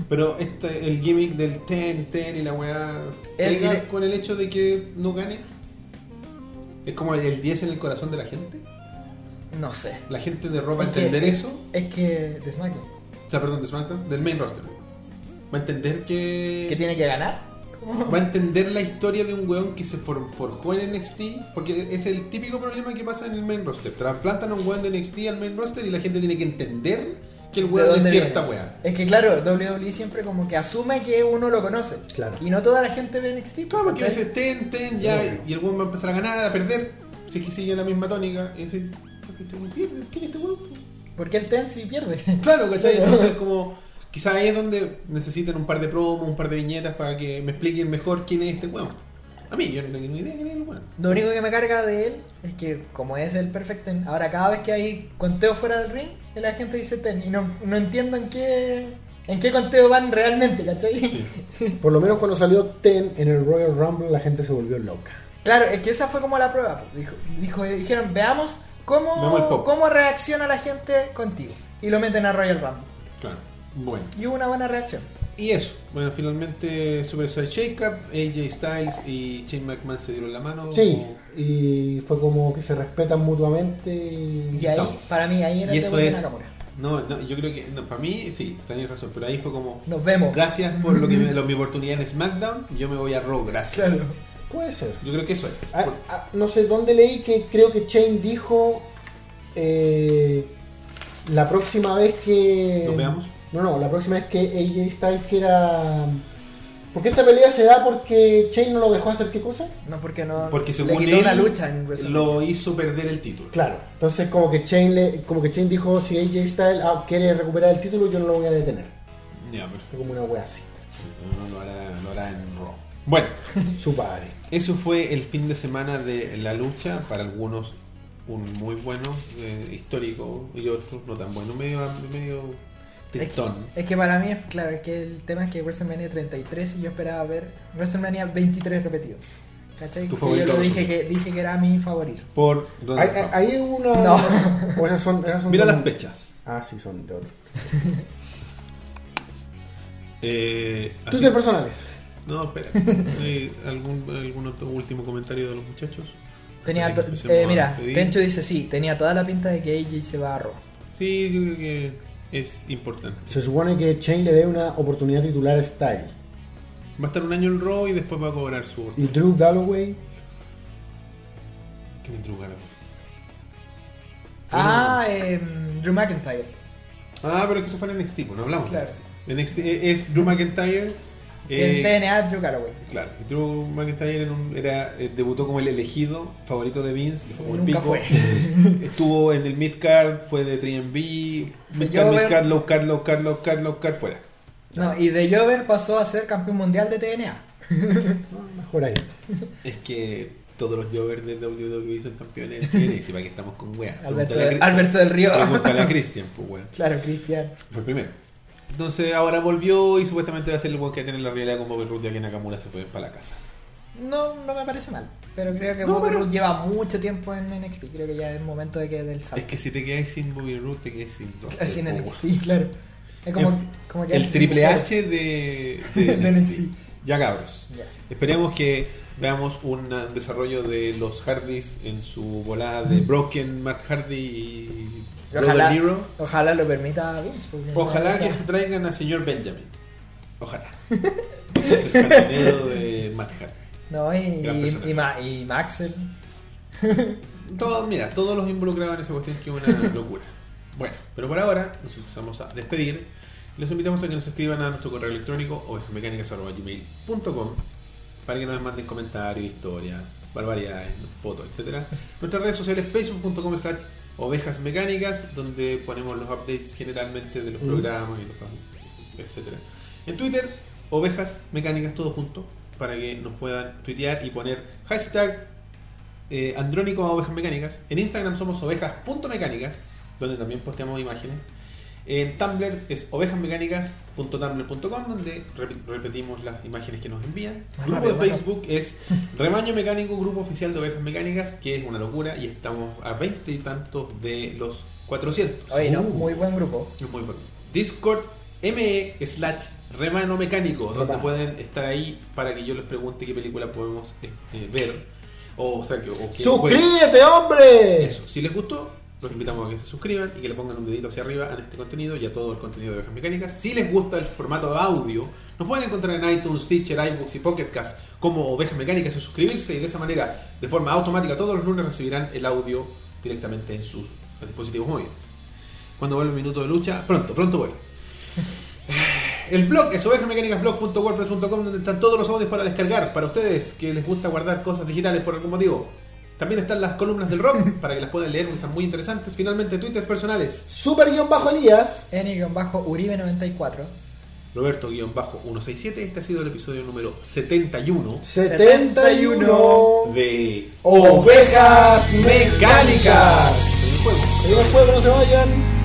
[SPEAKER 1] Pero este, el gimmick del ten, ten y la weá,
[SPEAKER 3] El-
[SPEAKER 1] pega
[SPEAKER 3] el-
[SPEAKER 1] con el hecho de que no gane. Es como el 10 en el corazón de la gente.
[SPEAKER 3] No sé.
[SPEAKER 1] La gente de ropa
[SPEAKER 3] Es que-
[SPEAKER 1] entender eso.
[SPEAKER 3] Es que, de SmackDown,
[SPEAKER 1] O sea, perdón, de SmackDown, del main roster. Va a entender que.
[SPEAKER 3] que tiene que ganar.
[SPEAKER 1] Va a entender la historia de un weón que se for- forjó en NXT. Porque es el típico problema que pasa en el main roster. Trasplantan a un weón de NXT al main roster y la gente tiene que entender que el
[SPEAKER 3] ¿De
[SPEAKER 1] weón es
[SPEAKER 3] dónde
[SPEAKER 1] cierta
[SPEAKER 3] viene?
[SPEAKER 1] weá.
[SPEAKER 3] Es que claro, WWE siempre como que asume que uno lo conoce.
[SPEAKER 2] Claro.
[SPEAKER 3] Y no toda la gente ve NXT.
[SPEAKER 1] Claro, porque
[SPEAKER 3] ¿cachai?
[SPEAKER 1] dice ten, ten, ya.
[SPEAKER 2] Obvio.
[SPEAKER 1] Y el weón va a empezar a ganar, a perder. Si es que sigue la misma tónica. Y dice, "¿Por qué este weón pierde? ¿Quién es este weón?
[SPEAKER 3] Porque el Ten sí pierde.
[SPEAKER 1] Claro, ¿cachai?
[SPEAKER 3] Claro.
[SPEAKER 1] Entonces, como. Quizás ahí es donde necesitan un par de promos, un par de viñetas para que me expliquen mejor quién es este weón. A mí, yo no tengo ni idea quién es el weón.
[SPEAKER 3] Lo único que me carga de él es que como es el Perfect Ten, ahora cada vez que hay conteo fuera del ring, la gente dice Ten. Y no, no entiendo en qué, en qué conteo van realmente, ¿cachai?
[SPEAKER 2] Por lo menos cuando salió Ten en el Royal Rumble, la gente se volvió loca.
[SPEAKER 3] Claro, es que esa fue como la prueba. pues. Dijo, dijo- dijeron, veamos
[SPEAKER 1] Veamos el
[SPEAKER 3] cómo,
[SPEAKER 1] pop".
[SPEAKER 3] cómo reacciona la gente contigo. Y lo meten a Royal Rumble.
[SPEAKER 1] Claro. Bueno.
[SPEAKER 3] Y hubo una buena reacción.
[SPEAKER 1] Y eso. Bueno, finalmente Super Saiyan Shake Up, AJ Styles y Shane McMahon se dieron la mano.
[SPEAKER 2] Sí, y fue como que se respetan mutuamente. Y...
[SPEAKER 3] Y ahí,
[SPEAKER 1] Tom.
[SPEAKER 3] para mí, ahí era
[SPEAKER 1] Y
[SPEAKER 3] el
[SPEAKER 1] eso
[SPEAKER 3] debut de
[SPEAKER 1] es.
[SPEAKER 3] Nakamura.
[SPEAKER 1] No, no, yo creo que. No, para mí, sí, tenéis razón. Pero ahí fue como.
[SPEAKER 3] Nos vemos.
[SPEAKER 1] Gracias por lo que me- lo- mi oportunidad en SmackDown. Yo me voy a Raw, gracias.
[SPEAKER 3] Claro.
[SPEAKER 2] Puede ser.
[SPEAKER 1] Yo creo que eso es.
[SPEAKER 2] Ah, ah, no sé dónde leí que creo que Chain dijo eh, la próxima vez que.
[SPEAKER 1] ¿Nos veamos?
[SPEAKER 2] No, no, la próxima vez que AJ Styles quiera. ¿Por qué esta pelea se da? Porque Chain no lo dejó hacer qué cosa?
[SPEAKER 3] No, porque no.
[SPEAKER 1] Porque
[SPEAKER 3] le
[SPEAKER 1] según
[SPEAKER 3] quitó
[SPEAKER 1] él,
[SPEAKER 3] una lucha en WrestleMania.
[SPEAKER 1] lo hizo perder el título.
[SPEAKER 2] Claro. Entonces como que Chain le, como que Chain dijo si AJ Styles ah, quiere recuperar el título yo no lo voy a detener.
[SPEAKER 1] Ya, perfecto.
[SPEAKER 2] Fue como una wea así.
[SPEAKER 1] No lo hará, lo hará en Raw. Bueno,
[SPEAKER 2] Su padre.
[SPEAKER 1] eso fue el fin de semana de la lucha. Para algunos, un muy bueno, eh, histórico, y otro no tan bueno, medio, medio
[SPEAKER 3] Es que,
[SPEAKER 1] tristón.
[SPEAKER 3] es que para mí, es claro, es que el tema es que WrestleMania 33 y yo esperaba ver WrestleMania 23 repetido. ¿Cachai?
[SPEAKER 1] Tu
[SPEAKER 3] Que
[SPEAKER 1] favorito
[SPEAKER 3] yo lo dije
[SPEAKER 1] absoluto.
[SPEAKER 3] que, dije que era mi favorito.
[SPEAKER 1] Por
[SPEAKER 2] Ahí, ahí- ahí es una.
[SPEAKER 3] No.
[SPEAKER 2] O esas son, esas son
[SPEAKER 1] Mira
[SPEAKER 2] de-
[SPEAKER 1] las fechas.
[SPEAKER 2] Ah, sí, son de otro.
[SPEAKER 1] Eh, así-
[SPEAKER 2] Twitter personales.
[SPEAKER 1] no, espera. Eh, ¿Algún, ¿Algún otro último comentario de los muchachos?
[SPEAKER 3] Tenía
[SPEAKER 1] Antes
[SPEAKER 3] to-
[SPEAKER 1] que empecemos
[SPEAKER 3] eh,
[SPEAKER 1] a
[SPEAKER 3] mira,
[SPEAKER 1] despedir.
[SPEAKER 3] Tencho dice sí, tenía toda la pinta de que AJ se va a Raw.
[SPEAKER 1] Sí, yo creo que es importante.
[SPEAKER 2] Se supone que Chain le dé una oportunidad titular a Style.
[SPEAKER 1] Va a estar un año en Raw y después va a cobrar su...
[SPEAKER 2] Y Drew Galloway.
[SPEAKER 1] ¿Quién entró, Gallagher?
[SPEAKER 3] Ah, em, Drew McIntyre.
[SPEAKER 1] Ah, pero es que eso fue en NXT, pues no hablamos.
[SPEAKER 3] Claro.
[SPEAKER 1] En NXT eh, es Drew McIntyre.
[SPEAKER 3] En
[SPEAKER 1] eh,
[SPEAKER 3] TNA, Drew Galloway.
[SPEAKER 1] Claro, Drew McIntyre en un- era, eh, debutó como el elegido, favorito de Vince, le fue como el
[SPEAKER 3] Nunca
[SPEAKER 1] pico.
[SPEAKER 3] fue.
[SPEAKER 1] Estuvo en el midcard, fue de 3B, midcard,
[SPEAKER 3] Yo veo-
[SPEAKER 1] midcard, low card, low card, low card, low card, fuera. Ah.
[SPEAKER 3] No, y de Jover pasó a ser campeón mundial de TNA.
[SPEAKER 2] No, mejor ahí.
[SPEAKER 1] Es que todos los jovers de WWE son campeones de TNA, si para que estamos con weas.
[SPEAKER 3] Alberto,
[SPEAKER 1] Pregúntale a Cri-
[SPEAKER 3] Alberto del Río.
[SPEAKER 1] Pregúntale a Christian, pues weón.
[SPEAKER 3] claro, Cristian.
[SPEAKER 1] Fue el primero. Entonces ahora volvió y supuestamente va a ser el weón que va a tener la realidad con Bobby Roode ya que Nakamura se fue para la casa.
[SPEAKER 3] No, no me parece mal. Pero creo que
[SPEAKER 1] No,
[SPEAKER 3] Bobby
[SPEAKER 1] pero-
[SPEAKER 3] Roode lleva mucho tiempo en NXT. Creo que ya es momento de que del salto.
[SPEAKER 1] Es que si te quedas sin Bobby Roode, te quedas sin... roster,
[SPEAKER 3] Sin
[SPEAKER 1] po,
[SPEAKER 3] NXT,
[SPEAKER 1] weón.
[SPEAKER 3] claro. Es como,
[SPEAKER 1] El-
[SPEAKER 3] como que-
[SPEAKER 1] El triple H de, de
[SPEAKER 3] De
[SPEAKER 1] NXT.
[SPEAKER 3] NXT.
[SPEAKER 1] Ya cabros.
[SPEAKER 3] Ya.
[SPEAKER 1] Esperemos que veamos un uh, desarrollo de los Hardys en su volada de Broken, Matt Hardy y
[SPEAKER 3] Ojalá,
[SPEAKER 1] Brother Hero.
[SPEAKER 3] ojalá lo permita Vince. porque
[SPEAKER 1] Ojalá
[SPEAKER 3] o sea,
[SPEAKER 1] que se traigan a señor Benjamin. Ojalá. es el jardinero de Matt Hardy.
[SPEAKER 3] No, y,
[SPEAKER 1] Gran
[SPEAKER 3] y,
[SPEAKER 1] personaje.
[SPEAKER 3] y Ma- y Maxel.
[SPEAKER 1] Todos, mira, todos los involucrados en esa cuestión que es una locura. Bueno, pero por ahora nos empezamos a despedir. Les invitamos a que nos escriban a nuestro correo electrónico ovejasmecánicas.gmail.com para que nos manden comentarios, historias, barbaridades, fotos, etcétera. Nuestras redes sociales facebook.com slash ovejasmecánicas donde ponemos los updates generalmente de los
[SPEAKER 2] Mm.
[SPEAKER 1] programas y los etcétera. En Twitter, ovejas mecánicas todo junto para que nos puedan tuitear y poner hashtag eh, andrónico a ovejas mecánicas. En Instagram somos ovejas.mecánicas, donde también posteamos imágenes. En Tumblr es ovejasmecánicas.tumblr.com, donde rep- repetimos las imágenes que nos envían.
[SPEAKER 3] Más
[SPEAKER 1] grupo
[SPEAKER 3] rápido,
[SPEAKER 1] de
[SPEAKER 3] más
[SPEAKER 1] Facebook es Remaño Mecánico, grupo oficial de ovejas mecánicas, que es una locura y estamos a 20 y tantos de los 400.
[SPEAKER 3] Oye, no,
[SPEAKER 1] Uh.
[SPEAKER 3] muy buen grupo.
[SPEAKER 1] Es muy bueno. Discord ME slash remano mecánico, donde
[SPEAKER 2] Epa.
[SPEAKER 1] pueden estar ahí para que yo les pregunte qué película podemos este, ver. O, o sea, que, o que jueguen.
[SPEAKER 2] ¡Suscríbete, hombre!
[SPEAKER 1] Eso. Si les gustó, los invitamos a que se suscriban y que le pongan un dedito hacia arriba a este contenido y a todo el contenido de Ovejas Mecánicas. Si les gusta el formato audio, nos pueden encontrar en iTunes, Teacher, iBooks y Pocketcast como Ovejas Mecánicas y suscribirse y de esa manera, de forma automática, todos los lunes recibirán el audio directamente en sus dispositivos móviles. Cuando vuelve el minuto de lucha, pronto, pronto vuelve. El blog es ovejasmecánicasblog.wordpress.com donde están todos los audios para descargar para ustedes que les gusta guardar cosas digitales por algún motivo. También están las columnas del rock para que las puedan leer, porque están muy interesantes. Finalmente, twitters personales.
[SPEAKER 2] Super guión bajo Elías.
[SPEAKER 3] N-Uribe94.
[SPEAKER 1] Roberto-167. Este ha sido el episodio número 71
[SPEAKER 2] 71
[SPEAKER 1] de
[SPEAKER 2] Ovejas Mecánicas.
[SPEAKER 1] Juegos.
[SPEAKER 2] Adiós, pueblo, no se vayan.